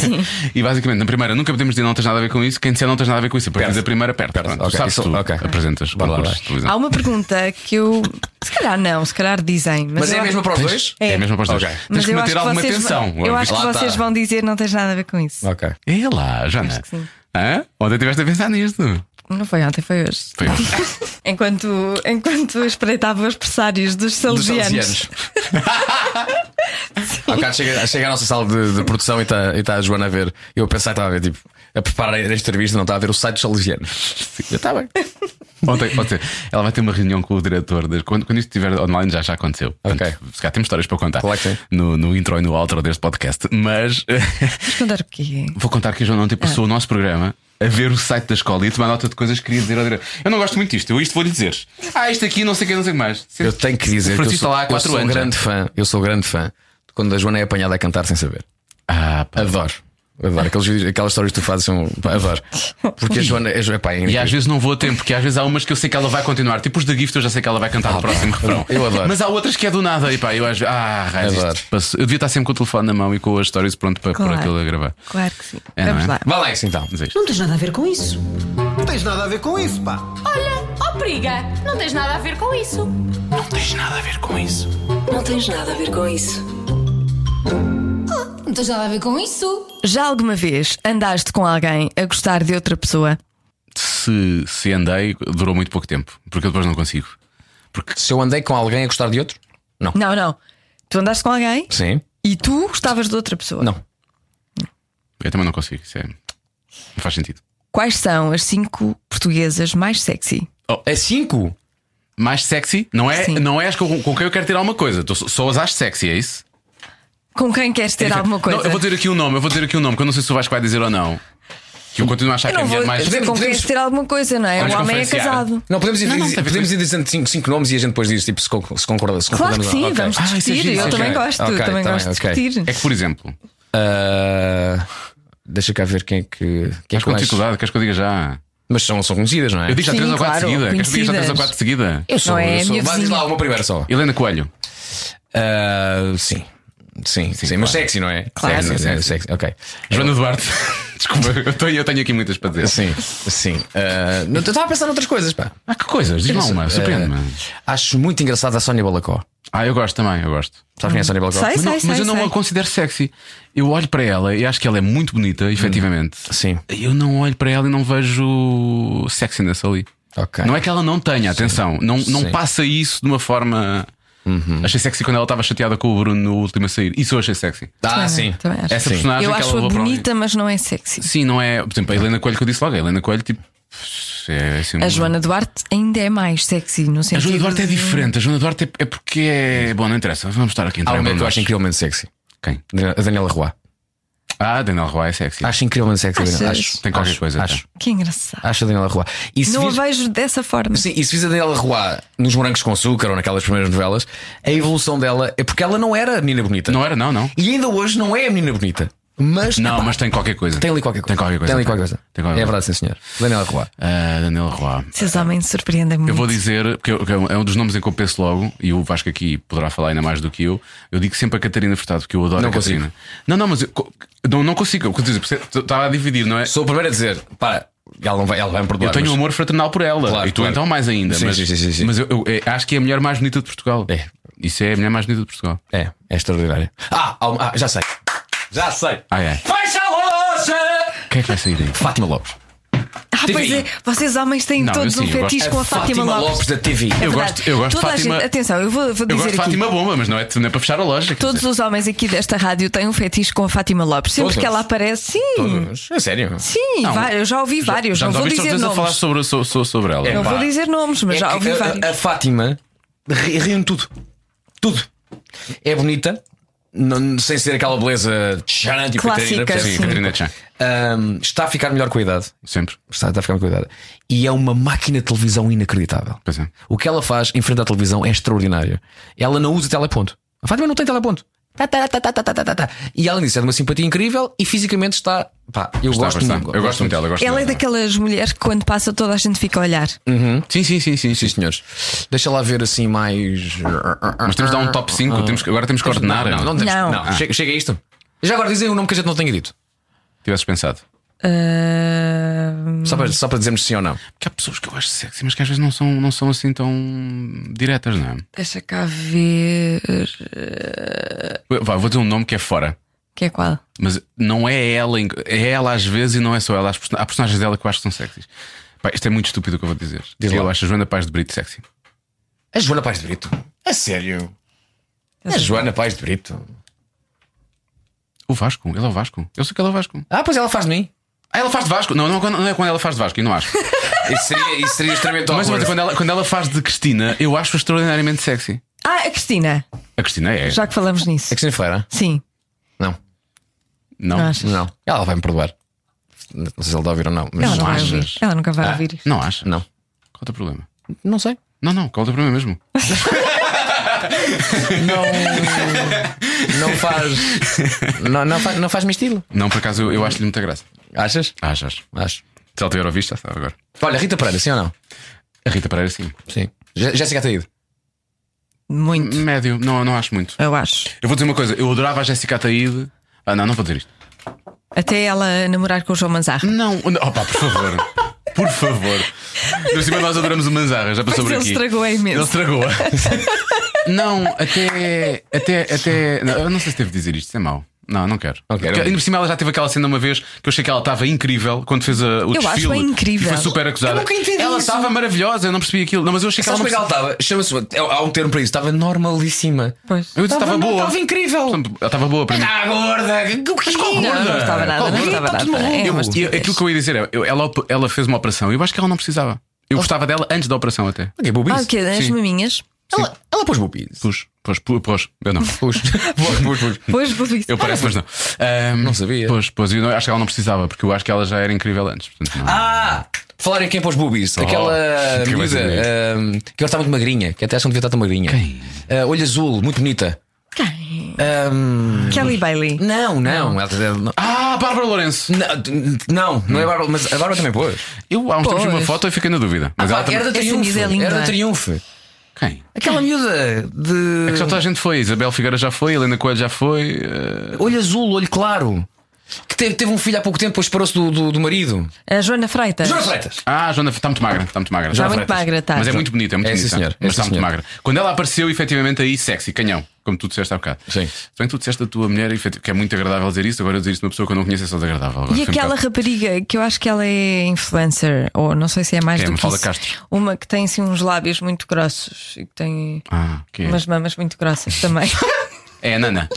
S2: e basicamente, na primeira, nunca podemos dizer não tens nada a ver com isso. Quem disser não tens nada a ver com isso, a partir
S5: Perde.
S2: da primeira, perde.
S5: Perde.
S2: Pronto, tu
S5: Ok,
S2: sabes
S5: isso-
S2: tu,
S5: ok.
S2: apresentas
S5: Bora lá, um
S2: concursos
S5: vai.
S2: de televisão.
S4: Há uma pergunta que eu. Se calhar não, se calhar dizem. Mas,
S5: Mas é
S4: eu-
S5: a mesma para os dois?
S2: É, mesmo para os dois.
S5: Ok.
S2: Tens
S4: Mas
S2: que
S4: eu acho
S2: manter
S4: que
S2: alguma
S4: vocês
S2: atenção.
S4: Vão, eu acho que
S5: Lá está.
S4: vocês vão dizer não tens nada a ver com isso.
S5: Ok.
S2: É lá, Jana.
S4: que sim.
S2: Hã? Ontem estiveste a pensar nisto.
S4: Não foi ontem, foi hoje.
S2: Foi hoje.
S4: Enquanto, enquanto espreitava os pressários dos
S5: Dos
S4: salesianos.
S5: salesianos. Há bocado chega, chega à nossa sala de, de produção e está a Joana a ver. Eu pensei que estava a ver, tipo, a preparar esta entrevista, não estava a ver o site dos salesianos. Eu está bem.
S2: Ontem, ontem, ela vai ter uma reunião com o diretor. de- quando, quando isto estiver online, já, já aconteceu. Portanto, Se calhar temos histórias para contar
S5: Claro que sim.
S2: no, no intro e no outro deste podcast. Mas
S4: Vamos contar o quê?
S2: Vou contar que a Joana
S4: Ah.
S2: ontem passou tipo, o nosso programa a ver o site da escola e a tomar nota de coisas que queria dizer ao diretor. Eu não gosto muito disto, eu isto vou-lhe dizer. Ah, isto aqui, não sei o que, não sei o que mais.
S5: Eu tenho que dizer que eu
S2: Francisco
S5: sou,
S2: está lá há
S5: eu
S2: quatro
S5: sou um
S2: anos.
S5: grande fã. Eu sou um grande fã de quando a Joana é apanhada a cantar sem saber.
S2: Ah, pá.
S5: Adoro. Adoro. Aqueles vídeos- aquelas histórias que tu fazes são. pá, Adoro. Porque a Joana. A Joana pá, é
S2: E às
S5: incrível.
S2: vezes não vou a tempo, porque às vezes há umas que eu sei que ela vai continuar. Tipo os da Gift, eu já sei que ela vai cantar o próximo refrão.
S5: Ah, Eu adoro.
S2: Mas há outras que é do nada. E pá, eu às vezes. Ah, raios, isto
S5: Adoro.
S2: passou. Eu devia estar sempre com o telefone na mão e com as histórias pronto para pôr
S4: Claro.
S2: aquilo a gravar.
S4: Claro que sim.
S2: É, não
S4: Vamos
S2: é?
S4: lá.
S5: Vá lá isso então.
S2: Mas é isto.
S1: Não tens nada a ver com isso.
S6: Não tens nada a ver com isso, pá.
S7: Olha, ó periga, não tens nada a ver com isso.
S1: Não tens nada a ver com isso.
S7: Não tens nada a ver com isso.
S4: Já alguma vez andaste com alguém a gostar de outra pessoa?
S2: Se, se andei, durou muito pouco tempo, porque eu depois não consigo.
S5: Se eu andei com alguém a gostar de outro?
S4: Não, não. Tu andaste com alguém
S5: Sim.
S4: e tu gostavas de outra pessoa.
S5: Não.
S2: Eu também não consigo. Isso é... Não faz sentido.
S4: Quais são as cinco portuguesas mais sexy?
S5: É cinco?
S2: mais sexy, não é,
S4: Sim.
S2: não é as com, com quem eu quero ter alguma coisa. Tu só- só as acho sexy, é isso?
S4: Com quem queres ter
S2: Enfim,
S4: alguma coisa?
S2: Não, eu vou dizer aqui um nome, eu vou dizer aqui um nome, que eu não sei se o Vasco vai dizer ou não. Que eu continuo a achar
S4: Eu
S2: que é a
S4: não
S2: mulher
S4: vou
S2: mais.
S4: dizer com quem queres ter alguma coisa, não é?
S2: Vamos
S4: O homem é
S2: conferenciar.
S4: casado.
S5: Não, podemos ir,
S2: Não, não, tem a ver
S5: podemos
S2: com
S5: ir dizendo cinco, cinco nomes e a gente depois diz tipo, se, con- se concorda,
S2: Então
S5: se
S4: Claro que
S5: concordamos ou
S4: sim,
S5: não. Ok.
S4: vamos
S2: Ah, isso é
S4: discutir.
S2: giro, isso
S4: eu
S2: é
S4: também
S5: giro.
S4: gosto,
S5: Ok,
S4: eu também
S5: tá
S4: gosto
S5: bem,
S4: de
S5: ok.
S4: discutir.
S2: É que, por exemplo,
S5: Ah, deixa cá ver quem é que. Quem é
S2: queres
S5: que
S2: com
S5: eu acho.
S2: dificuldade, queres que eu diga já?
S5: Mas são, são conhecidas, não é?
S2: Eu digo já
S4: Sim,
S2: 3 ou 4
S4: claro,
S2: seguida. Queres que eu diga já 3 ou
S4: conhecidas.
S2: 4 seguida?
S5: eu sou,
S4: não é
S5: eu
S4: a
S5: sou.
S4: minha
S5: Vá, diz lá
S4: vizinha.
S5: uma primeira só.
S2: Helena Coelho.
S5: Ah, sim. Sim, sim, mas
S2: claro.
S5: sexy, não é?
S4: Claro.
S5: Sexy,
S2: Sim, sim,
S5: é, sexy. Ok.
S2: Joana Duarte. Desculpa, eu tenho, eu tenho aqui muitas para dizer.
S5: Sim, sim. Ah, não, eu estava a pensar noutras coisas, pá.
S2: Ah, que coisas, diz-me
S5: Isso,
S2: uma,
S5: eh,
S2: surpreende-me.
S5: Acho muito engraçada a Sónia Balacó.
S2: Ah, eu gosto também, eu gosto.
S5: Sabes quem é a Sónia Balacó?
S4: Sei,
S2: Mas, não-
S4: sei,
S2: mas
S4: sei.
S2: eu não
S4: sei.
S2: a considero sexy. Eu olho para ela e acho que ela é muito bonita, efetivamente.
S5: Sim.
S2: Eu não olho para ela e não vejo sexiness ali.
S5: Ok.
S2: Não é que ela não tenha, atenção, não, não
S5: Sim. Uhum.
S2: passa isso de uma forma. Achei sexy quando ela estava chateada com o Bruno no último a sair. Isso eu achei sexy.
S5: Ah,
S4: Também,
S5: sim.
S4: também acho.
S2: Essa personagem
S4: Eu
S2: que ela
S4: acho-a
S2: levou para ali.
S4: bonita, mas não é sexy.
S2: Sim, não é. Por exemplo, a Helena Coelho que eu disse logo. A Helena Coelho, tipo. É, assim,
S4: A
S2: uma-
S4: Joana Duarte ainda é mais sexy, no
S2: A
S4: sentido.
S2: Joana Duarte é
S4: de-
S2: diferente. A Joana Duarte é, é porque é. Bom, não interessa. Vamos estar aqui a
S5: Há
S2: entrar
S5: uma
S2: em
S5: que eu
S2: pormenores.
S5: acho incrivelmente sexy.
S2: Quem?
S5: A Daniela Roy.
S2: Ah, Daniel Roy é sexy.
S5: Acho incrivelmente sexy. a
S4: Achas?
S5: Daniela- Acho,
S2: Tem qualquer
S5: acho,
S2: coisa, tá.
S5: Acho,
S4: Que engraçado.
S5: acho a Daniela Roy.
S2: Ah,
S5: E se
S4: não
S5: vis-
S4: a vejo dessa forma.
S5: Sim, e se vis a Daniela Roy nos Morangos com Açúcar ou naquelas primeiras novelas, a evolução dela é porque ela não era a menina bonita.
S2: tá. Não era, não, não.
S5: E ainda hoje não é a menina bonita. Mas,
S2: Não,
S5: epá,
S2: mas tem qualquer coisa.
S5: tem ali qualquer coisa.
S2: Tem qualquer coisa.
S5: Tem ali qualquer coisa.
S2: Tem qualquer
S5: É
S2: coisa.
S5: verdade, sim, senhor. Daniela Roy.
S2: Ah, Daniel Roy.
S4: Esses homens surpreendem muito.
S2: Eu vou dizer, porque eu- que é um dos nomes em que eu penso logo, e o Vasco aqui poderá falar ainda mais do que eu. Eu digo sempre a Catarina Furtado, porque eu adoro
S5: Não
S2: a Catarina. Não, não, mas eu co- não, não consigo. Eu consigo dizer, porque Estava a dividir, não é?
S5: Sou o primeiro a dizer, para, ela, não vai, ela vai me perdoar.
S2: Eu tenho
S5: mas-
S2: um amor fraternal por ela.
S5: Claro,
S2: e tu
S5: claro.
S2: então mais ainda.
S5: Sim,
S2: mas
S5: sim, sim, sim, sim.
S2: mas eu, eu, eh, acho que é a mulher mais bonita de Portugal.
S5: É.
S2: Isso é a mulher mais bonita de Portugal.
S5: É, é extraordinária. Ah, há uma- ah, já sei. Já sei.
S2: Ah, é.
S5: Fecha a loja!
S2: Quem é que vai sair daí?
S5: Fátima Lopes.
S4: Ah, pois
S5: TV.
S4: é, vocês homens têm
S2: Não,
S4: todos
S2: eu sim,
S4: um
S2: eu gosto.
S4: fetiche com a Fátima, Lopes.
S5: da TV.
S2: Eu
S4: Verdade.
S2: gosto, eu gosto de
S4: Toda a
S2: Fátima.
S4: gente- Atenção, eu vou, vou
S2: eu
S4: dizer
S2: gosto de
S4: aqui.
S2: Fátima Bomba, mas não é, não é para fechar a loja. quer
S4: Todos
S2: dizer.
S4: os homens aqui desta rádio têm um fetiche com a Fátima Lopes. Sempre
S5: Todos?
S4: que ela aparece, sim,
S5: Todos. É sério.
S4: sim, vai- eu já ouvi vários.
S2: já
S4: não
S2: nos
S4: vou
S2: ouviste
S4: dizer
S2: todos a falar
S4: nomes.
S2: sobre, so- so- sobre ela.
S5: É,
S4: Não
S5: pá.
S4: vou dizer nomes, mas
S5: É
S4: já
S5: que
S4: ouvi
S5: a-
S4: vários.
S5: a, a Fátima ri- riu-me tudo. Tudo. É bonita, não- sem ser aquela beleza tchan, tipo
S4: Clássica,
S5: Catarina,
S2: Sim,
S5: percebes?
S4: sim.
S2: Catarina Chan.
S5: Ahm, está a ficar melhor com a idade.
S2: Sempre.
S5: Está, está a ficar melhor com a idade. E é uma máquina de televisão inacreditável.
S2: Pois é.
S5: O que ela faz em frente à televisão é extraordinário. Ela não usa teleponto. A Fátima não tem teleponto. Tá, tá, tá, tá, tá, tá, tá, tá. E além disso, é de uma simpatia incrível e fisicamente está. Pá, eu
S2: Está,
S5: gosto
S2: está.
S5: muito.
S2: Eu gosto muito dela. eu gosto
S4: Ela é
S2: dela.
S4: daquelas mulheres que quando passa toda a gente fica a olhar.
S2: Sim, sim, sim, sim,
S5: Sim,
S2: sim.
S5: senhores. Deixa lá ver assim mais. uh,
S2: Mas temos de dar um top 5, temos que- agora temos que ordenar. é?
S5: Não, não, não, Ah, temos- um
S4: Não.
S5: não. Chega, chega a isto. Já agora dizem o nome que a gente não tenha dito.
S2: Tivesses pensado.
S4: Ah,
S5: Só para, só para dizermos sim ou não.
S2: Porque há pessoas que eu acho sexy, mas que às vezes não são, não são assim tão diretas, não é?
S4: deixa cá ver.
S2: Eu- vá, vou dizer um nome que é fora.
S4: Que é qual?
S2: Mas não é ela, em- é ela às vezes e não é só ela. Há person- Há personagens dela que eu acho que são sexys. Pá, isto é muito estúpido o que eu vou dizer.
S5: Diz lá.
S2: eu acho a Joana Paz de Brito sexy.
S5: A Joana Paz de Brito. A sério. A Joana Paz de Brito.
S2: O Vasco, ele é o Vasco. Eu sei que ele é o Vasco.
S5: Ah, pois ela faz de mim.
S2: Ah, ela faz de Vasco? Não, não, quando- não é quando ela faz de Vasco, eu não acho.
S5: Isso seria, isso seria extremamente
S2: Mas
S5: awkward.
S2: outra, quando ela, quando ela faz de Cristina, eu acho extraordinariamente sexy.
S4: Ah, a Cristina,
S2: A Cristina é.
S4: já que falamos nisso.
S5: É que se não era?
S4: Sim,
S5: Não.
S2: Não,
S4: não achas?
S5: Não. Ela vai me perdoar. Não sei se ele está a ouvir ou não, mas
S4: Ela não vai
S2: achas? Ah.
S4: ouvir. Ela nunca vai ouvir.
S2: não acho.
S5: Não.
S2: Qual é o teu problema?
S5: Não sei.
S2: Não, não, qual é o teu problema mesmo?
S5: Não faz. não, não faz, não faz-me estilo.
S2: Não, por acaso eu, eu acho-lhe muita graça.
S5: Achas?
S2: Acho, acho.
S5: Acho.
S2: Se ela tiver ouvido, já sabe agora.
S5: Olha, Rita Pereira, sim ou não?
S2: A Rita Pereira, sim.
S5: Sim. Je- Jéssica Ataíde.
S4: Muito,
S2: Médio, não, não acho muito.
S4: eu acho.
S2: Eu vou dizer uma coisa, eu adorava a Jéssica Ataíde. Ah, não, não vou dizer isto.
S4: Até ela namorar com o João Manzarra.
S2: Não, não. opa, por favor. Por favor. Por cima nós adoramos o Manzarra, já passou
S4: Pois
S2: por
S4: ele
S2: aqui.
S4: estragou-a imenso.
S2: Ele estragou-a. não, até. Até. até não, eu não sei se devo dizer isto, isso é mau. Não, não quero.
S5: Não quero.
S2: Porque, Ainda por cima ela já teve aquela cena uma vez que eu achei que ela estava incrível quando fez a, o
S4: Eu
S2: desfile.
S4: acho-a incrível.
S2: E foi super acusada.
S5: Eu nunca entendi
S2: ela
S5: isso.
S2: estava maravilhosa, eu não percebi aquilo. Não, mas eu achei que ela
S5: Sabes
S2: não
S5: como é que ela estava? Chama-se. é- Há um termo para isso. Estava normalíssima.
S4: Pois.
S2: Eu disse, estava
S5: não,
S2: boa.
S5: Estava incrível.
S2: Portanto, Ela estava boa para mim.
S5: Está gorda. O que
S4: Não, não estava nada, não
S5: Qual
S4: estava
S5: gorda? Tá
S4: nada.
S5: tudo maluco.
S4: É,
S2: Eu-
S4: mas-
S2: eu- aquilo que eu ia dizer é, eu- ela, ela fez uma operação, eu acho que ela não precisava. Eu gostava dela antes da operação até.
S5: Ok, boobies.
S4: Ah, o quê? As
S2: Sim.
S4: maminhas?
S5: Ela, ela pôs boobies.
S2: Pus, pus, pus, pus. Eu não.
S5: Pôs. pôs, pôs, pôs.
S4: Pois, vou ver.
S2: Hum. Eu parece, mas não. Ahm,
S5: Não sabia.
S2: Pois, pois, eu não- acho que ela não precisava, porque eu acho que ela já era incrível antes. portanto, não.
S5: Ah! Falar em quem pôs boobies. Aquela
S2: que vai
S5: miúda
S2: saber.
S5: ahm, que agora está muito magrinha, que até acham que devia estar tão magrinha.
S2: Quem?
S5: Ah, olho azul, muito bonita.
S4: Quem?
S5: Ahm,
S4: Kelly Bailey.
S5: não, não. ela- ela- não.
S2: Ah, Bárbara Lourenço!
S5: Não, não, não é Bárbara, mas a Bárbara também pôs.
S2: Eu há uns tempos vi uma
S4: Pois.
S2: foto e fiquei na dúvida. Mas
S5: Ah,
S2: ela
S5: pá,
S2: também.
S5: era da
S4: Essa
S5: Triunfo.
S4: miúda é linda.
S5: Era da Triunfo.
S2: Quem?
S5: Aquela miúda de.
S2: É que já toda a gente foi. Isabel Figueira já foi, Helena Coelho já foi. eh,
S5: Olho azul, olho claro. Que teve, teve um filho há pouco tempo, depois separou-se do, do, do marido.
S4: A Joana Freitas.
S5: Joana Freitas.
S2: Ah, a Joana está muito magra, está muito magra.
S4: Está
S2: Joana
S4: muito
S2: Freitas.
S4: magra, tá.
S2: Mas é muito bonita, é muito
S5: É, sim,
S2: bonita.
S5: senhor. É,
S2: Mas está
S5: sim,
S2: muito
S5: senhor.
S2: magra. Quando ela apareceu, efetivamente, aí sexy, canhão, como tu disseste há bocado.
S5: Sim.
S2: Se bem que tu disseste da tua mulher, efetiv- que é muito agradável dizer isso, agora eu dizer isso de uma pessoa que eu não conheço é só desagradável. Agora
S4: E
S2: foi um
S4: aquela
S2: bocado-
S4: rapariga que eu acho que ela é influencer, ou não sei se é mais
S2: Quem?
S4: do que
S2: Mafalda
S4: isso.
S2: Castro?
S4: Uma que tem assim uns lábios muito grossos e que tem
S2: Ah, que é?
S4: umas mamas muito grossas também.
S2: É a Nana.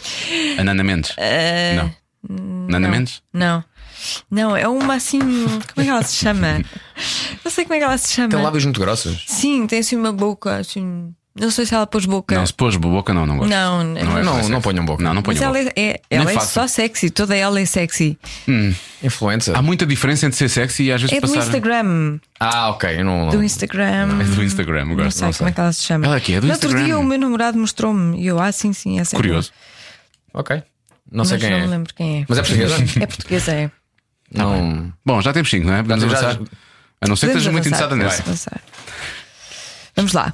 S2: A Nana Mendes. não. Nana Mendes?
S4: Eh, não. Não, é uma assim. Como é que ela se chama? Não sei como é que ela se chama.
S5: Tem lábios muito grossos.
S4: Sim, tem assim uma boca assim. Não sei se ela pôs boca.
S2: Não, se pôs boca, não, não gosto.
S4: Não, não.
S2: é
S5: Não,
S2: sexy.
S5: não ponham boca.
S2: Não, não
S4: Mas
S2: ponham
S4: ela
S2: boca.
S4: é, é- ela é
S2: faço.
S4: só sexy, toda ela é sexy.
S5: Influencer.
S2: Há muita diferença entre ser sexy e às vezes
S4: É do
S2: passar.
S4: Instagram.
S5: Ah, ok. Eu não.
S4: Do Instagram.
S2: É do Instagram, eu
S4: Não
S2: gosto.
S4: sei como é que ela se chama.
S2: Ela aqui é do
S4: no outro
S2: Instagram.
S4: dia o meu namorado mostrou-me e eu, ah, sim, sim, essa é
S2: Curioso.
S5: Ok. Não
S4: boa.
S5: sei
S4: Mas
S5: quem
S4: não
S5: é.
S4: me lembro quem é.
S5: Mas é portuguesa?
S4: É portuguesa, é.
S5: não.
S2: Bom, já temos 5, não é? Podemos
S5: Já- já-
S2: avançar. A não ser que
S4: Podemos
S2: estejas muito
S4: avançar,
S2: interessada nessa.
S4: podemos avançar. Vamos lá.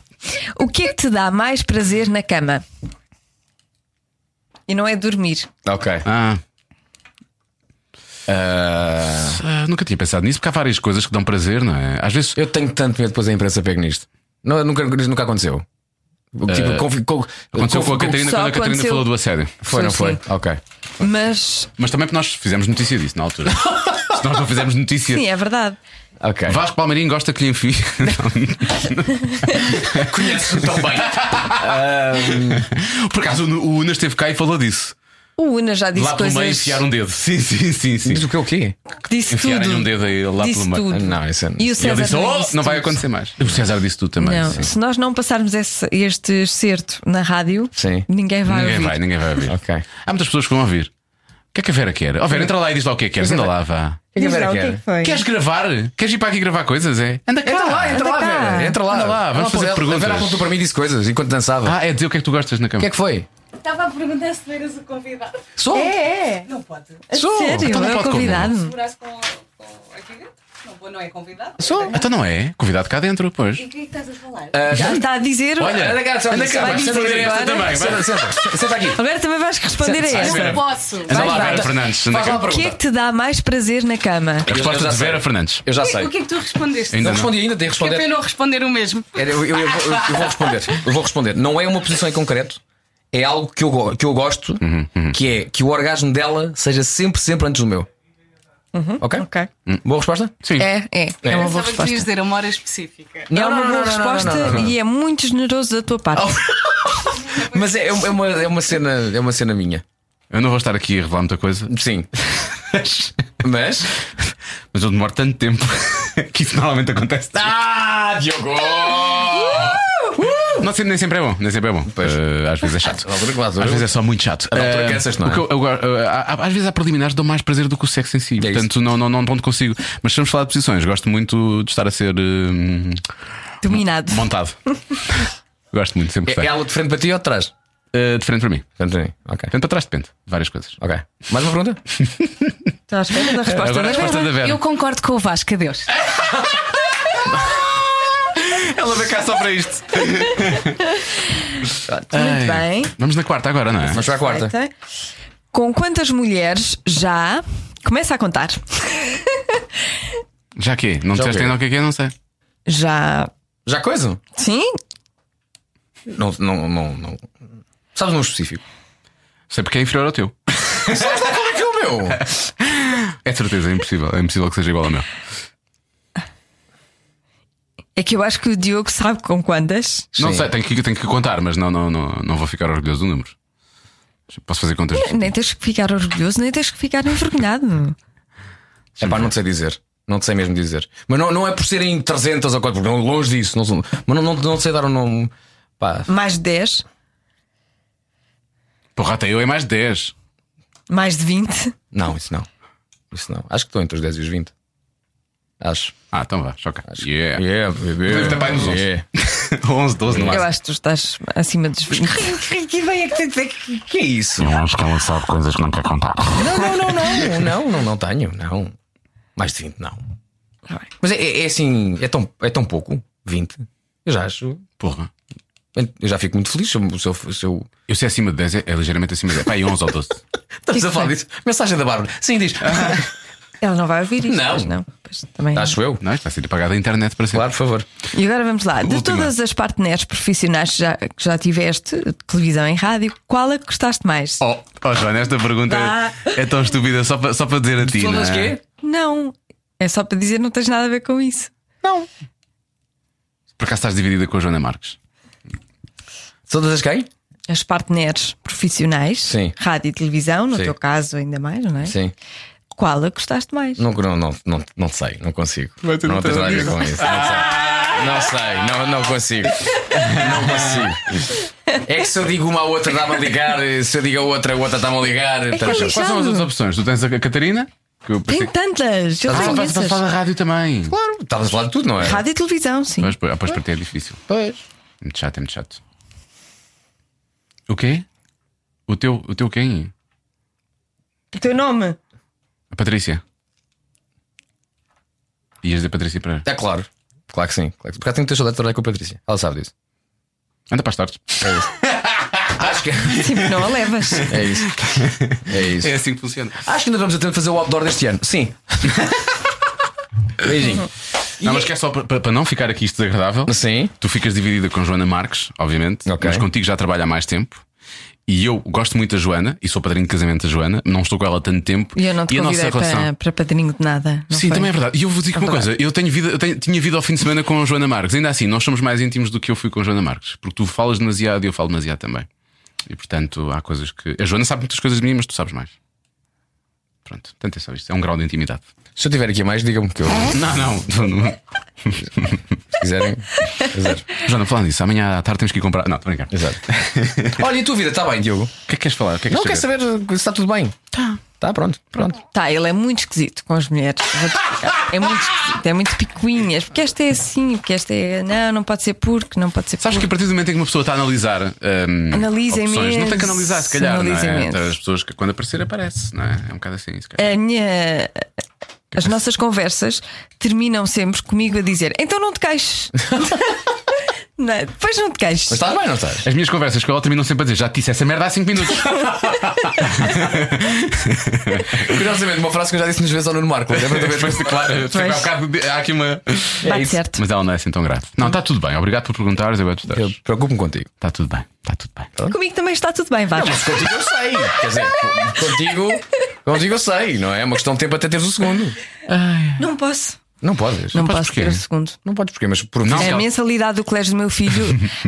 S4: O que é que te dá mais prazer na cama? E não é dormir.
S5: Ok.
S2: Ah,
S5: Ah,
S2: ah, nunca tinha pensado nisso, porque há várias coisas que dão prazer, não é? Às vezes.
S5: eu tenho tanto medo depois da imprensa pega nisto. Não, nunca, isso nunca aconteceu. Tipo,
S4: Eh,
S5: confi- co-
S2: Aconteceu
S5: confi-
S2: com a Catarina
S4: só
S2: quando a Catarina
S4: aconteceu-
S2: falou do assédio.
S5: Foi, não foi?
S4: Sim,
S5: Ok.
S4: Mas,
S2: Mas também porque nós fizemos notícia disso na altura. Se nós não fizermos notícia.
S4: sim, é verdade.
S5: Ok.
S2: Vasco Palmeirinho gosta que lhe enfie. Conheces-me também. Por acaso o o Unas esteve cá e falou disso.
S4: O Una já disse
S2: Lá pelo
S4: coisas.
S2: meio enfiar um dedo. Sim, sim, sim, sim.
S5: Diz o que é o quê?
S4: Disse
S2: Enfiarem
S4: tudo.
S2: um dedo aí lá
S4: disse
S2: pelo meio.
S4: tudo.
S5: Não, isso é-
S4: E o
S2: E ele
S4: César
S2: disse:
S4: também
S2: Oh,
S4: disse
S2: não vai
S4: tudo.
S2: acontecer mais. O César disse tudo também.
S4: Não,
S2: sim.
S4: se nós não passarmos esse- este excerto na rádio,
S5: Sim.
S4: ninguém vai
S2: Ninguém
S4: ouvir.
S2: vai, ninguém vai ouvir.
S5: Ok. é
S2: Há muitas pessoas que vão ouvir. O que é que a Vera quer? Ó, Vera, entra lá e diz lá o que é que queres. Anda lá, vá.
S5: Quem
S4: Diz
S5: era
S4: lá,
S5: que
S4: o que é
S5: era?
S4: que foi?
S2: Queres gravar? Queres ir para aqui gravar coisas? É? Anda cá.
S5: Entra lá, entra
S4: Anda
S5: lá,
S4: cá.
S5: Vera. Entra lá.
S2: Ela lá, vamos fazer
S5: ela-
S2: perguntas.
S5: A Vera apontou para mim e disse coisas enquanto dançava.
S2: Ah, é dizer o que é que tu gostas na
S5: O
S2: cama.
S5: que é que foi?
S8: Estava a perguntar se não eras o convidado.
S5: Sou?
S4: É,
S8: Não pode.
S5: Sou.
S4: sério,
S2: Então não
S4: é o
S2: pode comer.
S4: convidado.
S8: Seguraste com, com aqui dentro? Não, pô, não é convidado?
S5: Sou?
S2: Então não é? Convidado cá dentro, pois.
S8: E o que é que estás a falar?
S4: Já está a dizer.
S2: Olha,
S5: Anda cá, senta-
S2: anda cá,
S5: vai
S2: vai
S5: dizer
S2: responder esta
S4: agora.
S2: também. vai.
S5: Senta, senta. Senta aqui.
S4: Agora também vais responder a
S5: Sai,
S4: esta.
S5: Vera.
S7: Não posso.
S2: Anda lá,
S4: Vai,
S2: Vera
S4: vai.
S2: Fernandes. anda
S5: Faz lá
S2: cá.
S5: uma
S4: O que é que
S5: pergunta.
S4: te dá mais prazer na cama?
S2: A resposta
S5: Eu já
S2: de
S5: sei.
S2: Vera Fernandes.
S5: Eu já
S8: O que-
S5: sei.
S8: O que é que tu respondeste?
S2: Ainda
S5: Não
S2: não.
S5: respondi ainda, tenho que
S7: Então,
S8: Que é para eu
S5: responder.
S8: não responder o mesmo.
S5: Era- Eu, eu- eu vou- eu vou responder. Eu vou responder. Não é uma posição em concreto. É algo que eu, go- que eu gosto, que é que o orgasmo dela seja sempre, sempre antes do meu. Uhum, Ok? Hum,
S4: Ok.
S5: Boa resposta?
S2: Sim.
S4: É, é. É uma boa
S8: Pensava que
S4: resposta.
S8: querias dizer a uma hora específica.
S4: é uma boa resposta e é muito generoso da tua parte.
S2: Oh.
S5: Mas é, é uma, é, uma cena, é uma cena minha.
S2: Eu não vou estar aqui a revelar muita coisa,
S5: Sim. Mas.
S2: mas eu demoro tanto tempo que isso normalmente acontece. Uh!
S5: Ah, Diogo!
S2: Não, sempre- nem sempre é bom, nem sempre é bom. Eh, às vezes é chato.
S5: Na altura que lá sou
S2: Às
S5: eu.
S2: vezes é só muito chato.
S5: Na altura
S2: Eh,
S5: cansas, não é?
S2: o que eu- eu gosto- eh, há- há- às vezes há preliminares que dão mais prazer do que o sexo em si.
S5: isso.
S2: portanto, não, não, não, não consigo. Mas estamos a falar de posições. Gosto muito de estar a ser hum,
S4: Dominado.
S2: montado. Gosto muito, sempre
S5: É
S2: gostei.
S5: ela de frente para ti ou de trás?
S2: Eh, de frente para mim.
S5: Frente para mim. Ok.
S2: Depende para trás, depende. de Várias coisas.
S5: Ok. Mais uma pergunta?
S4: Estás à espera da resposta
S2: Agora
S4: da
S2: a resposta
S4: Vera?
S2: da Vera.
S7: Eu concordo com o Vasco, adeus.
S2: Ela veio cá só para isto.
S4: Pronto, Muito bem.
S2: Vamos na quarta agora, não é?
S5: Vamos para a quarta.
S4: Perfeita. Com quantas mulheres já. Começa a contar.
S2: Já que Não
S5: Já o
S2: disseste
S5: quê?
S2: ainda o que é que é? Não sei.
S4: Já.
S5: Já coisa?
S4: Sim?
S5: Não, não, não, não. Sabes num específico?
S2: Sei porque é inferior ao teu.
S5: Como é que é o meu?
S2: É de certeza, é impossível. É impossível que seja igual ao meu.
S4: É que eu acho que o Diogo sabe com quantas.
S2: Não
S5: Sim.
S2: sei, tenho que, tenho que contar, mas não, não, não, não vou ficar orgulhoso do número. Posso fazer
S4: É.
S2: contas?
S4: Nem tens que ficar orgulhoso, nem tens que ficar envergonhado.
S5: É pá, não te sei dizer. Não te sei mesmo dizer. Mas não, não é por serem 300 ou quatro, porque não, longe disso. Não, são- mas não, não, não sei dar o nome. Pá,
S4: Mais de 10,
S2: Porra, até eu é mais 10.
S4: mais de 20.
S5: não, isso não. Isso não. Acho que estou entre os 10 e os 20. Acho.
S2: Ah, então vá, choca. Yeah.
S5: Yeah, bebê.
S2: Deve ter para aí nos 11. 11, 12 no
S4: Eu
S2: máximo.
S4: acho que tu estás acima dos 20.
S5: Que ideia que tem que Que é isso?
S2: Eu acho que ela sabe coisas que não quer contar.
S5: Não, não, não, não, não, não, não tenho, não. Mais de 20, não.
S4: Tá
S5: Mas é- é, é assim, é tão, é tão pouco, 20. Eu já acho.
S2: Porra.
S5: Eu já fico muito feliz se eu. Se eu, se eu-
S2: Eu sei acima de 10 é, é ligeiramente acima de 10. Pá, e 11 ou 12.
S5: Estamos
S4: que
S5: a falar
S4: foi?
S5: disso. Mensagem da Bárbara. Sim, diz.
S4: Ela não vai ouvir isto,
S5: Não.
S4: pois não. Pois também.
S5: acho eu.
S2: Não, isto está a ser apagado a internet para sempre.
S5: Claro, por favor.
S4: E agora vamos lá. De
S2: Última.
S4: todas as partners profissionais que já, que já tiveste, televisão e rádio, qual a que gostaste mais?
S2: Oh, oh Joana, esta pergunta
S4: Dá.
S2: é, é tão estúpida só para, só para dizer a ti.
S5: Todas
S2: não é?
S5: quê?
S4: Não. É só para dizer, não tens nada a ver com isso.
S2: Por acaso estás dividida com a Joana Marques?
S5: Todas as quem?
S4: As partners profissionais,
S5: Sim.
S4: rádio e televisão, no
S5: Sim.
S4: teu caso ainda mais, não é?
S5: Sim.
S4: Qual a que gostaste mais?
S5: Não, não, não, não, não sei, não consigo.
S2: Vai ter
S5: não
S2: de
S5: tens
S2: ter
S5: nada a ver
S2: ouvido.
S5: com isso. Não sei, não, sei. Não, não consigo. Não consigo. É que se eu digo uma, a outra dá-me a ligar. Se eu digo a outra, a outra está-me a ligar.
S4: que é
S2: Quais são as
S4: Claro.
S2: outras opções? Tu tens a Catarina? Que eu
S4: Tem
S2: pensei-
S4: tantas! Eu
S2: Ah,
S4: tenho
S2: faz- faz-
S4: imensas.
S2: faz a rádio também.
S5: Claro, estavas a falar de tudo, não é?
S4: Rádio e televisão, sim.
S2: Mas pois, para ti é difícil.
S5: Pois.
S2: É Muito chato, é muito chato. O quê? O teu, o teu quem?
S4: O teu nome?
S2: A Patrícia. Ias dizer Patrícia para.
S5: É claro. Claro que sim. Claro que... Porque tenho que ter saudade de trabalhar com a Patrícia. Ela sabe disso.
S2: Anda para as tardes.
S5: É isso. Acho que
S4: Sim, porque não a levas.
S5: é isso. É isso.
S2: assim que funciona.
S5: Acho que ainda vamos a tempo de fazer o outdoor deste ano. Sim. Beijinho.
S2: Não, mas que é só para, para- para não ficar aqui isto desagradável.
S5: Sim.
S2: Tu ficas dividida com Joana Marques, obviamente,
S5: Ok.
S2: mas contigo já trabalha há mais tempo. E eu gosto muito da Joana e sou padrinho de casamento da Joana, não estou com ela há tanto tempo.
S4: E eu não te
S2: a
S4: convidei
S2: nossa relação.
S4: para, para padrinho de nada. não
S2: Sim,
S4: foi?
S2: também é verdade. E eu vou dizer
S4: É
S2: uma
S4: verdade.
S2: coisa: eu, tenho vida, eu tenho- tinha vida ao fim de semana com a Joana Marques. Ainda assim, nós somos mais íntimos do que eu fui com a Joana Marques, porque tu falas demasiado e eu falo demasiado também. E portanto, há coisas que. A Joana sabe muitas coisas de mim, mas tu sabes mais. Pronto, portanto é só isto. É um grau de intimidade.
S5: Se eu tiver aqui mais, digam-me que eu,
S4: É?
S2: Não, não. não.
S5: se quiserem. Exato.
S2: Joana, falando disso, amanhã à tarde temos que ir comprar. Não, estou a brincar.
S5: Exato. Olha, e a tua vida está bem, Diogo?
S2: O que é que queres falar? O que é que
S5: Não,
S2: queres
S5: quero saber se está tudo bem. Está. Está, pronto. Pronto.
S4: Tá, ele é muito esquisito com as mulheres. Vou-te explicar. É muito esquisito, é muito picuinhas. Porque esta é assim, porque esta é. Não, não pode ser porque, não pode ser
S2: Sabes que
S4: porque.
S2: a partir do momento em que uma pessoa está a analisar hum,
S4: Analisa
S2: opções, não tem que
S4: imenso,
S2: analisar, se calhar,
S4: analisa
S2: não é?
S4: imenso.
S2: Então, As pessoas que quando aparecer aparece, não é? É um bocado assim, se calhar.
S4: A minha. As nossas conversas terminam sempre comigo a dizer: então não te queixes. Não, é? depois não te queixes.
S5: Mas tá estás bem, não estás?
S2: As minhas conversas com ela terminam sempre a dizer, já te disse essa merda há 5 minutos.
S5: Curiosamente, uma frase que eu já disse nos vezes ao Nuno Marco. Lembra da vez que
S2: Mas, claro, tipo,
S5: é
S2: há bocado de- há aqui uma.
S4: Bate certo.
S2: Mas ela não é assim tão grave. Não, está tudo bem. Obrigado por perguntares. Eu gosto de
S5: Eu
S2: estás.
S5: preocupo-me contigo.
S2: Está tudo bem. Está tudo bem.
S4: Comigo também está tudo bem, vá.
S5: Mas contigo eu sei. Quer dizer, contigo, contigo eu sei, não é? É uma questão de tempo até teres o segundo.
S4: Não posso.
S5: Não podes.
S4: Não,
S5: Não,
S4: posso ter o segundo.
S5: podes porquê, mas por
S2: Não.
S5: não.
S4: A
S2: Ela-
S4: mensalidade do colégio do meu filho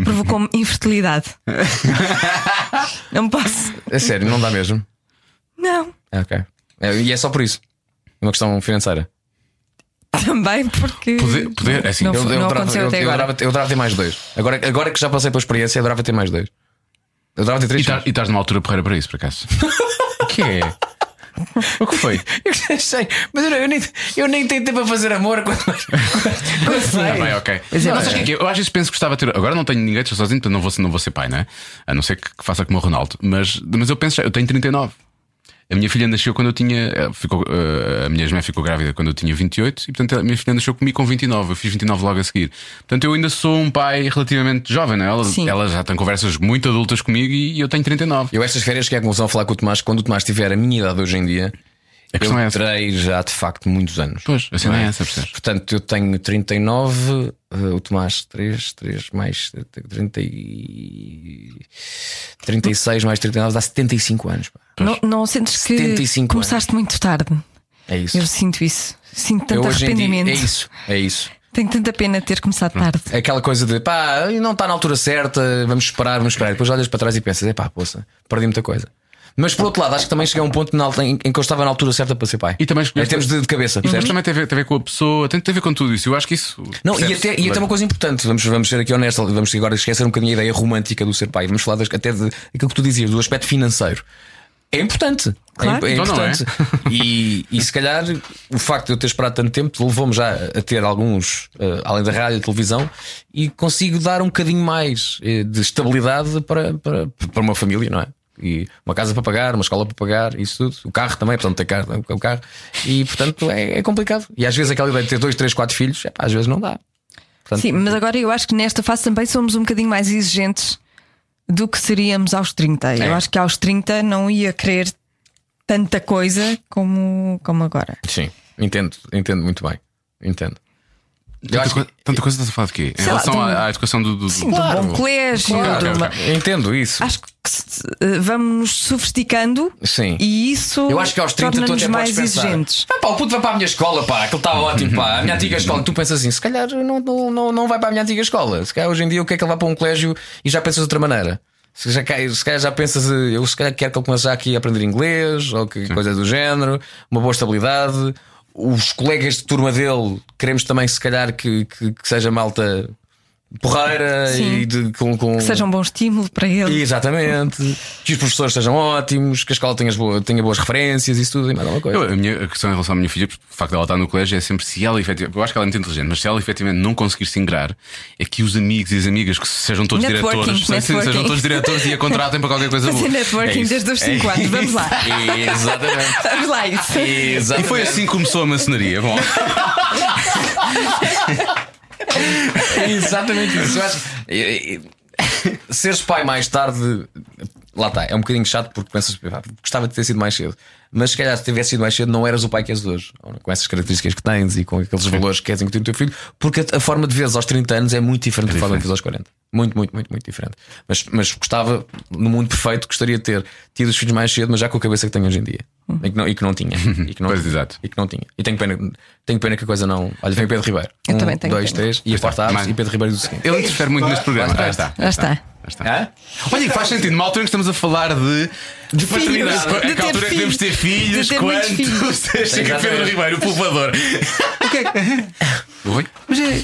S4: provocou-me infertilidade. não posso.
S5: É sério, não dá mesmo.
S4: Não.
S5: Ah, ok. É, e é só por isso. Uma questão financeira.
S4: Também porque.
S2: Poder- poder, é assim,
S4: não,
S5: Eu, eu,
S4: não
S5: adorava-
S4: aconteceu
S5: eu-
S4: até
S5: eu
S4: agora.
S5: adorava ter- eu adorava ter mais dois. Agora, agora que já passei pela experiência, eu adorava ter mais dois. Eu adorava ter
S2: E
S5: três.
S2: tá- e estás numa altura porreira para isso, por acaso.
S5: O que é?
S2: O que foi?
S5: Eu já sei, mas eu, não- eu nem, eu nem tenho tempo a fazer amor quando, quando sei.
S2: Ah, bem, ok.
S4: Mas é-
S2: Não, sabes o que é que é? Eu às vezes penso que gostava de ter. Agora não tenho ninguém, estou sozinho, portanto não vou, ser- não vou ser pai, não é? A não ser que, que faça como o Ronaldo. Mas, mas eu penso, já, eu tenho 39. A minha filha nasceu quando eu tinha. eh, Ficou, eh, a minha irmã ficou grávida quando eu tinha 28 e, portanto, a minha filha nasceu comigo com 29. Eu fiz 29 logo a seguir. Portanto, eu ainda sou um pai relativamente jovem, não é? Ela,
S4: Sim.
S2: ela já tem conversas muito adultas comigo e eu tenho 39.
S5: Eu estas férias cheguei à conclusão a falar com o Tomás quando o Tomás tiver a minha idade hoje em dia,
S2: A
S5: eu
S2: questão é essa.
S5: terei já de facto muitos anos.
S2: Pois, a cena
S5: Não
S2: é
S5: é?
S2: essa, percebes?
S5: Portanto, eu tenho 39, eh, o Tomás 3, 3 mais 30 e... 36 mais 39 dá 75 anos. pá.
S4: Não, não sentes que
S5: 75
S4: começaste muito tarde?
S5: É isso.
S4: Eu sinto isso. Sinto
S5: Eu
S4: tanto
S5: hoje em dia,
S4: arrependimento.
S5: é isso, Hum. é isso.
S4: Tenho tanta pena de ter começado tarde.
S5: Aquela coisa de pá, não está na altura certa, vamos esperar, vamos esperar. Depois olhas para trás e pensas, é pá, poça, perdi muita coisa. Mas por outro lado, acho que também cheguei a um ponto na alta- em, em que eu estava na altura certa para ser pai.
S2: E também
S5: Em
S2: escolheste-
S5: termos de, de cabeça.
S2: E
S5: percebes?
S2: também tem a, ver, tem a ver com a pessoa, tem, tem a ver com tudo isso. Eu acho que isso.
S5: Não, e
S2: percebe-se
S5: até, e até
S2: bem.
S5: uma coisa importante, vamos, vamos ser aqui honestos, vamos agora esquecer um bocadinho a ideia romântica do ser pai. Vamos falar das, até de, aquilo que tu dizias, do aspecto financeiro. É importante.
S4: Claro.
S5: É, imp- é
S2: Então não é?
S5: importante. E, e se calhar o facto de eu ter esperado tanto tempo levou-me já a ter alguns, eh, além da rádio e televisão, e consigo dar um bocadinho mais eh, de estabilidade para, para, para uma família, não é? E uma casa para pagar, uma escola para pagar, isso tudo. O carro também, portanto, tem carro, é o carro. E portanto é, é complicado. E às vezes aquela ideia de ter dois, três, quatro filhos, epá, às vezes não dá. Portanto,
S4: Sim, mas agora eu acho que nesta fase também somos um bocadinho mais exigentes do que seríamos aos 30.
S5: É.
S4: Eu acho que aos 30 não ia querer tanta coisa como, como agora.
S5: Sim, entendo, entendo muito bem. Entendo. Eu
S2: Tanta,
S5: acho
S2: coi-
S5: que-
S2: tanta coisa estás a falar de quê? Em
S4: lá,
S2: relação
S4: de um-
S2: à, à educação do. do-
S4: Sim, um
S5: Claro.
S4: do bom colégio,
S5: Claro,
S4: de uma-
S5: entendo isso.
S4: acho que se- eh, vamos nos sofisticando
S5: Sim.
S4: e isso
S5: Eu acho que aos 30 tu
S4: torna-nos
S5: até
S4: mais
S5: podes pensar,
S4: exigentes.
S5: Ah, pá, o puto vai para a minha escola, pá, aquilo está ótimo, pá, a minha antiga escola. Tu pensas assim, se calhar não, não, não, não vai para a minha antiga escola. Se calhar hoje em dia o que é que ele vai para um colégio e já pensas de outra maneira. Se, já, ca- se calhar já pensas, eh, eu se calhar quero que ele comece já aqui a aprender inglês ou que coisa do género, uma boa estabilidade. Os colegas de turma dele queremos também, se calhar, que, que, que seja malta porreira
S4: Sim.
S5: e de, com, com,
S4: Que seja um bom estímulo para ele.
S5: Exatamente. Que os professores sejam ótimos, que a escola tenha, as boa- tenha boas referências, isso tudo e mais alguma coisa.
S2: Eu, a minha a questão em relação à minha filha, porque o facto dela estar no colégio é sempre se ela efetivamente. Eu acho que ela é muito inteligente, mas se ela efetivamente não conseguir se ingrar, é que os amigos e as amigas que sejam todos
S4: Networking,
S2: diretores, se- se- sejam
S4: networking.
S2: todos diretores e a contratem para qualquer coisa boa.
S4: Fazer networking
S2: É isso.
S4: desde os 5 anos. Vamos lá.
S5: Exatamente.
S4: Vamos lá, isso.
S2: E
S5: Exatamente.
S2: foi assim que começou a maçonaria. Bom,
S5: Exatamente isso. Eu acho- e- e- Seres pai mais tarde, lá está, é um bocadinho chato porque pensas, "Pá, gostava de ter sido mais cedo. Mas se calhar se tivesse sido mais cedo, não eras o pai que és hoje, Ou não, com essas características que tens e com aqueles valores que queres incutir no teu filho, porque a, a forma de veres aos 30 anos é muito diferente da forma de veres aos 40. Muito, muito, muito, muito diferente. Mas, mas gostava, no mundo perfeito, gostaria de ter tido os filhos mais cedo, mas já com a cabeça que tenho hoje em dia. E que não, e que não tinha. E que não,
S2: Pois, exato.
S5: E que não tinha. E tenho pena, tenho pena que a coisa não. Olha, vem o Pedro Ribeiro.
S4: Eu
S5: um,
S4: também tenho
S5: dois,
S4: pena.
S5: três, e a porta abre
S2: Mais-
S5: e Pedro Ribeiro diz o seguinte.
S2: ele interfere muito neste programa. Já está.
S4: Já está.
S2: Já está.
S5: É?
S2: Olha, e faz sentido, numa altura em que estamos a falar de, de paternidade.
S4: Filhos, de
S2: que
S4: ter
S2: altura é que devemos ter
S4: filhos,
S2: filhos,
S4: de ter
S2: quando
S4: muitos filhos. é
S2: chega
S5: Exatamente.
S2: Pedro Ribeiro, o povoador. Oi?
S9: Mas é.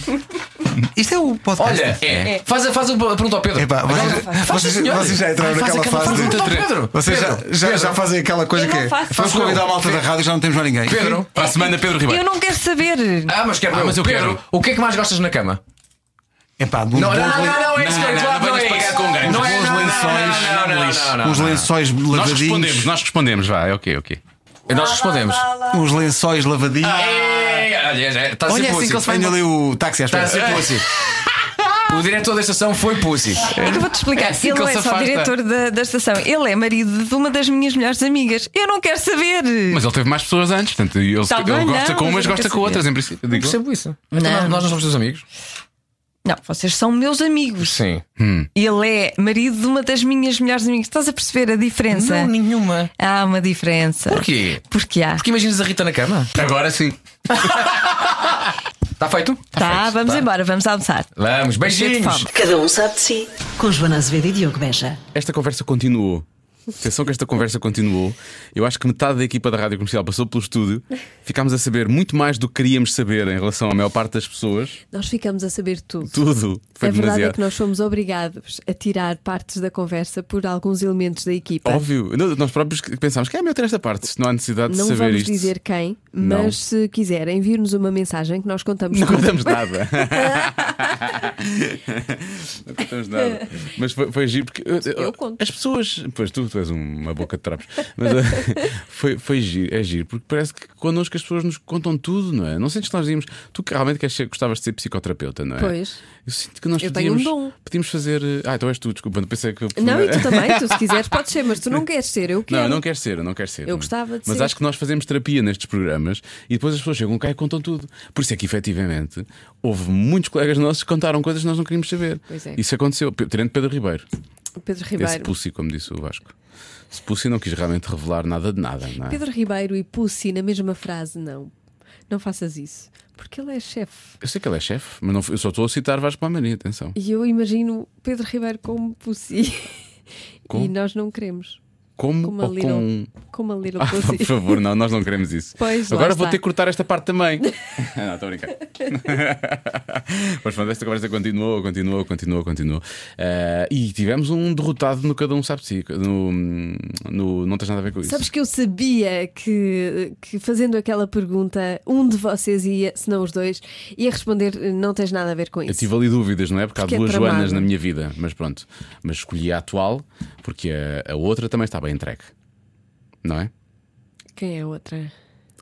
S9: Isto é o podcast.
S5: Olha, é. Faz, a- faz a pergunta ao Pedro.
S9: Epá, vocês,
S5: Faz,
S9: vocês-
S5: senhor.
S9: vocês já entraram
S5: Faz
S9: naquela
S5: aquela
S9: fase.
S5: pergunta
S9: de...
S5: ao Pedro.
S9: Vocês já,
S5: Pedro,
S9: já, já fazem aquela coisa
S4: Eu
S9: que
S4: não
S9: é.
S4: faço,
S9: Vamos
S4: faço
S9: convidar a malta da rádio, já não temos mais ninguém.
S5: Pedro.
S2: Para a semana, Pedro Ribeiro.
S4: Eu não quero saber.
S5: Ah, mas quero
S2: Ah,
S5: eu.
S2: mas eu
S5: Pedro,
S2: quero.
S5: O que é que mais gostas na cama?
S9: Epá, de um uns bons len-
S5: é isso
S2: Ah, não,
S5: que eu- claro,
S2: não venhas
S5: isso.
S2: pagar com ganhos.
S5: Não é
S9: Uns
S5: não, não,
S9: lençóis,
S5: não, não, não, não,
S9: uns
S5: não.
S9: lençóis
S2: Nós
S9: lavadinhos.
S2: respondemos, nós respondemos, vá, é ok, ok.
S5: Nós respondemos.
S9: Uns lençóis lavadinhos.
S5: Ah, Ei, Olha, já- está a
S9: Olha
S5: ser
S9: é assim que ele
S5: pussy.
S9: se vai. Tá, Tenho ali o táxi à
S5: Está Tá a
S9: espera. É.
S5: ser pussy. O diretor da estação foi pussy.
S4: É que eu vou-te explicar.
S5: assim
S4: ele
S5: que
S4: não
S5: ele
S4: é
S5: se
S4: só
S5: afasta.
S4: diretor da, da estação. Ele é marido de uma das minhas melhores amigas. Eu não quero saber.
S2: Mas ele teve mais pessoas antes, portanto, ele,
S4: Tá bem,
S2: ele gosta
S4: não,
S2: com umas,
S4: mas eu
S2: gosta com
S4: quero saber.
S5: é.
S2: outras, em princípio. Digo.
S5: isso. Então, Nós não somos teus amigos.
S4: Não, vocês são meus amigos.
S5: Sim.
S4: Ele é marido de uma das minhas melhores amigas. Estás a perceber a diferença?
S5: nenhuma.
S4: Há uma diferença.
S5: Porquê?
S4: Porque há.
S5: Porque imaginas a Rita na cama?
S2: Agora sim.
S5: Está feito?
S4: tá,
S5: feito,
S4: vamos
S5: tá.
S4: embora, vamos almoçar.
S5: Vamos,
S4: Cheio de
S5: beijinhos.
S4: fome.
S1: Cada um sabe de si. Com Joana Azevedo e Diogo Beja.
S2: Esta conversa continuou. Atenção que esta conversa continuou. Eu acho que metade da equipa da Rádio Comercial passou pelo estúdio. Ficámos a saber muito mais do que queríamos saber em relação à maior parte das pessoas.
S3: Nós ficamos a saber tudo.
S2: Tudo. Foi
S3: a verdade
S2: demasiado.
S3: é que nós fomos obrigados a tirar partes da conversa por alguns elementos da equipa.
S2: Óbvio. Não, Nós próprios que pensámos que é meu ter esta parte, se não há necessidade
S3: Não
S2: de saber
S3: vamos
S2: isto.
S3: dizer quem,
S2: Não.
S3: mas se quiserem, envie-nos uma mensagem que nós contamos
S2: Não
S3: tudo.
S2: contamos nada. não contamos nada. Mas foi, foi giro porque.
S3: Eu conto.
S2: As pessoas. Pois tu, tu és uma boca de trapos. Mas eh, foi, foi giro, é giro, porque parece que connosco as pessoas nos contam tudo, não é? Não sentes que nós dizíamos. Tu que realmente queres ser, gostavas de ser psicoterapeuta, não é?
S3: Pois.
S2: Eu sinto que nós
S3: Eu tenho um
S2: podíamos,
S3: dom.
S2: podíamos fazer. eh, Ah, então és tu, desculpa, não pensei que. eu-
S3: Não, e tu também, tu se quiseres, podes ser, mas tu não queres ser, eu quero.
S2: Não, eu não quero ser, eu não quero ser.
S3: Eu gostava de
S2: Mas
S3: ser.
S2: acho que nós fazemos terapia nestes programas e depois as pessoas chegam cá e contam tudo. Por isso é que, efetivamente, houve muitos colegas nossos que contaram coisas que nós não queríamos saber.
S3: Pois é.
S2: Isso aconteceu, P- tirando Pedro Ribeiro.
S3: Pedro
S2: Esse
S3: Ribeiro.
S2: Pussy, como disse o Vasco. Esse Pussy não quis realmente revelar nada de nada, não é?
S3: Pedro Ribeiro e Pussy na mesma frase, não. Não faças isso. Porque ele é chefe.
S2: Eu sei que ele é chefe, mas não, eu só estou a citar Vasco para a Maria, atenção.
S3: E eu imagino Pedro Ribeiro como Pussy.
S2: Com?
S3: E nós não queremos.
S2: como,
S4: Como a
S2: ou
S4: little.
S2: com.
S4: Como a little
S2: Ah,
S4: pussy.
S2: por favor, não, nós não queremos isso.
S4: Pois, lá
S2: Agora vou
S4: está.
S2: ter que cortar esta parte também. Ah, não, estou a brincar. Mas pronto, esta conversa continuou, continuou, continuou, continuou. Eh, e tivemos um derrotado no Cada Um Sabe de Si. No, no- não tens nada a ver com isso.
S4: Sabes que eu sabia que, que fazendo aquela pergunta, um de vocês ia, se não os dois, ia responder: não tens nada a ver com
S2: Eu
S4: isso.
S2: tive ali dúvidas, não é? Porque,
S4: Porque
S2: há
S4: é
S2: duas
S4: tramado.
S2: Joanas na minha vida, mas pronto. Mas escolhi a atual porque a, a outra também está bem entregue, não é?
S4: Quem é a outra?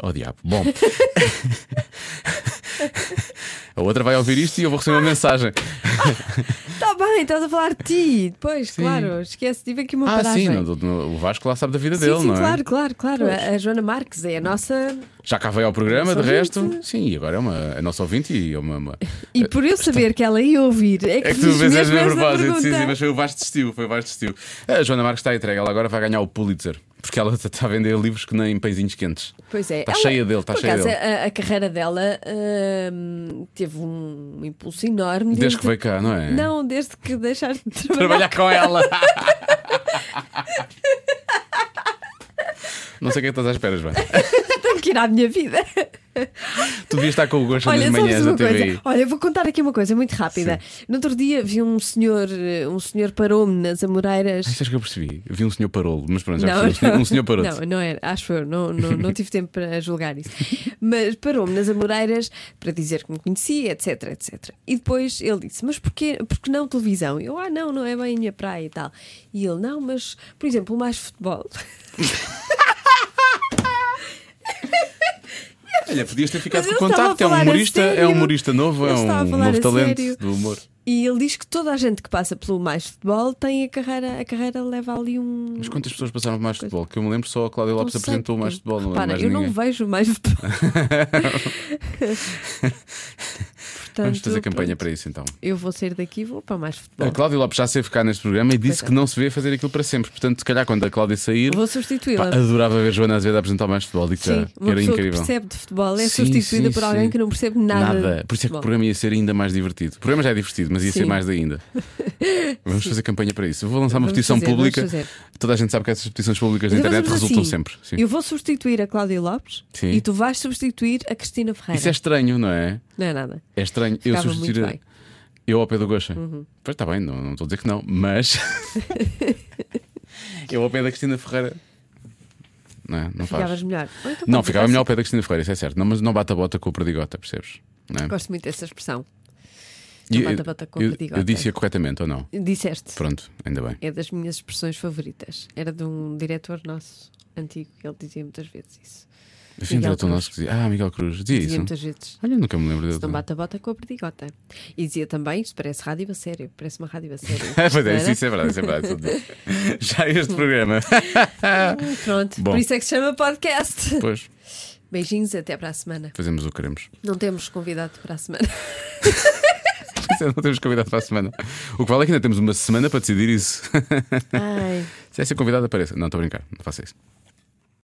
S2: Oh diabo. Bom. a outra vai ouvir isto e eu vou receber uma mensagem.
S4: Está Tá bem, estás a falar de ti. Pois, claro, esquece, tive aqui uma
S2: Ah,
S4: paragem.
S2: sim, no- no- o Vasco lá sabe da vida
S4: é? Sim,
S2: dele,
S4: sim,
S2: não é?
S4: claro, claro, claro. A, a Joana Marques é a nossa.
S2: Já cá veio ao programa, de
S4: Nossa
S2: resto. Sim, e agora é uma é nosso ouvinte e é uma. uma-
S4: E por eu saber que ela ia ouvir, é que,
S2: É que tu
S4: fiz
S2: vezes
S4: mesmo
S2: a
S4: essa
S2: propósito,
S4: pergunta.
S2: sim, sim, mas foi o Vasco desistiu, foi o Vasco desistiu. A Joana Marques está entregue, ela agora vai ganhar o Pulitzer, porque ela está a vender livros que nem pãezinhos quentes.
S4: Pois é,
S2: Está
S4: ela-
S2: cheia dele, está
S4: por
S2: cheia
S4: acaso, é-
S2: dele.
S4: A, a carreira dela hum, teve um impulso enorme.
S2: Desde que veio cá, não é?
S4: Não, desde que deixaste de trabalhar.
S2: Trabalhar com ela. Não sei o que é que estás à espera, Joana.
S4: Tenho que ir à minha vida.
S2: Tu devias estar com o gosto
S4: Olha,
S2: nas
S4: sabes
S2: manhãs
S4: uma
S2: da
S4: coisa?
S2: TV.
S4: Olha, eu vou contar aqui uma coisa muito rápida. No outro dia vi um senhor, eh, um senhor parou-me nas Amoreiras.
S2: Ai, sabes que eu percebi? Eu Vi um senhor parolo, mas pronto, já
S4: Não,
S2: percebi. Um senhor-
S4: não.
S2: Um senhor paroto.
S4: Não, não era, acho eu, não, não, não tive tempo para julgar isso. Mas parou-me nas Amoreiras para dizer que me conhecia, etc, etc. E depois ele disse: Mas porquê, porque não televisão? Eu, ah, não, não é bem a minha praia e tal. E ele, não, mas, por exemplo, mais futebol.
S2: Olha, podias ter ficado
S4: Mas
S2: com o
S4: eu estava a
S2: contacto. É um
S4: falar a
S2: humorista, é
S4: sério.
S2: um humorista novo, é
S4: Eu estava a
S2: um
S4: falar
S2: novo
S4: a
S2: talento
S4: sério.
S2: do humor.
S4: E ele diz que toda a gente que passa pelo mais futebol tem a carreira, a carreira leva ali um.
S2: Mas quantas pessoas passaram por mais futebol? Que eu me lembro só a Cláudia Lopes
S4: Não sei
S2: apresentou o mais
S4: porquê.
S2: futebol, não é
S4: Repara,
S2: mais
S4: eu
S2: ninguém.
S4: não vejo mais futebol.
S2: Vamos
S4: Portanto,
S2: fazer campanha
S4: pronto,
S2: para isso então.
S4: Eu vou sair daqui e vou para mais
S2: A
S4: futebol.
S2: Cláudia Lopes já saiu ficar neste programa e disse
S4: Pois é.
S2: que não se vê fazer aquilo para sempre. Portanto, se calhar quando a Cláudia sair,
S4: Vou
S2: pá,
S4: substituí-la.
S2: adorava ver Joana Azevedo apresentar mais futebol. Digo já,
S4: Sim, uma
S2: é, era
S4: pessoa que
S2: incrível.
S4: percebe de futebol é
S2: Sim,
S4: substituída
S2: sim,
S4: por
S2: sim.
S4: alguém que não percebe nada.
S2: Por isso
S4: de
S2: é que o
S4: futebol.
S2: programa ia ser ainda mais divertido. O programa já é divertido, mas ia ser
S4: Sim.
S2: mais ainda. Vamos fazer campanha para isso. Eu vou lançar uma
S4: Vamos
S2: petição
S4: fazer, vamos
S2: pública.
S4: fazer.
S2: Toda a gente sabe que essas petições públicas da
S4: Então
S2: internet
S4: fazemos
S2: resultam
S4: assim,
S2: sempre. Sim.
S4: Eu vou substituir a Cláudia Lopes
S2: Sim.
S4: e tu vais substituir a Cristina Ferreira.
S2: Isso é estranho, não é?
S4: Não é nada.
S2: É estranho. eu
S4: Ficava muito
S2: substituir.
S4: bem. Uhum.
S2: Eu ao pé do Gosha. Pois está bem, não, não estou a dizer que não, mas. eu ao pé da Cristina Ferreira. Não, é? não faz.
S4: Ficavas melhor. Ou então
S2: Não,
S4: pronto,
S2: ficava
S4: gosto-
S2: melhor ao pé da Cristina Ferreira, isso é certo. Não, mas não bate a bota com o perdigota, percebes? Não é?
S4: Gosto muito dessa expressão.
S2: E
S4: Não
S2: eu-
S4: bate a bota com o
S2: eu-
S4: perdigota.
S2: Eu disse-a corretamente ou não?
S4: Disseste.
S2: Pronto, ainda bem.
S4: É das minhas expressões favoritas. Era de um diretor nosso antigo. Ele dizia muitas vezes isso.
S2: Havia um
S4: Miguel
S2: diretor
S4: Cruz.
S2: nosso que dizia. Ah, Miguel Cruz, dizia
S4: Dizia
S2: isso.
S4: muitas vezes.
S2: Olha, nunca me lembro
S4: Se
S2: dele.
S4: não bate a bota com a perdigota. E dizia também, isto parece rádio a sério, parece uma rádio a sério.
S2: Pois é,
S4: Não
S2: isso,
S4: era?
S2: isso é verdade, isso é verdade. tudo bem. Já este programa.
S4: Pronto,
S2: Bom.
S4: por isso é que se chama podcast.
S2: Depois
S4: Beijinhos, até para a semana.
S2: fazemos o que queremos.
S4: Não temos convidado para a semana.
S2: é, Não temos convidado para a semana. O que vale é que ainda temos uma semana para decidir isso.
S4: Ai.
S2: Se essa convidada apareça. Não, estou a brincar, não faça isso.